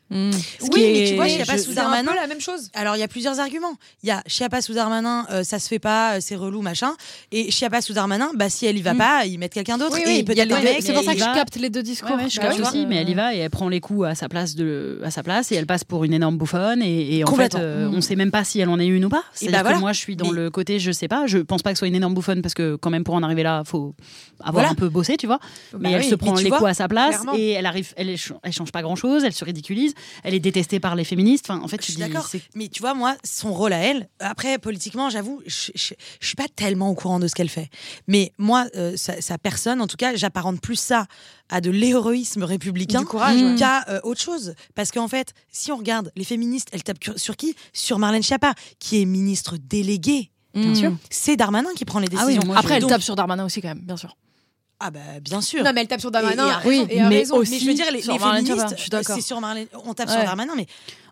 [SPEAKER 2] Mm.
[SPEAKER 3] Oui, mais tu vois,
[SPEAKER 4] il
[SPEAKER 3] je sais pas,
[SPEAKER 4] c'est un
[SPEAKER 3] Sous-Darmanin-
[SPEAKER 4] peu la même chose
[SPEAKER 3] Alors, il y a plusieurs arguments. Il y a Chiapas ou Darmanin, euh, ça se fait pas, euh, c'est relou, machin. Et Chiapas ou Darmanin, bah, si elle y va
[SPEAKER 2] Mm.
[SPEAKER 3] pas, ils mettent quelqu'un d'autre.
[SPEAKER 4] Oui, oui,
[SPEAKER 3] et
[SPEAKER 2] Il y a
[SPEAKER 3] peut-être
[SPEAKER 2] les
[SPEAKER 3] un
[SPEAKER 2] deux-
[SPEAKER 3] mec.
[SPEAKER 2] C'est pour
[SPEAKER 1] mais
[SPEAKER 2] ça
[SPEAKER 1] il
[SPEAKER 2] que je
[SPEAKER 1] va-
[SPEAKER 2] capte les deux discours.
[SPEAKER 1] Ah Ouais, ouais, je
[SPEAKER 2] Bah
[SPEAKER 1] capte
[SPEAKER 2] oui.
[SPEAKER 1] aussi, mais elle y va et elle prend les coups à sa place, de, à sa place et elle passe pour une énorme bouffonne. Et, et en fait,
[SPEAKER 3] Complètement.
[SPEAKER 1] euh, on sait même pas si elle en est une ou pas. C'est-à-dire
[SPEAKER 3] voilà.
[SPEAKER 1] que moi, je suis dans
[SPEAKER 3] Mais-
[SPEAKER 1] le côté, je sais pas, je pense pas que ce soit une énorme bouffonne parce que, quand même, pour en arriver là, faut avoir
[SPEAKER 3] Voilà.
[SPEAKER 1] un peu bossé, tu vois. Mais
[SPEAKER 3] Bah
[SPEAKER 1] elle
[SPEAKER 3] oui,
[SPEAKER 1] se prend
[SPEAKER 3] mais tu
[SPEAKER 1] les
[SPEAKER 3] vois,
[SPEAKER 1] coups à sa place
[SPEAKER 4] clairement.
[SPEAKER 1] et elle arrive, elle, éch- elle change pas grand-chose, elle se ridiculise, elle est détestée par les féministes. Enfin, en fait,
[SPEAKER 3] Je
[SPEAKER 1] tu
[SPEAKER 3] suis
[SPEAKER 1] dis,
[SPEAKER 3] d'accord.
[SPEAKER 1] c'est-
[SPEAKER 3] Mais tu vois, moi, son rôle à elle, après, politiquement, j'avoue, je, je, je suis pas tellement au courant de ce qu'elle fait. Mais moi, euh, sa, sa personne, en tout cas, j'apparente plus ça à de l'héroïsme républicain
[SPEAKER 4] Du courage, ouais.
[SPEAKER 3] qu'à euh, autre chose. Parce qu'en fait, si on regarde les féministes, elles tapent cur- sur qui Sur Marlène Schiappa, qui est ministre déléguée.
[SPEAKER 2] Bien sûr.
[SPEAKER 3] C'est Darmanin qui prend les
[SPEAKER 1] Ah
[SPEAKER 3] décisions.
[SPEAKER 1] oui, moi,
[SPEAKER 2] Mm. Après, elle
[SPEAKER 3] Donc-
[SPEAKER 2] tape sur Darmanin aussi, quand même, bien sûr.
[SPEAKER 3] Ah bah, bien sûr.
[SPEAKER 4] non mais elle tape sur
[SPEAKER 3] Et- et
[SPEAKER 4] Darmanin
[SPEAKER 3] à
[SPEAKER 2] Oui,
[SPEAKER 4] et a
[SPEAKER 2] mais
[SPEAKER 4] raison.
[SPEAKER 2] aussi
[SPEAKER 3] mais je veux dire, les,
[SPEAKER 2] sur
[SPEAKER 3] les
[SPEAKER 2] Marlène
[SPEAKER 3] féministes,
[SPEAKER 2] Schiappa, je suis d'accord.
[SPEAKER 3] c'est sur Marlène, on tape sur
[SPEAKER 2] Ouais.
[SPEAKER 3] Darmanin, mais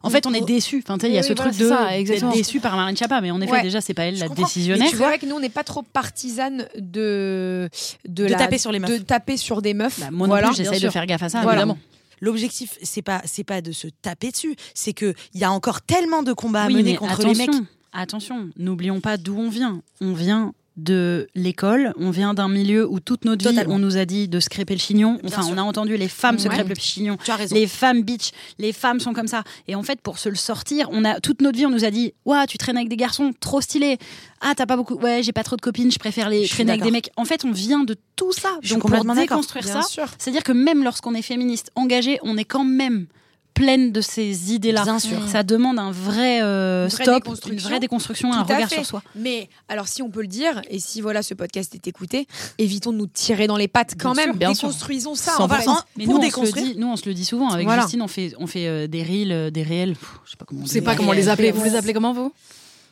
[SPEAKER 1] En fait, on est déçu. Enfin, tu sais, il y a
[SPEAKER 2] Oui,
[SPEAKER 1] ce
[SPEAKER 2] oui,
[SPEAKER 1] truc
[SPEAKER 2] voilà, c'est ça,
[SPEAKER 1] de d'être
[SPEAKER 2] exactement.
[SPEAKER 1] déçu par Marine Chapa, mais en effet,
[SPEAKER 4] Ouais.
[SPEAKER 1] déjà, c'est pas elle
[SPEAKER 3] Je
[SPEAKER 1] la
[SPEAKER 3] comprends. Mais tu
[SPEAKER 4] Mais
[SPEAKER 1] décisionnaire.
[SPEAKER 4] tu vois que nous on n'est pas trop partisane de de,
[SPEAKER 3] de
[SPEAKER 4] la-
[SPEAKER 3] taper sur les meufs.
[SPEAKER 4] de taper sur des meufs
[SPEAKER 1] Bah, moi
[SPEAKER 4] voilà
[SPEAKER 1] non plus, j'essaye
[SPEAKER 2] bien
[SPEAKER 1] de
[SPEAKER 2] sûr.
[SPEAKER 1] faire gaffe à ça.
[SPEAKER 4] Voilà.
[SPEAKER 1] évidemment.
[SPEAKER 3] L'objectif, c'est pas, c'est pas de se taper dessus, c'est que il y a encore tellement de combats
[SPEAKER 1] Oui,
[SPEAKER 3] à mener
[SPEAKER 1] mais
[SPEAKER 3] contre les
[SPEAKER 1] attention,
[SPEAKER 3] mecs.
[SPEAKER 1] Attention, n'oublions pas d'où on vient. On vient de l'école, on vient d'un milieu où toute notre vie,
[SPEAKER 3] Totalement.
[SPEAKER 1] on nous a dit de se crêper le chignon.
[SPEAKER 3] Bien
[SPEAKER 1] Enfin,
[SPEAKER 3] sûr.
[SPEAKER 1] on a entendu les femmes se
[SPEAKER 4] Ouais.
[SPEAKER 1] crêpent le chignon.
[SPEAKER 3] Tu as raison.
[SPEAKER 1] Les femmes bitch, les femmes sont comme ça. Et en fait, pour se le sortir, on a toute notre vie, on nous a dit Ouah, tu traînes avec des garçons, trop stylé. Ah, t'as pas beaucoup. Ouais, j'ai pas trop de copines, je préfère les
[SPEAKER 3] Je suis
[SPEAKER 1] traîner avec des
[SPEAKER 3] d'accord.
[SPEAKER 1] mecs. En fait, on vient de tout ça.
[SPEAKER 3] Je suis
[SPEAKER 1] Donc, pour
[SPEAKER 3] complètement d'accord.
[SPEAKER 1] déconstruire
[SPEAKER 4] bien
[SPEAKER 1] ça,
[SPEAKER 4] sûr
[SPEAKER 1] c'est-à-dire que même lorsqu'on est féministe engagé, on est quand même pleine de ces idées-là.
[SPEAKER 3] Bien sûr.
[SPEAKER 1] Ça demande un vrai euh,
[SPEAKER 4] Mmh. Une vraie
[SPEAKER 1] stop, une
[SPEAKER 4] déconstruction.
[SPEAKER 1] vraie déconstruction, un
[SPEAKER 4] Tout à
[SPEAKER 1] regard
[SPEAKER 4] fait.
[SPEAKER 1] sur soi.
[SPEAKER 4] Mais alors, si on peut le dire, et si voilà ce podcast est écouté, évitons de nous tirer dans les pattes quand
[SPEAKER 1] Bien
[SPEAKER 4] même.
[SPEAKER 1] sûr, bien sûr.
[SPEAKER 4] Déconstruisons ça.
[SPEAKER 3] Sans
[SPEAKER 4] en fait.
[SPEAKER 3] vraiment-
[SPEAKER 1] Mais
[SPEAKER 3] pour
[SPEAKER 1] nous, on se le
[SPEAKER 3] déconstruire.
[SPEAKER 1] dit, nous, on se le dit souvent. Avec
[SPEAKER 3] Voilà.
[SPEAKER 1] Justine, on fait, on fait euh, des reels, euh, des réels. pff, je sais pas comment on
[SPEAKER 2] Je
[SPEAKER 1] dit.
[SPEAKER 2] sais pas
[SPEAKER 3] Des-
[SPEAKER 2] comment les appeler.
[SPEAKER 4] des-
[SPEAKER 2] Vous les appelez comment, vous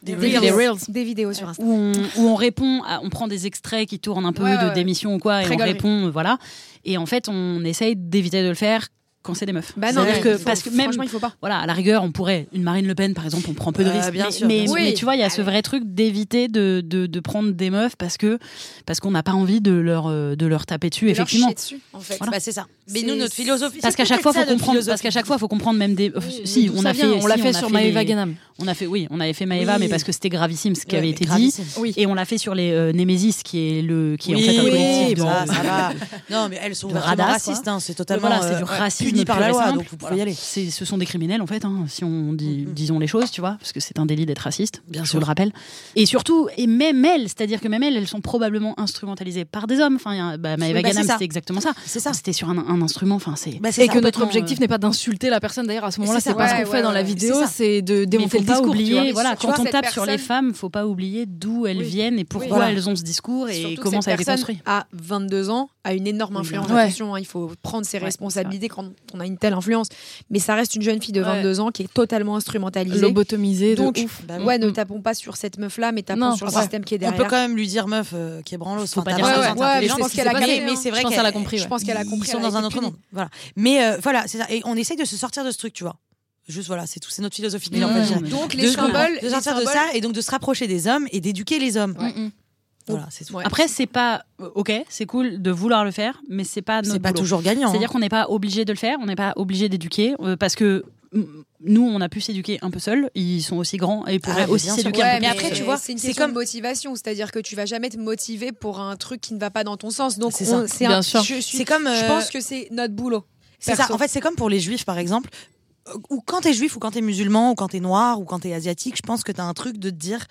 [SPEAKER 3] Des
[SPEAKER 2] Des
[SPEAKER 3] reels.
[SPEAKER 2] des reels.
[SPEAKER 4] Des vidéos sur Instagram.
[SPEAKER 1] où on, où on répond, à- on prend des extraits qui tournent un peu
[SPEAKER 4] Ouais, ouais,
[SPEAKER 1] de
[SPEAKER 4] ouais.
[SPEAKER 1] démission ou quoi, et
[SPEAKER 4] Très
[SPEAKER 1] on
[SPEAKER 4] galerie.
[SPEAKER 1] répond, euh, voilà. Et en fait, on essaye d'éviter de le faire quand c'est des meufs.
[SPEAKER 4] Bah non,
[SPEAKER 1] C'est-à-dire
[SPEAKER 4] mais
[SPEAKER 1] que,
[SPEAKER 4] il faut-
[SPEAKER 1] parce que même,
[SPEAKER 4] franchement, il faut pas.
[SPEAKER 1] voilà, à la rigueur, on pourrait, une Marine Le Pen, par exemple, on prend peu de
[SPEAKER 3] Euh,
[SPEAKER 1] risques.
[SPEAKER 3] bien
[SPEAKER 1] mais,
[SPEAKER 3] sûr,
[SPEAKER 1] mais,
[SPEAKER 3] bien
[SPEAKER 4] sûr.
[SPEAKER 1] mais
[SPEAKER 4] Oui.
[SPEAKER 1] tu vois, il y a ce vrai truc d'éviter de, de, de prendre des meufs parce que parce qu'on n'a pas envie de leur, euh, de leur taper dessus,
[SPEAKER 4] Faut leur
[SPEAKER 1] effectivement.
[SPEAKER 4] chier dessus, en fait.
[SPEAKER 1] Voilà.
[SPEAKER 3] Bah, c'est ça. Mais
[SPEAKER 4] C'est-
[SPEAKER 3] nous, notre philosophie.
[SPEAKER 1] Parce qu'à chaque fois, faut comprendre. Parce qu'à chaque fois, faut comprendre même des. si, on a fait,
[SPEAKER 2] on l'a
[SPEAKER 1] si,
[SPEAKER 2] fait
[SPEAKER 1] a
[SPEAKER 2] sur
[SPEAKER 1] des-
[SPEAKER 2] Maëva Ganam.
[SPEAKER 1] On a fait, oui, on avait fait Maëva,
[SPEAKER 3] Oui.
[SPEAKER 1] mais parce que c'était gravissime ce qui avait été dit.
[SPEAKER 2] Oui.
[SPEAKER 1] Et on l'a fait sur les euh, Némésis, qui est le qui est en
[SPEAKER 3] Oui,
[SPEAKER 1] fait un
[SPEAKER 3] oui, bah,
[SPEAKER 1] collectif de-
[SPEAKER 3] ça, ça va. Non, mais elles sont
[SPEAKER 1] de
[SPEAKER 3] vraiment
[SPEAKER 1] radasses,
[SPEAKER 3] racistes. hein, C'est totalement
[SPEAKER 1] Voilà, c'est
[SPEAKER 3] euh,
[SPEAKER 1] du
[SPEAKER 3] ouais,
[SPEAKER 1] racisme
[SPEAKER 3] puni par
[SPEAKER 1] pur
[SPEAKER 3] la
[SPEAKER 1] et
[SPEAKER 3] loi,
[SPEAKER 1] simple.
[SPEAKER 3] donc vous pouvez y
[SPEAKER 1] Voilà.
[SPEAKER 3] aller.
[SPEAKER 1] C'est- ce sont des criminels en fait, hein, si on dit,
[SPEAKER 3] Mhm.
[SPEAKER 1] disons les choses, tu vois, parce que c'est un délit d'être raciste.
[SPEAKER 3] Bien
[SPEAKER 1] je
[SPEAKER 3] sûr.
[SPEAKER 1] vous le rappelle. Et surtout, et même elles, c'est-à-dire que même elles, elles sont probablement instrumentalisées par des hommes. Enfin, il y a- bah, Maëva
[SPEAKER 3] Oui, bah, c'est
[SPEAKER 1] Ganam,
[SPEAKER 3] ça.
[SPEAKER 1] c'était exactement ça.
[SPEAKER 3] C'est ça.
[SPEAKER 1] C'était sur un, un instrument. Enfin, c'est
[SPEAKER 3] Bah, c'est
[SPEAKER 2] Et
[SPEAKER 3] ça.
[SPEAKER 2] que notre
[SPEAKER 1] complètement,
[SPEAKER 2] objectif
[SPEAKER 1] euh,
[SPEAKER 2] n'est pas d'insulter la personne. D'ailleurs, à ce moment-là,
[SPEAKER 3] c'est
[SPEAKER 2] c'est
[SPEAKER 3] ça.
[SPEAKER 2] pas ce qu'on
[SPEAKER 4] Ouais,
[SPEAKER 2] fait
[SPEAKER 4] ouais,
[SPEAKER 2] dans la
[SPEAKER 4] ouais,
[SPEAKER 2] vidéo,
[SPEAKER 3] c'est ça.
[SPEAKER 2] c'est de
[SPEAKER 1] Mais
[SPEAKER 2] démonter
[SPEAKER 1] faut
[SPEAKER 2] le
[SPEAKER 1] pas
[SPEAKER 2] discours. tu vois.
[SPEAKER 1] oublier, voilà,
[SPEAKER 4] tu
[SPEAKER 1] quand
[SPEAKER 4] vois,
[SPEAKER 1] on
[SPEAKER 4] cette
[SPEAKER 1] tape sur les
[SPEAKER 4] personne-
[SPEAKER 1] femmes, faut pas oublier d'où elles
[SPEAKER 4] Oui.
[SPEAKER 1] viennent et pourquoi
[SPEAKER 3] Voilà.
[SPEAKER 1] elles ont ce discours et
[SPEAKER 4] Surtout que
[SPEAKER 1] comment
[SPEAKER 4] cette
[SPEAKER 1] ça a été
[SPEAKER 4] personne
[SPEAKER 1] construit.
[SPEAKER 4] À 22 ans, a une énorme
[SPEAKER 1] Oui,
[SPEAKER 4] influence.
[SPEAKER 2] ouais.
[SPEAKER 4] Attention, hein, il faut prendre ses
[SPEAKER 1] Ouais,
[SPEAKER 4] responsabilités quand on a une telle influence. Mais ça reste une jeune fille de
[SPEAKER 2] Ouais.
[SPEAKER 4] 22 ans qui est totalement instrumentalisée.
[SPEAKER 2] Lobotomisée, de
[SPEAKER 4] Donc,
[SPEAKER 2] ouf.
[SPEAKER 3] Bah,
[SPEAKER 4] Ouais, ne
[SPEAKER 2] Mm.
[SPEAKER 4] tapons pas sur cette meuf-là, mais tapons
[SPEAKER 2] Non,
[SPEAKER 4] sur le
[SPEAKER 2] ouais.
[SPEAKER 4] système qui est
[SPEAKER 3] On
[SPEAKER 4] derrière.
[SPEAKER 3] peut quand même lui dire, meuf, euh, qui est branlos.
[SPEAKER 1] Faut pas
[SPEAKER 3] enfin,
[SPEAKER 1] dire
[SPEAKER 3] t'as
[SPEAKER 1] ça.
[SPEAKER 3] raison,
[SPEAKER 1] Ouais,
[SPEAKER 3] t'as
[SPEAKER 4] ouais,
[SPEAKER 3] raison,
[SPEAKER 4] mais je
[SPEAKER 3] c'est
[SPEAKER 4] pense qu'elle
[SPEAKER 3] ce qui
[SPEAKER 4] a
[SPEAKER 3] s'est passé,
[SPEAKER 4] capté,
[SPEAKER 3] Mais
[SPEAKER 4] hein.
[SPEAKER 3] c'est vrai
[SPEAKER 2] Je pense
[SPEAKER 3] qu'elle
[SPEAKER 2] qu'elle a compris.
[SPEAKER 4] Je
[SPEAKER 2] ouais.
[SPEAKER 4] pense qu'elle a compris.
[SPEAKER 3] Ils sont
[SPEAKER 4] elle a
[SPEAKER 3] dans un
[SPEAKER 4] été
[SPEAKER 3] autre
[SPEAKER 4] punie.
[SPEAKER 3] monde. Voilà. Mais euh, voilà, c'est ça. Et on essaye de se sortir de ce truc, tu vois. Juste voilà, c'est tout. C'est notre philosophie. de vie, en fait,
[SPEAKER 1] Ouais,
[SPEAKER 3] je dirais.
[SPEAKER 1] mais-
[SPEAKER 4] Donc
[SPEAKER 3] de
[SPEAKER 4] les
[SPEAKER 3] se-
[SPEAKER 4] symboles,
[SPEAKER 3] de
[SPEAKER 4] les
[SPEAKER 3] sortir de
[SPEAKER 4] symboles-
[SPEAKER 3] ça et donc de se rapprocher des hommes et d'éduquer les hommes.
[SPEAKER 4] Ouais.
[SPEAKER 2] Mm, mm.
[SPEAKER 3] Voilà, c'est tout.
[SPEAKER 4] Ouais.
[SPEAKER 1] Après, c'est pas euh, ok, c'est cool de vouloir le faire, mais c'est pas notre
[SPEAKER 3] C'est pas
[SPEAKER 1] boulot.
[SPEAKER 3] toujours hein. gagnant.
[SPEAKER 1] C'est-à-dire qu'on n'est pas obligé de le faire, on n'est pas obligé d'éduquer, euh, parce que mm, nous, on a pu s'éduquer un peu seuls, ils sont aussi grands et ils pourraient
[SPEAKER 3] Ah, mais
[SPEAKER 1] aussi
[SPEAKER 3] bien
[SPEAKER 1] s'éduquer
[SPEAKER 3] sûr.
[SPEAKER 1] un
[SPEAKER 4] Ouais,
[SPEAKER 1] peu
[SPEAKER 3] mais
[SPEAKER 1] plus
[SPEAKER 3] après,
[SPEAKER 1] seuls.
[SPEAKER 3] tu vois,
[SPEAKER 4] c'est une
[SPEAKER 3] c'est
[SPEAKER 4] question
[SPEAKER 3] comme-
[SPEAKER 4] de motivation, c'est-à-dire que tu vas jamais te motiver pour un truc qui ne va pas dans ton sens. Donc
[SPEAKER 3] C'est ça.
[SPEAKER 4] on- c'est
[SPEAKER 2] Bien
[SPEAKER 4] un-
[SPEAKER 2] sûr.
[SPEAKER 4] je suis-
[SPEAKER 3] C'est comme.
[SPEAKER 4] je
[SPEAKER 3] euh,
[SPEAKER 4] pense que c'est notre boulot.
[SPEAKER 3] c'est ça.
[SPEAKER 4] perso.
[SPEAKER 3] En fait, c'est comme pour les juifs, par exemple. Euh, ou quand t'es juif, ou quand t'es musulman, ou quand t'es noir, ou quand t'es asiatique, je pense que t'as un truc de te dire.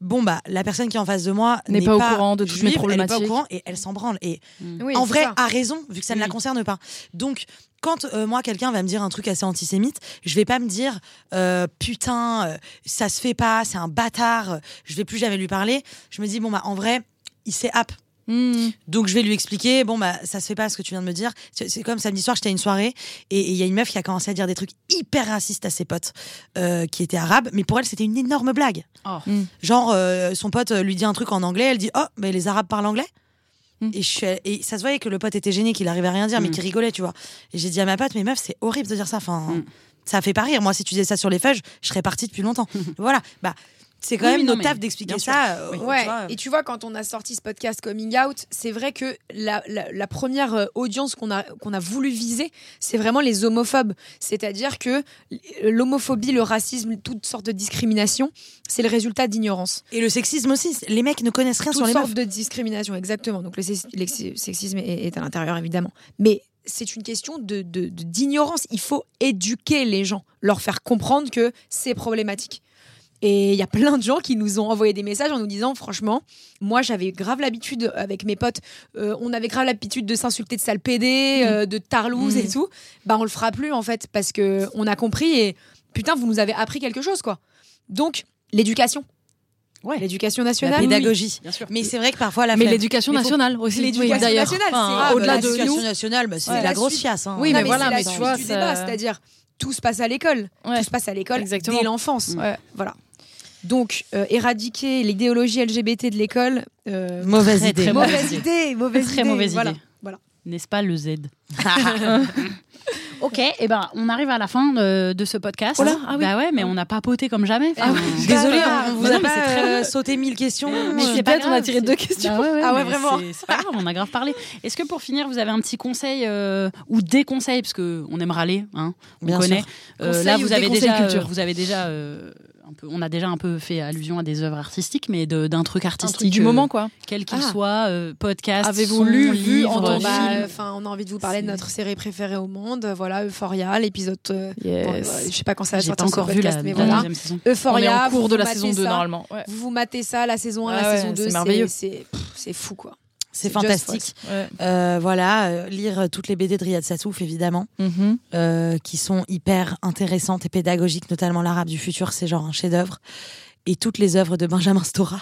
[SPEAKER 3] Bon bah la personne qui est en face de moi
[SPEAKER 2] N'est pas au courant de toutes mes
[SPEAKER 3] juive, Elle est pas
[SPEAKER 2] problématiques.
[SPEAKER 3] au courant et elle s'en branle et
[SPEAKER 4] Oui,
[SPEAKER 3] en
[SPEAKER 4] c'est
[SPEAKER 3] vrai
[SPEAKER 4] ça.
[SPEAKER 3] a raison vu que ça ne la concerne pas. Donc quand euh, moi quelqu'un va me dire un truc assez antisémite, je vais pas me dire euh, putain euh, ça se fait pas, c'est un bâtard, euh, je vais plus jamais lui parler. Je me dis bon bah en vrai il s'est hap. Donc je vais lui expliquer, bon bah ça se fait pas ce que tu viens de me dire. C'est c'est comme samedi soir, j'étais à une soirée et et il y a une meuf qui a commencé à dire des trucs hyper racistes à ses potes euh, qui étaient arabes, mais pour elle c'était une énorme blague.
[SPEAKER 1] Oh.
[SPEAKER 2] Mm.
[SPEAKER 3] Genre euh, son pote euh, lui dit un truc en anglais, elle dit oh mais les arabes parlent anglais.
[SPEAKER 2] Mm.
[SPEAKER 3] Et, je suis allée- et ça se voyait que le pote était gêné, qu'il arrivait à rien dire, mais
[SPEAKER 1] Mm.
[SPEAKER 3] qu'il rigolait, tu vois. Et j'ai dit à ma pote, mais meuf, c'est horrible de dire ça. Enfin,
[SPEAKER 1] Mm.
[SPEAKER 3] ça fait pas rire. Moi, si tu disais ça sur les feuilles, je serais partie
[SPEAKER 1] (laughs)
[SPEAKER 3] depuis longtemps. voilà. Bah, c'est quand
[SPEAKER 1] Oui,
[SPEAKER 3] même
[SPEAKER 1] oui, non,
[SPEAKER 3] notre taf
[SPEAKER 1] mais
[SPEAKER 3] d'expliquer
[SPEAKER 1] bien sûr.
[SPEAKER 3] ça. euh, tu
[SPEAKER 4] Ouais,
[SPEAKER 3] vois.
[SPEAKER 4] et tu vois, quand on a sorti ce podcast Coming Out, c'est vrai que la, la- la première euh, audience qu'on a, qu'on a voulu viser, c'est vraiment les homophobes. C'est-à-dire que l'homophobie, le racisme, toutes sortes de discriminations, c'est le résultat d'ignorance.
[SPEAKER 3] Et le sexisme aussi. Les mecs ne connaissent rien sur
[SPEAKER 4] Toutes
[SPEAKER 3] les meufs.
[SPEAKER 4] sortes de discriminations, exactement. Donc le sex- le sexisme est, est à l'intérieur, évidemment. Mais c'est une question de- de- de- d'ignorance. Il faut éduquer les gens, leur faire comprendre que c'est problématique. Et il y a plein de gens qui nous ont envoyé des messages en nous disant, franchement, moi j'avais grave l'habitude avec mes potes, euh, on avait grave l'habitude de s'insulter de sale
[SPEAKER 3] Mmh.
[SPEAKER 4] PD, euh, de tarlouse et tout. Bah on le fera plus en fait parce que on a compris et putain vous nous avez appris quelque chose quoi. Donc l'éducation,
[SPEAKER 1] Ouais.
[SPEAKER 4] l'éducation
[SPEAKER 3] La
[SPEAKER 4] nationale.
[SPEAKER 3] pédagogie.
[SPEAKER 1] Bien sûr.
[SPEAKER 3] Mais c'est vrai que parfois la
[SPEAKER 2] Mais
[SPEAKER 3] flemme.
[SPEAKER 2] l'éducation
[SPEAKER 3] Mais faut-
[SPEAKER 2] nationale aussi.
[SPEAKER 4] L'éducation
[SPEAKER 2] oui, d'ailleurs.
[SPEAKER 4] nationale,
[SPEAKER 2] Enfin,
[SPEAKER 4] c'est grave,
[SPEAKER 2] au-delà de
[SPEAKER 3] l'éducation
[SPEAKER 2] nous.
[SPEAKER 3] nationale, bah, c'est
[SPEAKER 4] Ouais.
[SPEAKER 3] la
[SPEAKER 4] La
[SPEAKER 3] grosse
[SPEAKER 4] suite.
[SPEAKER 3] chiasse. hein.
[SPEAKER 2] Oui,
[SPEAKER 4] Non,
[SPEAKER 2] mais voilà,
[SPEAKER 4] c'est la
[SPEAKER 2] mais tu
[SPEAKER 4] suite
[SPEAKER 2] vois,
[SPEAKER 4] du
[SPEAKER 2] ça-
[SPEAKER 4] débat, c'est-à-dire tout se passe à l'école,
[SPEAKER 2] Ouais.
[SPEAKER 4] tout se passe à l'école
[SPEAKER 2] Exactement.
[SPEAKER 4] dès l'enfance.
[SPEAKER 1] Mm.
[SPEAKER 2] Ouais.
[SPEAKER 4] Voilà. Donc euh, éradiquer l'idéologie LGBT de l'école, euh,
[SPEAKER 3] Mauvaise
[SPEAKER 1] Très,
[SPEAKER 3] idée.
[SPEAKER 1] très mauvaise
[SPEAKER 4] mauvaise idée, mauvaise
[SPEAKER 1] Très
[SPEAKER 4] idée,
[SPEAKER 1] mauvaise
[SPEAKER 4] voilà.
[SPEAKER 1] idée.
[SPEAKER 4] Voilà.
[SPEAKER 1] N'est-ce pas le Z Ok, et ben on arrive à la fin de, de ce podcast.
[SPEAKER 2] Oh là, ah oui.
[SPEAKER 1] Bah ouais, mais on a papoté comme jamais.
[SPEAKER 4] Ah oui.
[SPEAKER 3] (laughs) Désolée,
[SPEAKER 4] Ah, bah,
[SPEAKER 3] on vous
[SPEAKER 4] bah,
[SPEAKER 3] a
[SPEAKER 4] non, mais
[SPEAKER 3] pas
[SPEAKER 4] c'est très-
[SPEAKER 3] euh, sauté mille questions.
[SPEAKER 1] Mais
[SPEAKER 2] Je
[SPEAKER 1] c'est
[SPEAKER 2] suis
[SPEAKER 1] pas
[SPEAKER 2] bête, on a
[SPEAKER 1] grave,
[SPEAKER 2] tiré
[SPEAKER 1] c'est-
[SPEAKER 2] deux questions.
[SPEAKER 1] Bah ouais, ouais,
[SPEAKER 4] Ah ouais,
[SPEAKER 1] mais
[SPEAKER 4] vraiment.
[SPEAKER 1] C'est c'est pas grave, on a grave parlé. Est-ce que pour finir, vous avez un petit conseil euh, ou des conseils, parce que on aime râler, hein, on
[SPEAKER 3] Bien
[SPEAKER 1] connaît.
[SPEAKER 3] sûr.
[SPEAKER 1] Euh,
[SPEAKER 2] Conseils
[SPEAKER 1] là,
[SPEAKER 2] ou
[SPEAKER 1] vous
[SPEAKER 2] des
[SPEAKER 1] avez,
[SPEAKER 2] conseils
[SPEAKER 1] déjà, euh,
[SPEAKER 2] culture.
[SPEAKER 1] vous avez déjà, euh, un peu, on a déjà un peu fait allusion à des œuvres artistiques, mais de- d'un truc
[SPEAKER 2] Un
[SPEAKER 1] artistique
[SPEAKER 2] truc du
[SPEAKER 1] euh,
[SPEAKER 2] moment, quoi.
[SPEAKER 1] quel qu'il
[SPEAKER 2] Ah.
[SPEAKER 1] soit, euh, podcast,
[SPEAKER 2] Avez-vous
[SPEAKER 1] son,
[SPEAKER 2] lu, vu,
[SPEAKER 1] livre,
[SPEAKER 2] entendu
[SPEAKER 1] film.
[SPEAKER 4] Bah, enfin, on a envie de vous parler de notre série préférée au monde, voilà Euphoria, l'épisode. euh, bon, euh, je sais pas quand ça va
[SPEAKER 1] J'ai pas
[SPEAKER 4] sortir sur
[SPEAKER 1] encore
[SPEAKER 4] le
[SPEAKER 1] vu
[SPEAKER 4] podcast,
[SPEAKER 1] la,
[SPEAKER 4] mais
[SPEAKER 1] la
[SPEAKER 4] voilà.
[SPEAKER 1] deuxième saison.
[SPEAKER 2] On est
[SPEAKER 4] Euphoria,
[SPEAKER 2] en cours
[SPEAKER 4] vous
[SPEAKER 2] de la
[SPEAKER 4] matez
[SPEAKER 2] saison 2,
[SPEAKER 4] ça.
[SPEAKER 2] normalement. Ouais.
[SPEAKER 4] Vous vous matez ça, la saison 1,
[SPEAKER 2] Ah
[SPEAKER 4] la
[SPEAKER 2] ouais,
[SPEAKER 4] saison 2,
[SPEAKER 2] c'est merveilleux.
[SPEAKER 4] c'est pff, c'est fou
[SPEAKER 2] (laughs)
[SPEAKER 4] quoi.
[SPEAKER 3] C'est
[SPEAKER 4] Just
[SPEAKER 3] fantastique.
[SPEAKER 2] Ouais.
[SPEAKER 3] Euh, voilà, euh, lire euh, toutes les BD de Riyad Sassouf, évidemment,
[SPEAKER 2] Mhm.
[SPEAKER 3] euh, qui sont hyper intéressantes et pédagogiques, notamment l'arabe du futur, c'est genre un chef-d'œuvre. Et toutes les œuvres de Benjamin Stora.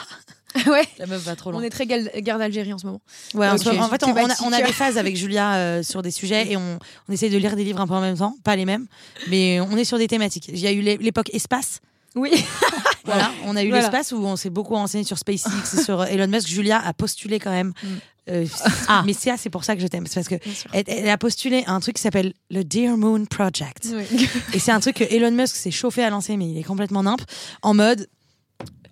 [SPEAKER 4] ouais.
[SPEAKER 3] La meuf va trop
[SPEAKER 4] On est très gal- garde d'Algérie en ce moment.
[SPEAKER 3] Ouais, en
[SPEAKER 4] Ok.
[SPEAKER 3] ce moment- en fait, on, on a, on a
[SPEAKER 4] Thématique.
[SPEAKER 3] des phases avec Julia euh, sur des sujets et on, on essaye de lire des livres un peu en même temps, pas les mêmes, mais on est sur des thématiques. Il y a eu l'é- l'époque espace.
[SPEAKER 4] Oui. (laughs)
[SPEAKER 3] Voilà, on a eu
[SPEAKER 4] Voilà.
[SPEAKER 3] l'espace où on s'est beaucoup renseigné sur SpaceX et sur euh, Elon Musk. Julia a postulé quand même.
[SPEAKER 4] Mm.
[SPEAKER 3] Euh,
[SPEAKER 4] Ah.
[SPEAKER 3] Mais c'est c'est pour ça que je t'aime, c'est parce que elle, elle a postulé un truc qui s'appelle le Dear Moon Project.
[SPEAKER 2] (laughs)
[SPEAKER 3] Et c'est un truc que Elon Musk s'est chauffé à lancer, mais il est complètement nimp. En mode,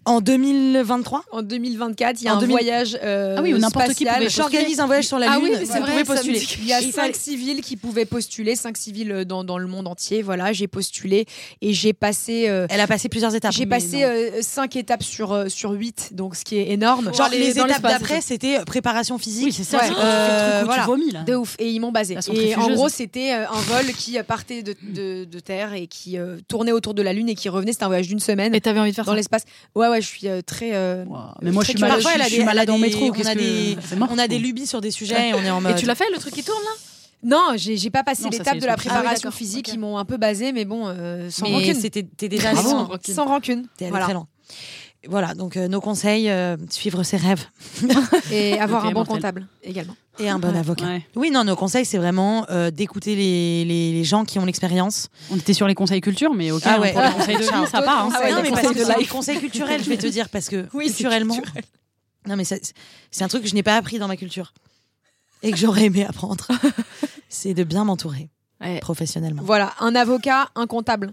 [SPEAKER 3] en 2023,
[SPEAKER 4] En 2024, il y a
[SPEAKER 3] En
[SPEAKER 4] un
[SPEAKER 3] 2000
[SPEAKER 4] voyage euh,
[SPEAKER 1] Ah oui, ou n'importe qui
[SPEAKER 4] spatial.
[SPEAKER 1] pouvait
[SPEAKER 3] j'organise un voyage sur la euh,
[SPEAKER 4] Ah
[SPEAKER 3] Lune.
[SPEAKER 4] oui, mais
[SPEAKER 3] vous
[SPEAKER 4] c'est
[SPEAKER 3] pouvez
[SPEAKER 4] vrai, ça me
[SPEAKER 3] postuler.
[SPEAKER 4] dit qu'il y a
[SPEAKER 3] Et il
[SPEAKER 4] cinq civils qui pouvaient postuler, cinq civils euh, dans, dans le monde entier. Voilà, j'ai postulé et j'ai passé. euh,
[SPEAKER 3] Elle a passé plusieurs étapes.
[SPEAKER 4] j'ai
[SPEAKER 3] Mais
[SPEAKER 4] passé
[SPEAKER 3] non.
[SPEAKER 4] euh, cinq étapes sur, euh, sur huit, donc ce qui est énorme.
[SPEAKER 3] euh, Genre
[SPEAKER 2] aller
[SPEAKER 3] les
[SPEAKER 2] dans
[SPEAKER 3] étapes
[SPEAKER 2] l'espace,
[SPEAKER 3] d'après, c'était euh, préparation physique.
[SPEAKER 1] Oui, c'est ça,
[SPEAKER 4] Ouais.
[SPEAKER 1] c'est quand Oh, tu fais le
[SPEAKER 3] Euh,
[SPEAKER 1] truc où
[SPEAKER 3] voilà.
[SPEAKER 1] tu vomis, là.
[SPEAKER 4] De ouf. Et ils m'ont basé.
[SPEAKER 1] La
[SPEAKER 4] Et en
[SPEAKER 1] centrifugeuse.
[SPEAKER 4] gros, c'était euh, un vol qui euh, partait de, de- de Terre et qui euh, tournait autour de la Lune et qui revenait. C'était un voyage d'une semaine
[SPEAKER 2] Et t'avais envie de faire
[SPEAKER 4] dans
[SPEAKER 2] ça.
[SPEAKER 4] l'espace. Ouais, ouais, je suis euh, très. euh,
[SPEAKER 1] Wow. Mais moi, je suis
[SPEAKER 4] Très
[SPEAKER 1] malade,
[SPEAKER 4] curieux.
[SPEAKER 1] je
[SPEAKER 3] Parfois, elle a
[SPEAKER 1] suis- je suis
[SPEAKER 3] des-
[SPEAKER 1] malade
[SPEAKER 3] elle a
[SPEAKER 1] en
[SPEAKER 3] des-
[SPEAKER 1] métro.
[SPEAKER 3] on
[SPEAKER 1] qu'est-ce
[SPEAKER 3] a
[SPEAKER 1] que-
[SPEAKER 3] des-
[SPEAKER 1] c'est mort.
[SPEAKER 3] On a des lubies sur des sujets et on est en mode.
[SPEAKER 2] Et tu l'as fait, le truc qui tourne là
[SPEAKER 4] Non, j'ai j'ai pas passé
[SPEAKER 1] Non, ça,
[SPEAKER 4] l'étape
[SPEAKER 1] c'est
[SPEAKER 4] de la
[SPEAKER 1] les trucs.
[SPEAKER 2] Ah oui,
[SPEAKER 4] préparation
[SPEAKER 2] d'accord,
[SPEAKER 4] physique.
[SPEAKER 2] ok.
[SPEAKER 4] Ils m'ont un peu basé, mais bon, euh, sans
[SPEAKER 3] Mais
[SPEAKER 4] rancune.
[SPEAKER 3] c'était t'es déjà allé
[SPEAKER 4] Bravo.
[SPEAKER 3] loin.
[SPEAKER 2] rancune.
[SPEAKER 4] Sans rancune.
[SPEAKER 3] Ah T'es allé
[SPEAKER 4] Voilà.
[SPEAKER 3] très loin. Voilà, donc euh, nos conseils, euh, suivre ses rêves
[SPEAKER 4] Et avoir
[SPEAKER 1] Ok,
[SPEAKER 4] un bon
[SPEAKER 1] mortel.
[SPEAKER 4] comptable également.
[SPEAKER 3] et un bon
[SPEAKER 1] Ouais.
[SPEAKER 3] avocat.
[SPEAKER 1] Ouais.
[SPEAKER 3] Oui, non, nos conseils, c'est vraiment euh, d'écouter les, les, les gens qui ont l'expérience.
[SPEAKER 1] On était sur les conseils culture, mais ok,
[SPEAKER 3] Ah ouais.
[SPEAKER 1] pour les conseils de
[SPEAKER 3] (laughs)
[SPEAKER 1] vie, ça
[SPEAKER 4] D'autres
[SPEAKER 1] part. hein.
[SPEAKER 4] conseils. Ah ouais,
[SPEAKER 3] non,
[SPEAKER 4] des
[SPEAKER 3] mais parce
[SPEAKER 4] conseils
[SPEAKER 3] que
[SPEAKER 4] de
[SPEAKER 3] c'est des
[SPEAKER 4] life.
[SPEAKER 3] conseils culturels, je vais te dire, parce que
[SPEAKER 4] (laughs) Oui, c'est
[SPEAKER 3] culturellement. Non, mais ça- c'est un truc que je n'ai pas appris dans ma culture et que j'aurais aimé
[SPEAKER 4] (laughs)
[SPEAKER 3] apprendre. c'est de bien m'entourer
[SPEAKER 2] Ouais.
[SPEAKER 3] professionnellement.
[SPEAKER 4] Voilà, un avocat, un comptable.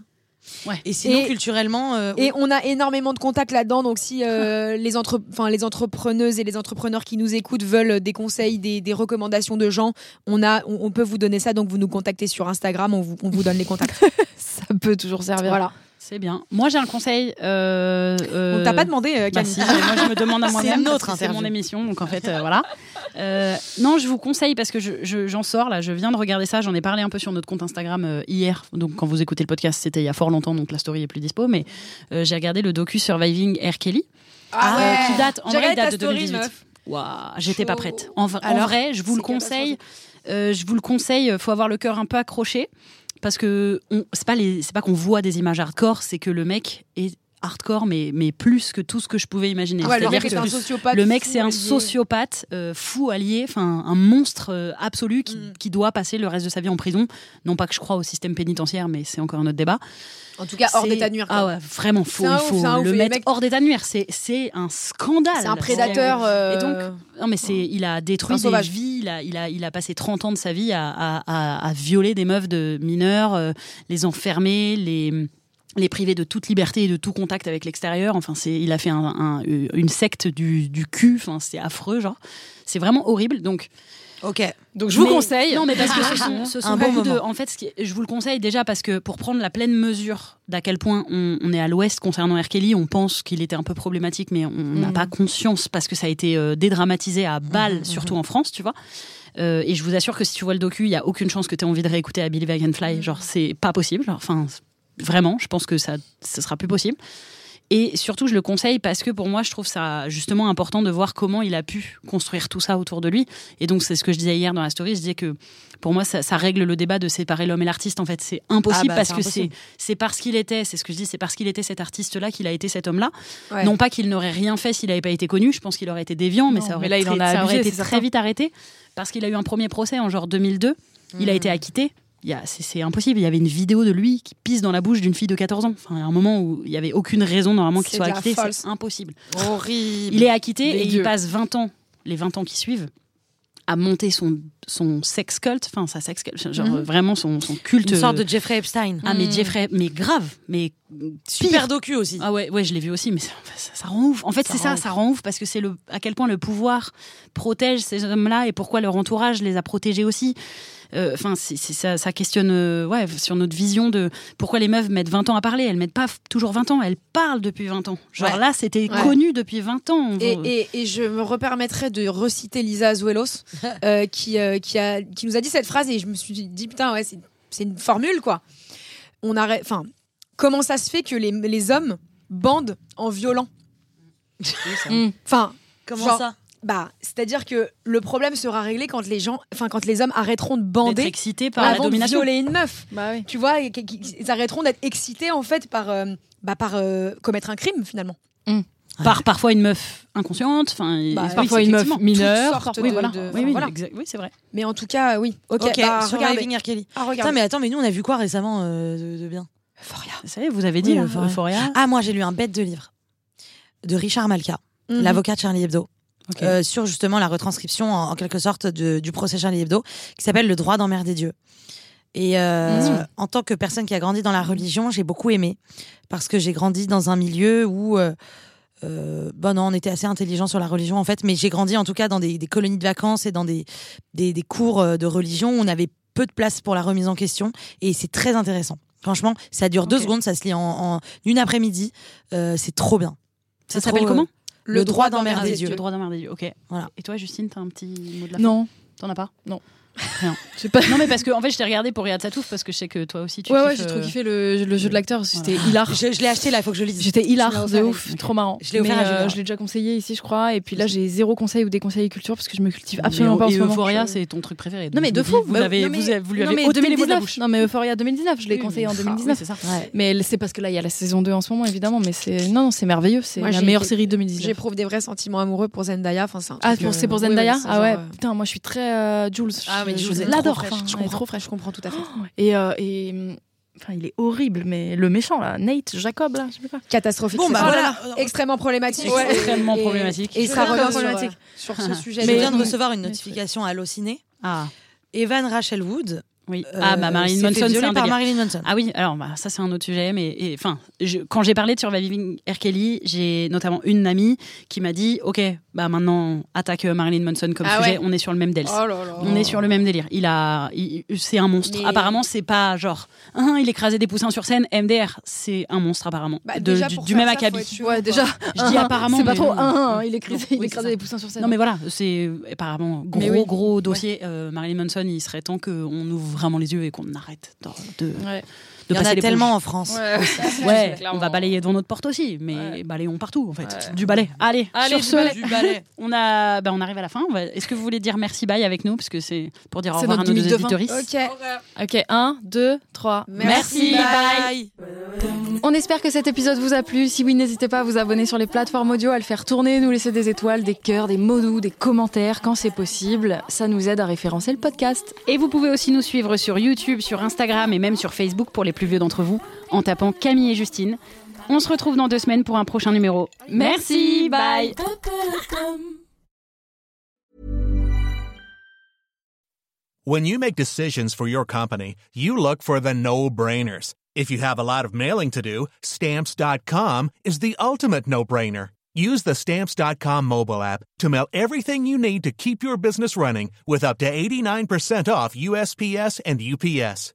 [SPEAKER 3] Et sinon,
[SPEAKER 4] Et-
[SPEAKER 3] culturellement, euh,
[SPEAKER 4] Et on a énormément de contacts là-dedans, donc si euh, (laughs) les, entre... enfin, les entrepreneuses et les entrepreneurs qui nous écoutent veulent des conseils, des, des recommandations de gens, on, a, on, on peut vous donner ça, donc vous nous contactez sur Instagram, on vous, on vous donne les contacts.
[SPEAKER 2] Ça peut toujours servir.
[SPEAKER 4] voilà.
[SPEAKER 1] C'est bien. Moi, j'ai un conseil. Euh, euh,
[SPEAKER 4] On t'a pas demandé, euh,
[SPEAKER 1] bah
[SPEAKER 4] Camille.
[SPEAKER 1] si, mais moi je me demande à
[SPEAKER 3] (laughs) C'est
[SPEAKER 1] moi-même.
[SPEAKER 3] une
[SPEAKER 1] parce
[SPEAKER 3] autre
[SPEAKER 1] que C'est
[SPEAKER 3] interview.
[SPEAKER 1] mon émission, donc en fait, euh, voilà. Euh, non, je vous conseille parce que je- je- j'en sors là. Je viens de regarder ça. J'en ai parlé un peu sur notre compte Instagram euh, hier. Donc quand vous écoutez le podcast, c'était il y a fort longtemps, donc la story est plus dispo. Mais euh, j'ai regardé le docu Surviving R. Kelly,
[SPEAKER 4] (laughs) Ah
[SPEAKER 1] euh,
[SPEAKER 4] ouais.
[SPEAKER 1] qui date en
[SPEAKER 4] J'ai
[SPEAKER 1] vrai il
[SPEAKER 4] regardé ta
[SPEAKER 1] date de
[SPEAKER 4] story,
[SPEAKER 1] 2018.
[SPEAKER 4] meuf.
[SPEAKER 1] Ouah, j'étais pas
[SPEAKER 4] Chaud.
[SPEAKER 1] prête. En, v- en
[SPEAKER 4] Alors,
[SPEAKER 1] vrai, je vous
[SPEAKER 4] c'est
[SPEAKER 1] le conseille. euh, je vous le conseille. euh, Faut avoir le cœur un peu accroché parce que on- c'est pas les, c'est pas qu'on voit des images hardcore, c'est que le mec est hardcore, mais mais plus que tout ce que je pouvais imaginer.
[SPEAKER 4] Ouais, le
[SPEAKER 1] C'est-à-dire
[SPEAKER 4] mec est
[SPEAKER 1] que
[SPEAKER 4] un sociopathe.
[SPEAKER 1] le mec,
[SPEAKER 4] fou,
[SPEAKER 1] c'est un
[SPEAKER 4] allié.
[SPEAKER 1] sociopathe euh, fou allié, enfin un monstre euh, absolu qui,
[SPEAKER 4] Mm.
[SPEAKER 1] qui doit passer le reste de sa vie en prison. Non pas que je crois au système pénitentiaire, mais c'est encore un autre débat.
[SPEAKER 4] En tout cas, hors
[SPEAKER 1] C'est-
[SPEAKER 4] d'état de nuire. quoi.
[SPEAKER 1] Ah ouais, vraiment faux.
[SPEAKER 4] C'est
[SPEAKER 1] Il
[SPEAKER 4] un ouf,
[SPEAKER 1] faut
[SPEAKER 4] c'est un ouf,
[SPEAKER 1] le
[SPEAKER 4] et les
[SPEAKER 1] mettre
[SPEAKER 4] mecs-
[SPEAKER 1] hors d'état de nuire. C'est c'est un scandale.
[SPEAKER 4] C'est un prédateur.
[SPEAKER 1] Ah, Et
[SPEAKER 4] euh,
[SPEAKER 1] donc, Non, mais c'est, il a détruit
[SPEAKER 4] Un
[SPEAKER 1] des
[SPEAKER 4] sauvage.
[SPEAKER 1] vies, il a, il, a, il a passé 30 ans de sa vie à, à- à- à violer des meufs de mineurs, euh, les enfermer, les, les priver de toute liberté et de tout contact avec l'extérieur. Enfin, c'est, il a fait un- un- une secte du, du cul, enfin, c'est affreux, genre. C'est vraiment horrible. Donc,
[SPEAKER 3] Ok.
[SPEAKER 2] Donc je vous
[SPEAKER 1] mais-
[SPEAKER 2] conseille.
[SPEAKER 1] Non, mais parce
[SPEAKER 3] (laughs)
[SPEAKER 1] que ce sont, ce sont
[SPEAKER 3] Un bon
[SPEAKER 1] beaucoup de.
[SPEAKER 3] moment.
[SPEAKER 1] En fait, ce qui est- je vous le conseille déjà parce que pour prendre la pleine mesure d'à quel point on, on est à l'ouest concernant R. Kelly, on pense qu'il était un peu problématique, mais on n'a
[SPEAKER 3] Mhm.
[SPEAKER 1] pas conscience parce que ça a été euh, dédramatisé à balles,
[SPEAKER 3] Mm.
[SPEAKER 1] surtout en France, tu vois. Euh, et je vous assure que si tu vois le docu, il n'y a aucune chance que tu aies envie de réécouter à Billy Wagon Fly.
[SPEAKER 3] Mm.
[SPEAKER 1] Genre, c'est pas possible. Genre, Enfin, vraiment, je pense que ça ne sera plus possible. Et surtout, je le conseille parce que pour moi, je trouve ça justement important de voir comment il a pu construire tout ça autour de lui. Et donc, c'est ce que je disais hier dans la story. Je disais que pour moi, ça, ça règle le débat de séparer l'homme et l'artiste. En fait, c'est impossible
[SPEAKER 3] Ah bah,
[SPEAKER 1] parce
[SPEAKER 3] c'est
[SPEAKER 1] que c'est
[SPEAKER 3] impossible.
[SPEAKER 1] c'est parce qu'il était, c'est ce que je dis, c'est parce qu'il était cet artiste-là qu'il a été cet homme-là.
[SPEAKER 4] Ouais.
[SPEAKER 1] Non pas qu'il n'aurait rien fait s'il n'avait pas été connu. Je pense qu'il aurait été déviant, mais
[SPEAKER 2] Non,
[SPEAKER 1] ça aurait,
[SPEAKER 2] mais là, il
[SPEAKER 1] très-
[SPEAKER 2] en a
[SPEAKER 1] ça aurait
[SPEAKER 2] abusé,
[SPEAKER 1] été
[SPEAKER 2] c'est
[SPEAKER 1] très
[SPEAKER 2] certain.
[SPEAKER 1] vite arrêté parce qu'il a eu un premier procès en genre 2002. Il a été acquitté. Il y a- C'est c'est impossible. Il y avait une vidéo de lui qui pisse dans la bouche d'une fille de 14 ans. Enfin, il y a un moment où il n'y avait aucune raison normalement qu'il
[SPEAKER 4] C'est
[SPEAKER 1] soit
[SPEAKER 4] de la
[SPEAKER 1] acquitté.
[SPEAKER 4] false.
[SPEAKER 1] C'est impossible.
[SPEAKER 3] Horrible.
[SPEAKER 1] Il est acquitté et il
[SPEAKER 2] Dégueu.
[SPEAKER 1] passe 20 ans, les 20 ans qui suivent, à monter son, son sex cult, enfin sa sex cult, genre
[SPEAKER 2] Mhm.
[SPEAKER 1] euh, vraiment son, son culte.
[SPEAKER 3] Une sorte
[SPEAKER 1] euh,
[SPEAKER 3] de Jeffrey Epstein.
[SPEAKER 1] Ah, mais Jeffrey, mais grave, mais
[SPEAKER 3] Super docu aussi.
[SPEAKER 1] ah ouais, ouais, je l'ai vu aussi, mais ça, ça- ça rend ouf. En fait,
[SPEAKER 3] Ça
[SPEAKER 1] c'est
[SPEAKER 3] rend
[SPEAKER 1] ça,
[SPEAKER 3] ouf.
[SPEAKER 1] ça rend ouf parce que c'est le à quel point le pouvoir protège ces hommes-là et pourquoi leur entourage les a protégés aussi. Euh, Enfin, c'est- c'est- ça, ça questionne euh, ouais, sur notre vision de pourquoi les meufs mettent 20 ans à parler. Elles mettent pas f- toujours 20 ans, elles parlent depuis 20 ans. Genre
[SPEAKER 3] Ouais.
[SPEAKER 1] là, c'était
[SPEAKER 4] Ouais.
[SPEAKER 1] connu depuis 20 ans. On
[SPEAKER 4] Et,
[SPEAKER 1] veut-
[SPEAKER 4] et- et je me repermettrai de reciter Lisa Azuelos,
[SPEAKER 1] (laughs)
[SPEAKER 4] euh, qui, euh, qui, a, qui nous a dit cette phrase, et je me suis dit, putain, ouais, c'est- c'est une formule, quoi. On arrête. Enfin, comment ça se fait que les, les hommes bandent en violent Enfin,
[SPEAKER 3] Comment
[SPEAKER 4] Genre,
[SPEAKER 3] ça
[SPEAKER 4] bah, c'est-à-dire que le problème sera réglé quand les gens, enfin, quand les hommes arrêteront de
[SPEAKER 1] d'être
[SPEAKER 4] bander
[SPEAKER 1] excité par la
[SPEAKER 4] avant de
[SPEAKER 1] domination.
[SPEAKER 4] violer une meuf.
[SPEAKER 2] Bah oui.
[SPEAKER 4] Tu vois, et qu- qu- ils arrêteront d'être excités, en fait, par, euh, bah, par euh, commettre un crime, finalement.
[SPEAKER 1] Par parfois une meuf inconsciente, enfin et-
[SPEAKER 4] Bah,
[SPEAKER 1] et-
[SPEAKER 4] oui,
[SPEAKER 2] Parfois une meuf
[SPEAKER 4] effectivement.
[SPEAKER 2] mineure.
[SPEAKER 4] Toutes sortes
[SPEAKER 1] oui,
[SPEAKER 4] de-
[SPEAKER 1] voilà.
[SPEAKER 4] de-
[SPEAKER 1] Oui,
[SPEAKER 4] enfin,
[SPEAKER 1] oui,
[SPEAKER 4] voilà.
[SPEAKER 1] exact- oui, c'est vrai.
[SPEAKER 4] Mais en tout cas, oui. Ok,
[SPEAKER 3] Ok,
[SPEAKER 4] bah, regardez.
[SPEAKER 3] Surviving R. Kelly.
[SPEAKER 4] Ah, regardez.
[SPEAKER 3] Putain, mais attends, mais nous on a vu quoi récemment euh, de, de bien
[SPEAKER 1] Vous savez, vous avez dit
[SPEAKER 3] Oui,
[SPEAKER 1] là,
[SPEAKER 3] Euphoria.
[SPEAKER 1] Euphoria.
[SPEAKER 3] Ah, moi j'ai lu un bête de livre de Richard Malka,
[SPEAKER 4] Mhm.
[SPEAKER 3] l'avocat de Charlie Hebdo,
[SPEAKER 1] Ok.
[SPEAKER 3] euh, sur justement la retranscription en, en quelque sorte de- du procès Charlie Hebdo qui s'appelle Le droit d'emmerder Dieu. Et euh,
[SPEAKER 1] Mhm.
[SPEAKER 3] en tant que personne qui a grandi dans la religion, j'ai beaucoup aimé parce que j'ai grandi dans un milieu où. euh, euh, bon, non, on était assez intelligent sur la religion en fait, mais j'ai grandi en tout cas dans des, des colonies de vacances et dans des, des, des cours euh, de religion où on avait peu de place pour la remise en question et c'est très intéressant. Franchement, ça dure deux
[SPEAKER 1] Ok.
[SPEAKER 3] secondes, ça se lit en, en une après-midi. Euh, c'est trop bien.
[SPEAKER 1] Ça
[SPEAKER 3] C'est
[SPEAKER 1] s'appelle
[SPEAKER 3] trop, euh,
[SPEAKER 1] comment
[SPEAKER 3] Le, droit d'emmerder
[SPEAKER 1] Merveilleux.
[SPEAKER 3] Dieu.
[SPEAKER 1] Le droit d'emmerder Dieu, ok.
[SPEAKER 3] Voilà.
[SPEAKER 1] Et toi, Justine, t'as un petit mot de la fin
[SPEAKER 2] Non.
[SPEAKER 1] T'en as pas
[SPEAKER 2] Non.
[SPEAKER 1] Rien.
[SPEAKER 2] Je sais pas.
[SPEAKER 1] Non, mais parce que, en fait, je t'ai regardé pour Riyad Satouf parce que je sais que toi aussi, (laughs) tu
[SPEAKER 2] Ouais, ouais,
[SPEAKER 1] kiffes,
[SPEAKER 2] j'ai trop
[SPEAKER 1] euh,
[SPEAKER 2] kiffé le, le jeu de l'acteur. C'était hilar.
[SPEAKER 3] Je, je l'ai acheté là, il faut que je lise.
[SPEAKER 2] J'étais
[SPEAKER 4] Tu me
[SPEAKER 2] hilar
[SPEAKER 4] l'as
[SPEAKER 2] de
[SPEAKER 4] offert,
[SPEAKER 2] ouf,
[SPEAKER 1] Alex.
[SPEAKER 2] trop marrant.
[SPEAKER 3] Je l'ai offert
[SPEAKER 2] Mais, euh,
[SPEAKER 3] à Julien.
[SPEAKER 2] je l'ai déjà conseillé ici, je crois. Et puis là, j'ai zéro conseil ou des conseils culture parce que je me cultive
[SPEAKER 1] mais
[SPEAKER 2] absolument
[SPEAKER 1] Eu-
[SPEAKER 2] pas en
[SPEAKER 1] et
[SPEAKER 2] ce moment.
[SPEAKER 1] Euphoria, c'est ton truc préféré.
[SPEAKER 2] Non, mais
[SPEAKER 1] Donc,
[SPEAKER 2] de
[SPEAKER 1] je me
[SPEAKER 2] fou.
[SPEAKER 1] dis, Vous,
[SPEAKER 2] Bah,
[SPEAKER 1] avez,
[SPEAKER 2] non, mais-
[SPEAKER 1] vous, avez- vous lui
[SPEAKER 2] Non,
[SPEAKER 1] avez
[SPEAKER 2] mais
[SPEAKER 1] ôté les mots de la
[SPEAKER 2] 2019.
[SPEAKER 1] bouche.
[SPEAKER 2] Non, mais Euphoria 2019, je l'ai conseillé en
[SPEAKER 1] Ah, oui,
[SPEAKER 2] 2019.
[SPEAKER 1] c'est ça.
[SPEAKER 3] Ouais.
[SPEAKER 2] Mais c'est parce que là, il y a la saison 2 en ce moment, évidemment. Mais c'est non, non, c'est merveilleux. C'est
[SPEAKER 4] Moi,
[SPEAKER 2] la
[SPEAKER 4] j'ai-
[SPEAKER 2] meilleure série de 2019.
[SPEAKER 4] J'éprouve des vrais sentiments amoureux pour Zendaya. Enfin, c'est un
[SPEAKER 2] Ah,
[SPEAKER 4] truc,
[SPEAKER 2] pour-
[SPEAKER 4] euh,
[SPEAKER 2] c'est pour
[SPEAKER 4] oui, oui,
[SPEAKER 2] Zendaya
[SPEAKER 4] c'est
[SPEAKER 2] Ah ouais.
[SPEAKER 4] genre, euh,
[SPEAKER 2] Putain, moi, je suis très euh, Jules.
[SPEAKER 3] Ah, mais
[SPEAKER 2] Je-
[SPEAKER 3] Jules
[SPEAKER 2] je
[SPEAKER 3] est
[SPEAKER 2] l'adore.
[SPEAKER 4] trop fraîche,
[SPEAKER 2] enfin,
[SPEAKER 4] je
[SPEAKER 2] elle est
[SPEAKER 4] comprends.
[SPEAKER 2] trop fraîche.
[SPEAKER 4] Je comprends tout à fait.
[SPEAKER 3] Oh.
[SPEAKER 2] Et, euh, et enfin, il est horrible, mais le méchant là, Nate, Jacob là, je sais pas.
[SPEAKER 4] Catastrophique.
[SPEAKER 3] Bon,
[SPEAKER 4] c'est
[SPEAKER 3] bah
[SPEAKER 4] vrai.
[SPEAKER 3] voilà.
[SPEAKER 4] Extrêmement problématique.
[SPEAKER 1] Ouais. Extrêmement
[SPEAKER 4] Et-
[SPEAKER 2] Euh,
[SPEAKER 1] problématique.
[SPEAKER 4] Et ça
[SPEAKER 3] Extrêmement
[SPEAKER 4] revient
[SPEAKER 3] problématique. Ah.
[SPEAKER 4] sur, euh, sur ce sujet.
[SPEAKER 3] Je
[SPEAKER 2] Mais-
[SPEAKER 3] viens de
[SPEAKER 2] oui.
[SPEAKER 3] recevoir une
[SPEAKER 2] Mais-
[SPEAKER 3] notification à Allociné.
[SPEAKER 1] Ah,
[SPEAKER 3] Evan Rachel Wood euh,
[SPEAKER 1] Oui.
[SPEAKER 2] euh,
[SPEAKER 1] Ah, bah, Marilyn
[SPEAKER 3] s'est fait
[SPEAKER 1] Manson, c'est
[SPEAKER 3] violer
[SPEAKER 1] un
[SPEAKER 3] par
[SPEAKER 1] délire.
[SPEAKER 3] Marilyn Manson.
[SPEAKER 1] Ah oui, alors bah, ça c'est un autre sujet, mais et, enfin, je- quand j'ai parlé de Surviving R. Kelly, j'ai notamment une amie qui m'a dit, ok, bah maintenant attaque euh, Marilyn Manson comme
[SPEAKER 4] Ah
[SPEAKER 1] sujet,
[SPEAKER 4] ouais.
[SPEAKER 1] on est sur le même Dels.
[SPEAKER 4] Oh là là.
[SPEAKER 1] On est sur le même délire. Il a, il- c'est un monstre.
[SPEAKER 4] Mais-
[SPEAKER 1] Apparemment, c'est pas genre, Hein, il écrasait des poussins sur scène. MDR, c'est un monstre apparemment,
[SPEAKER 4] Bah,
[SPEAKER 1] De-
[SPEAKER 4] déjà,
[SPEAKER 1] du,
[SPEAKER 4] pour
[SPEAKER 1] du
[SPEAKER 4] faire
[SPEAKER 1] même
[SPEAKER 4] ça, faut
[SPEAKER 1] acabit.
[SPEAKER 4] être sûr,
[SPEAKER 2] Ouais,
[SPEAKER 4] quoi.
[SPEAKER 2] déjà.
[SPEAKER 1] Je dis apparemment,
[SPEAKER 2] C'est pas
[SPEAKER 1] Ah mais-
[SPEAKER 2] trop un, un, il écrasait,
[SPEAKER 1] Oui,
[SPEAKER 2] il
[SPEAKER 1] c'est
[SPEAKER 2] écrasait
[SPEAKER 1] ça.
[SPEAKER 2] des poussins sur scène.
[SPEAKER 1] Non mais voilà, c'est apparemment gros
[SPEAKER 2] Mais oui.
[SPEAKER 1] gros dossier. Euh, Marilyn Manson, il serait temps qu'on ouvre vraiment les yeux et qu'on arrête d'en- de, de,
[SPEAKER 2] Ouais.
[SPEAKER 3] Il y en
[SPEAKER 1] passer
[SPEAKER 3] a
[SPEAKER 1] les
[SPEAKER 3] (laughs) tellement en France.
[SPEAKER 1] Ouais, on va balayer devant notre porte aussi, mais balayons partout en fait. Du balai. Allez, sur ce, on a, bah, on arrive à la fin. On va- Est-ce que vous voulez dire merci bye avec nous parce que c'est pour dire au
[SPEAKER 2] C'est
[SPEAKER 1] revoir à
[SPEAKER 2] notre
[SPEAKER 1] nos
[SPEAKER 2] minute
[SPEAKER 1] deux
[SPEAKER 2] de fin.
[SPEAKER 1] auditeuristes.
[SPEAKER 4] Ok.
[SPEAKER 2] Ok, 1, 2, 3.
[SPEAKER 4] Merci.
[SPEAKER 3] bye.
[SPEAKER 2] On espère que cet épisode vous a plu. Si oui, n'hésitez pas à vous abonner sur les plateformes audio, à le faire tourner, nous laisser des étoiles, des cœurs, des mots doux, des commentaires quand c'est possible. Ça nous aide à référencer le podcast.
[SPEAKER 1] Et vous pouvez aussi nous suivre sur YouTube, sur Instagram et même sur Facebook pour les plus vieux d'entre vous en tapant Camille et Justine. On se retrouve dans deux semaines pour un prochain numéro. Merci, bye.
[SPEAKER 7] When you make decisions for your company, you look for the no brainers. If you have a lot of mailing to do, stamps.com is the ultimate no brainer. Use the stamps.com mobile app to mail everything you need to keep your business running with up to 89% off USPS and UPS.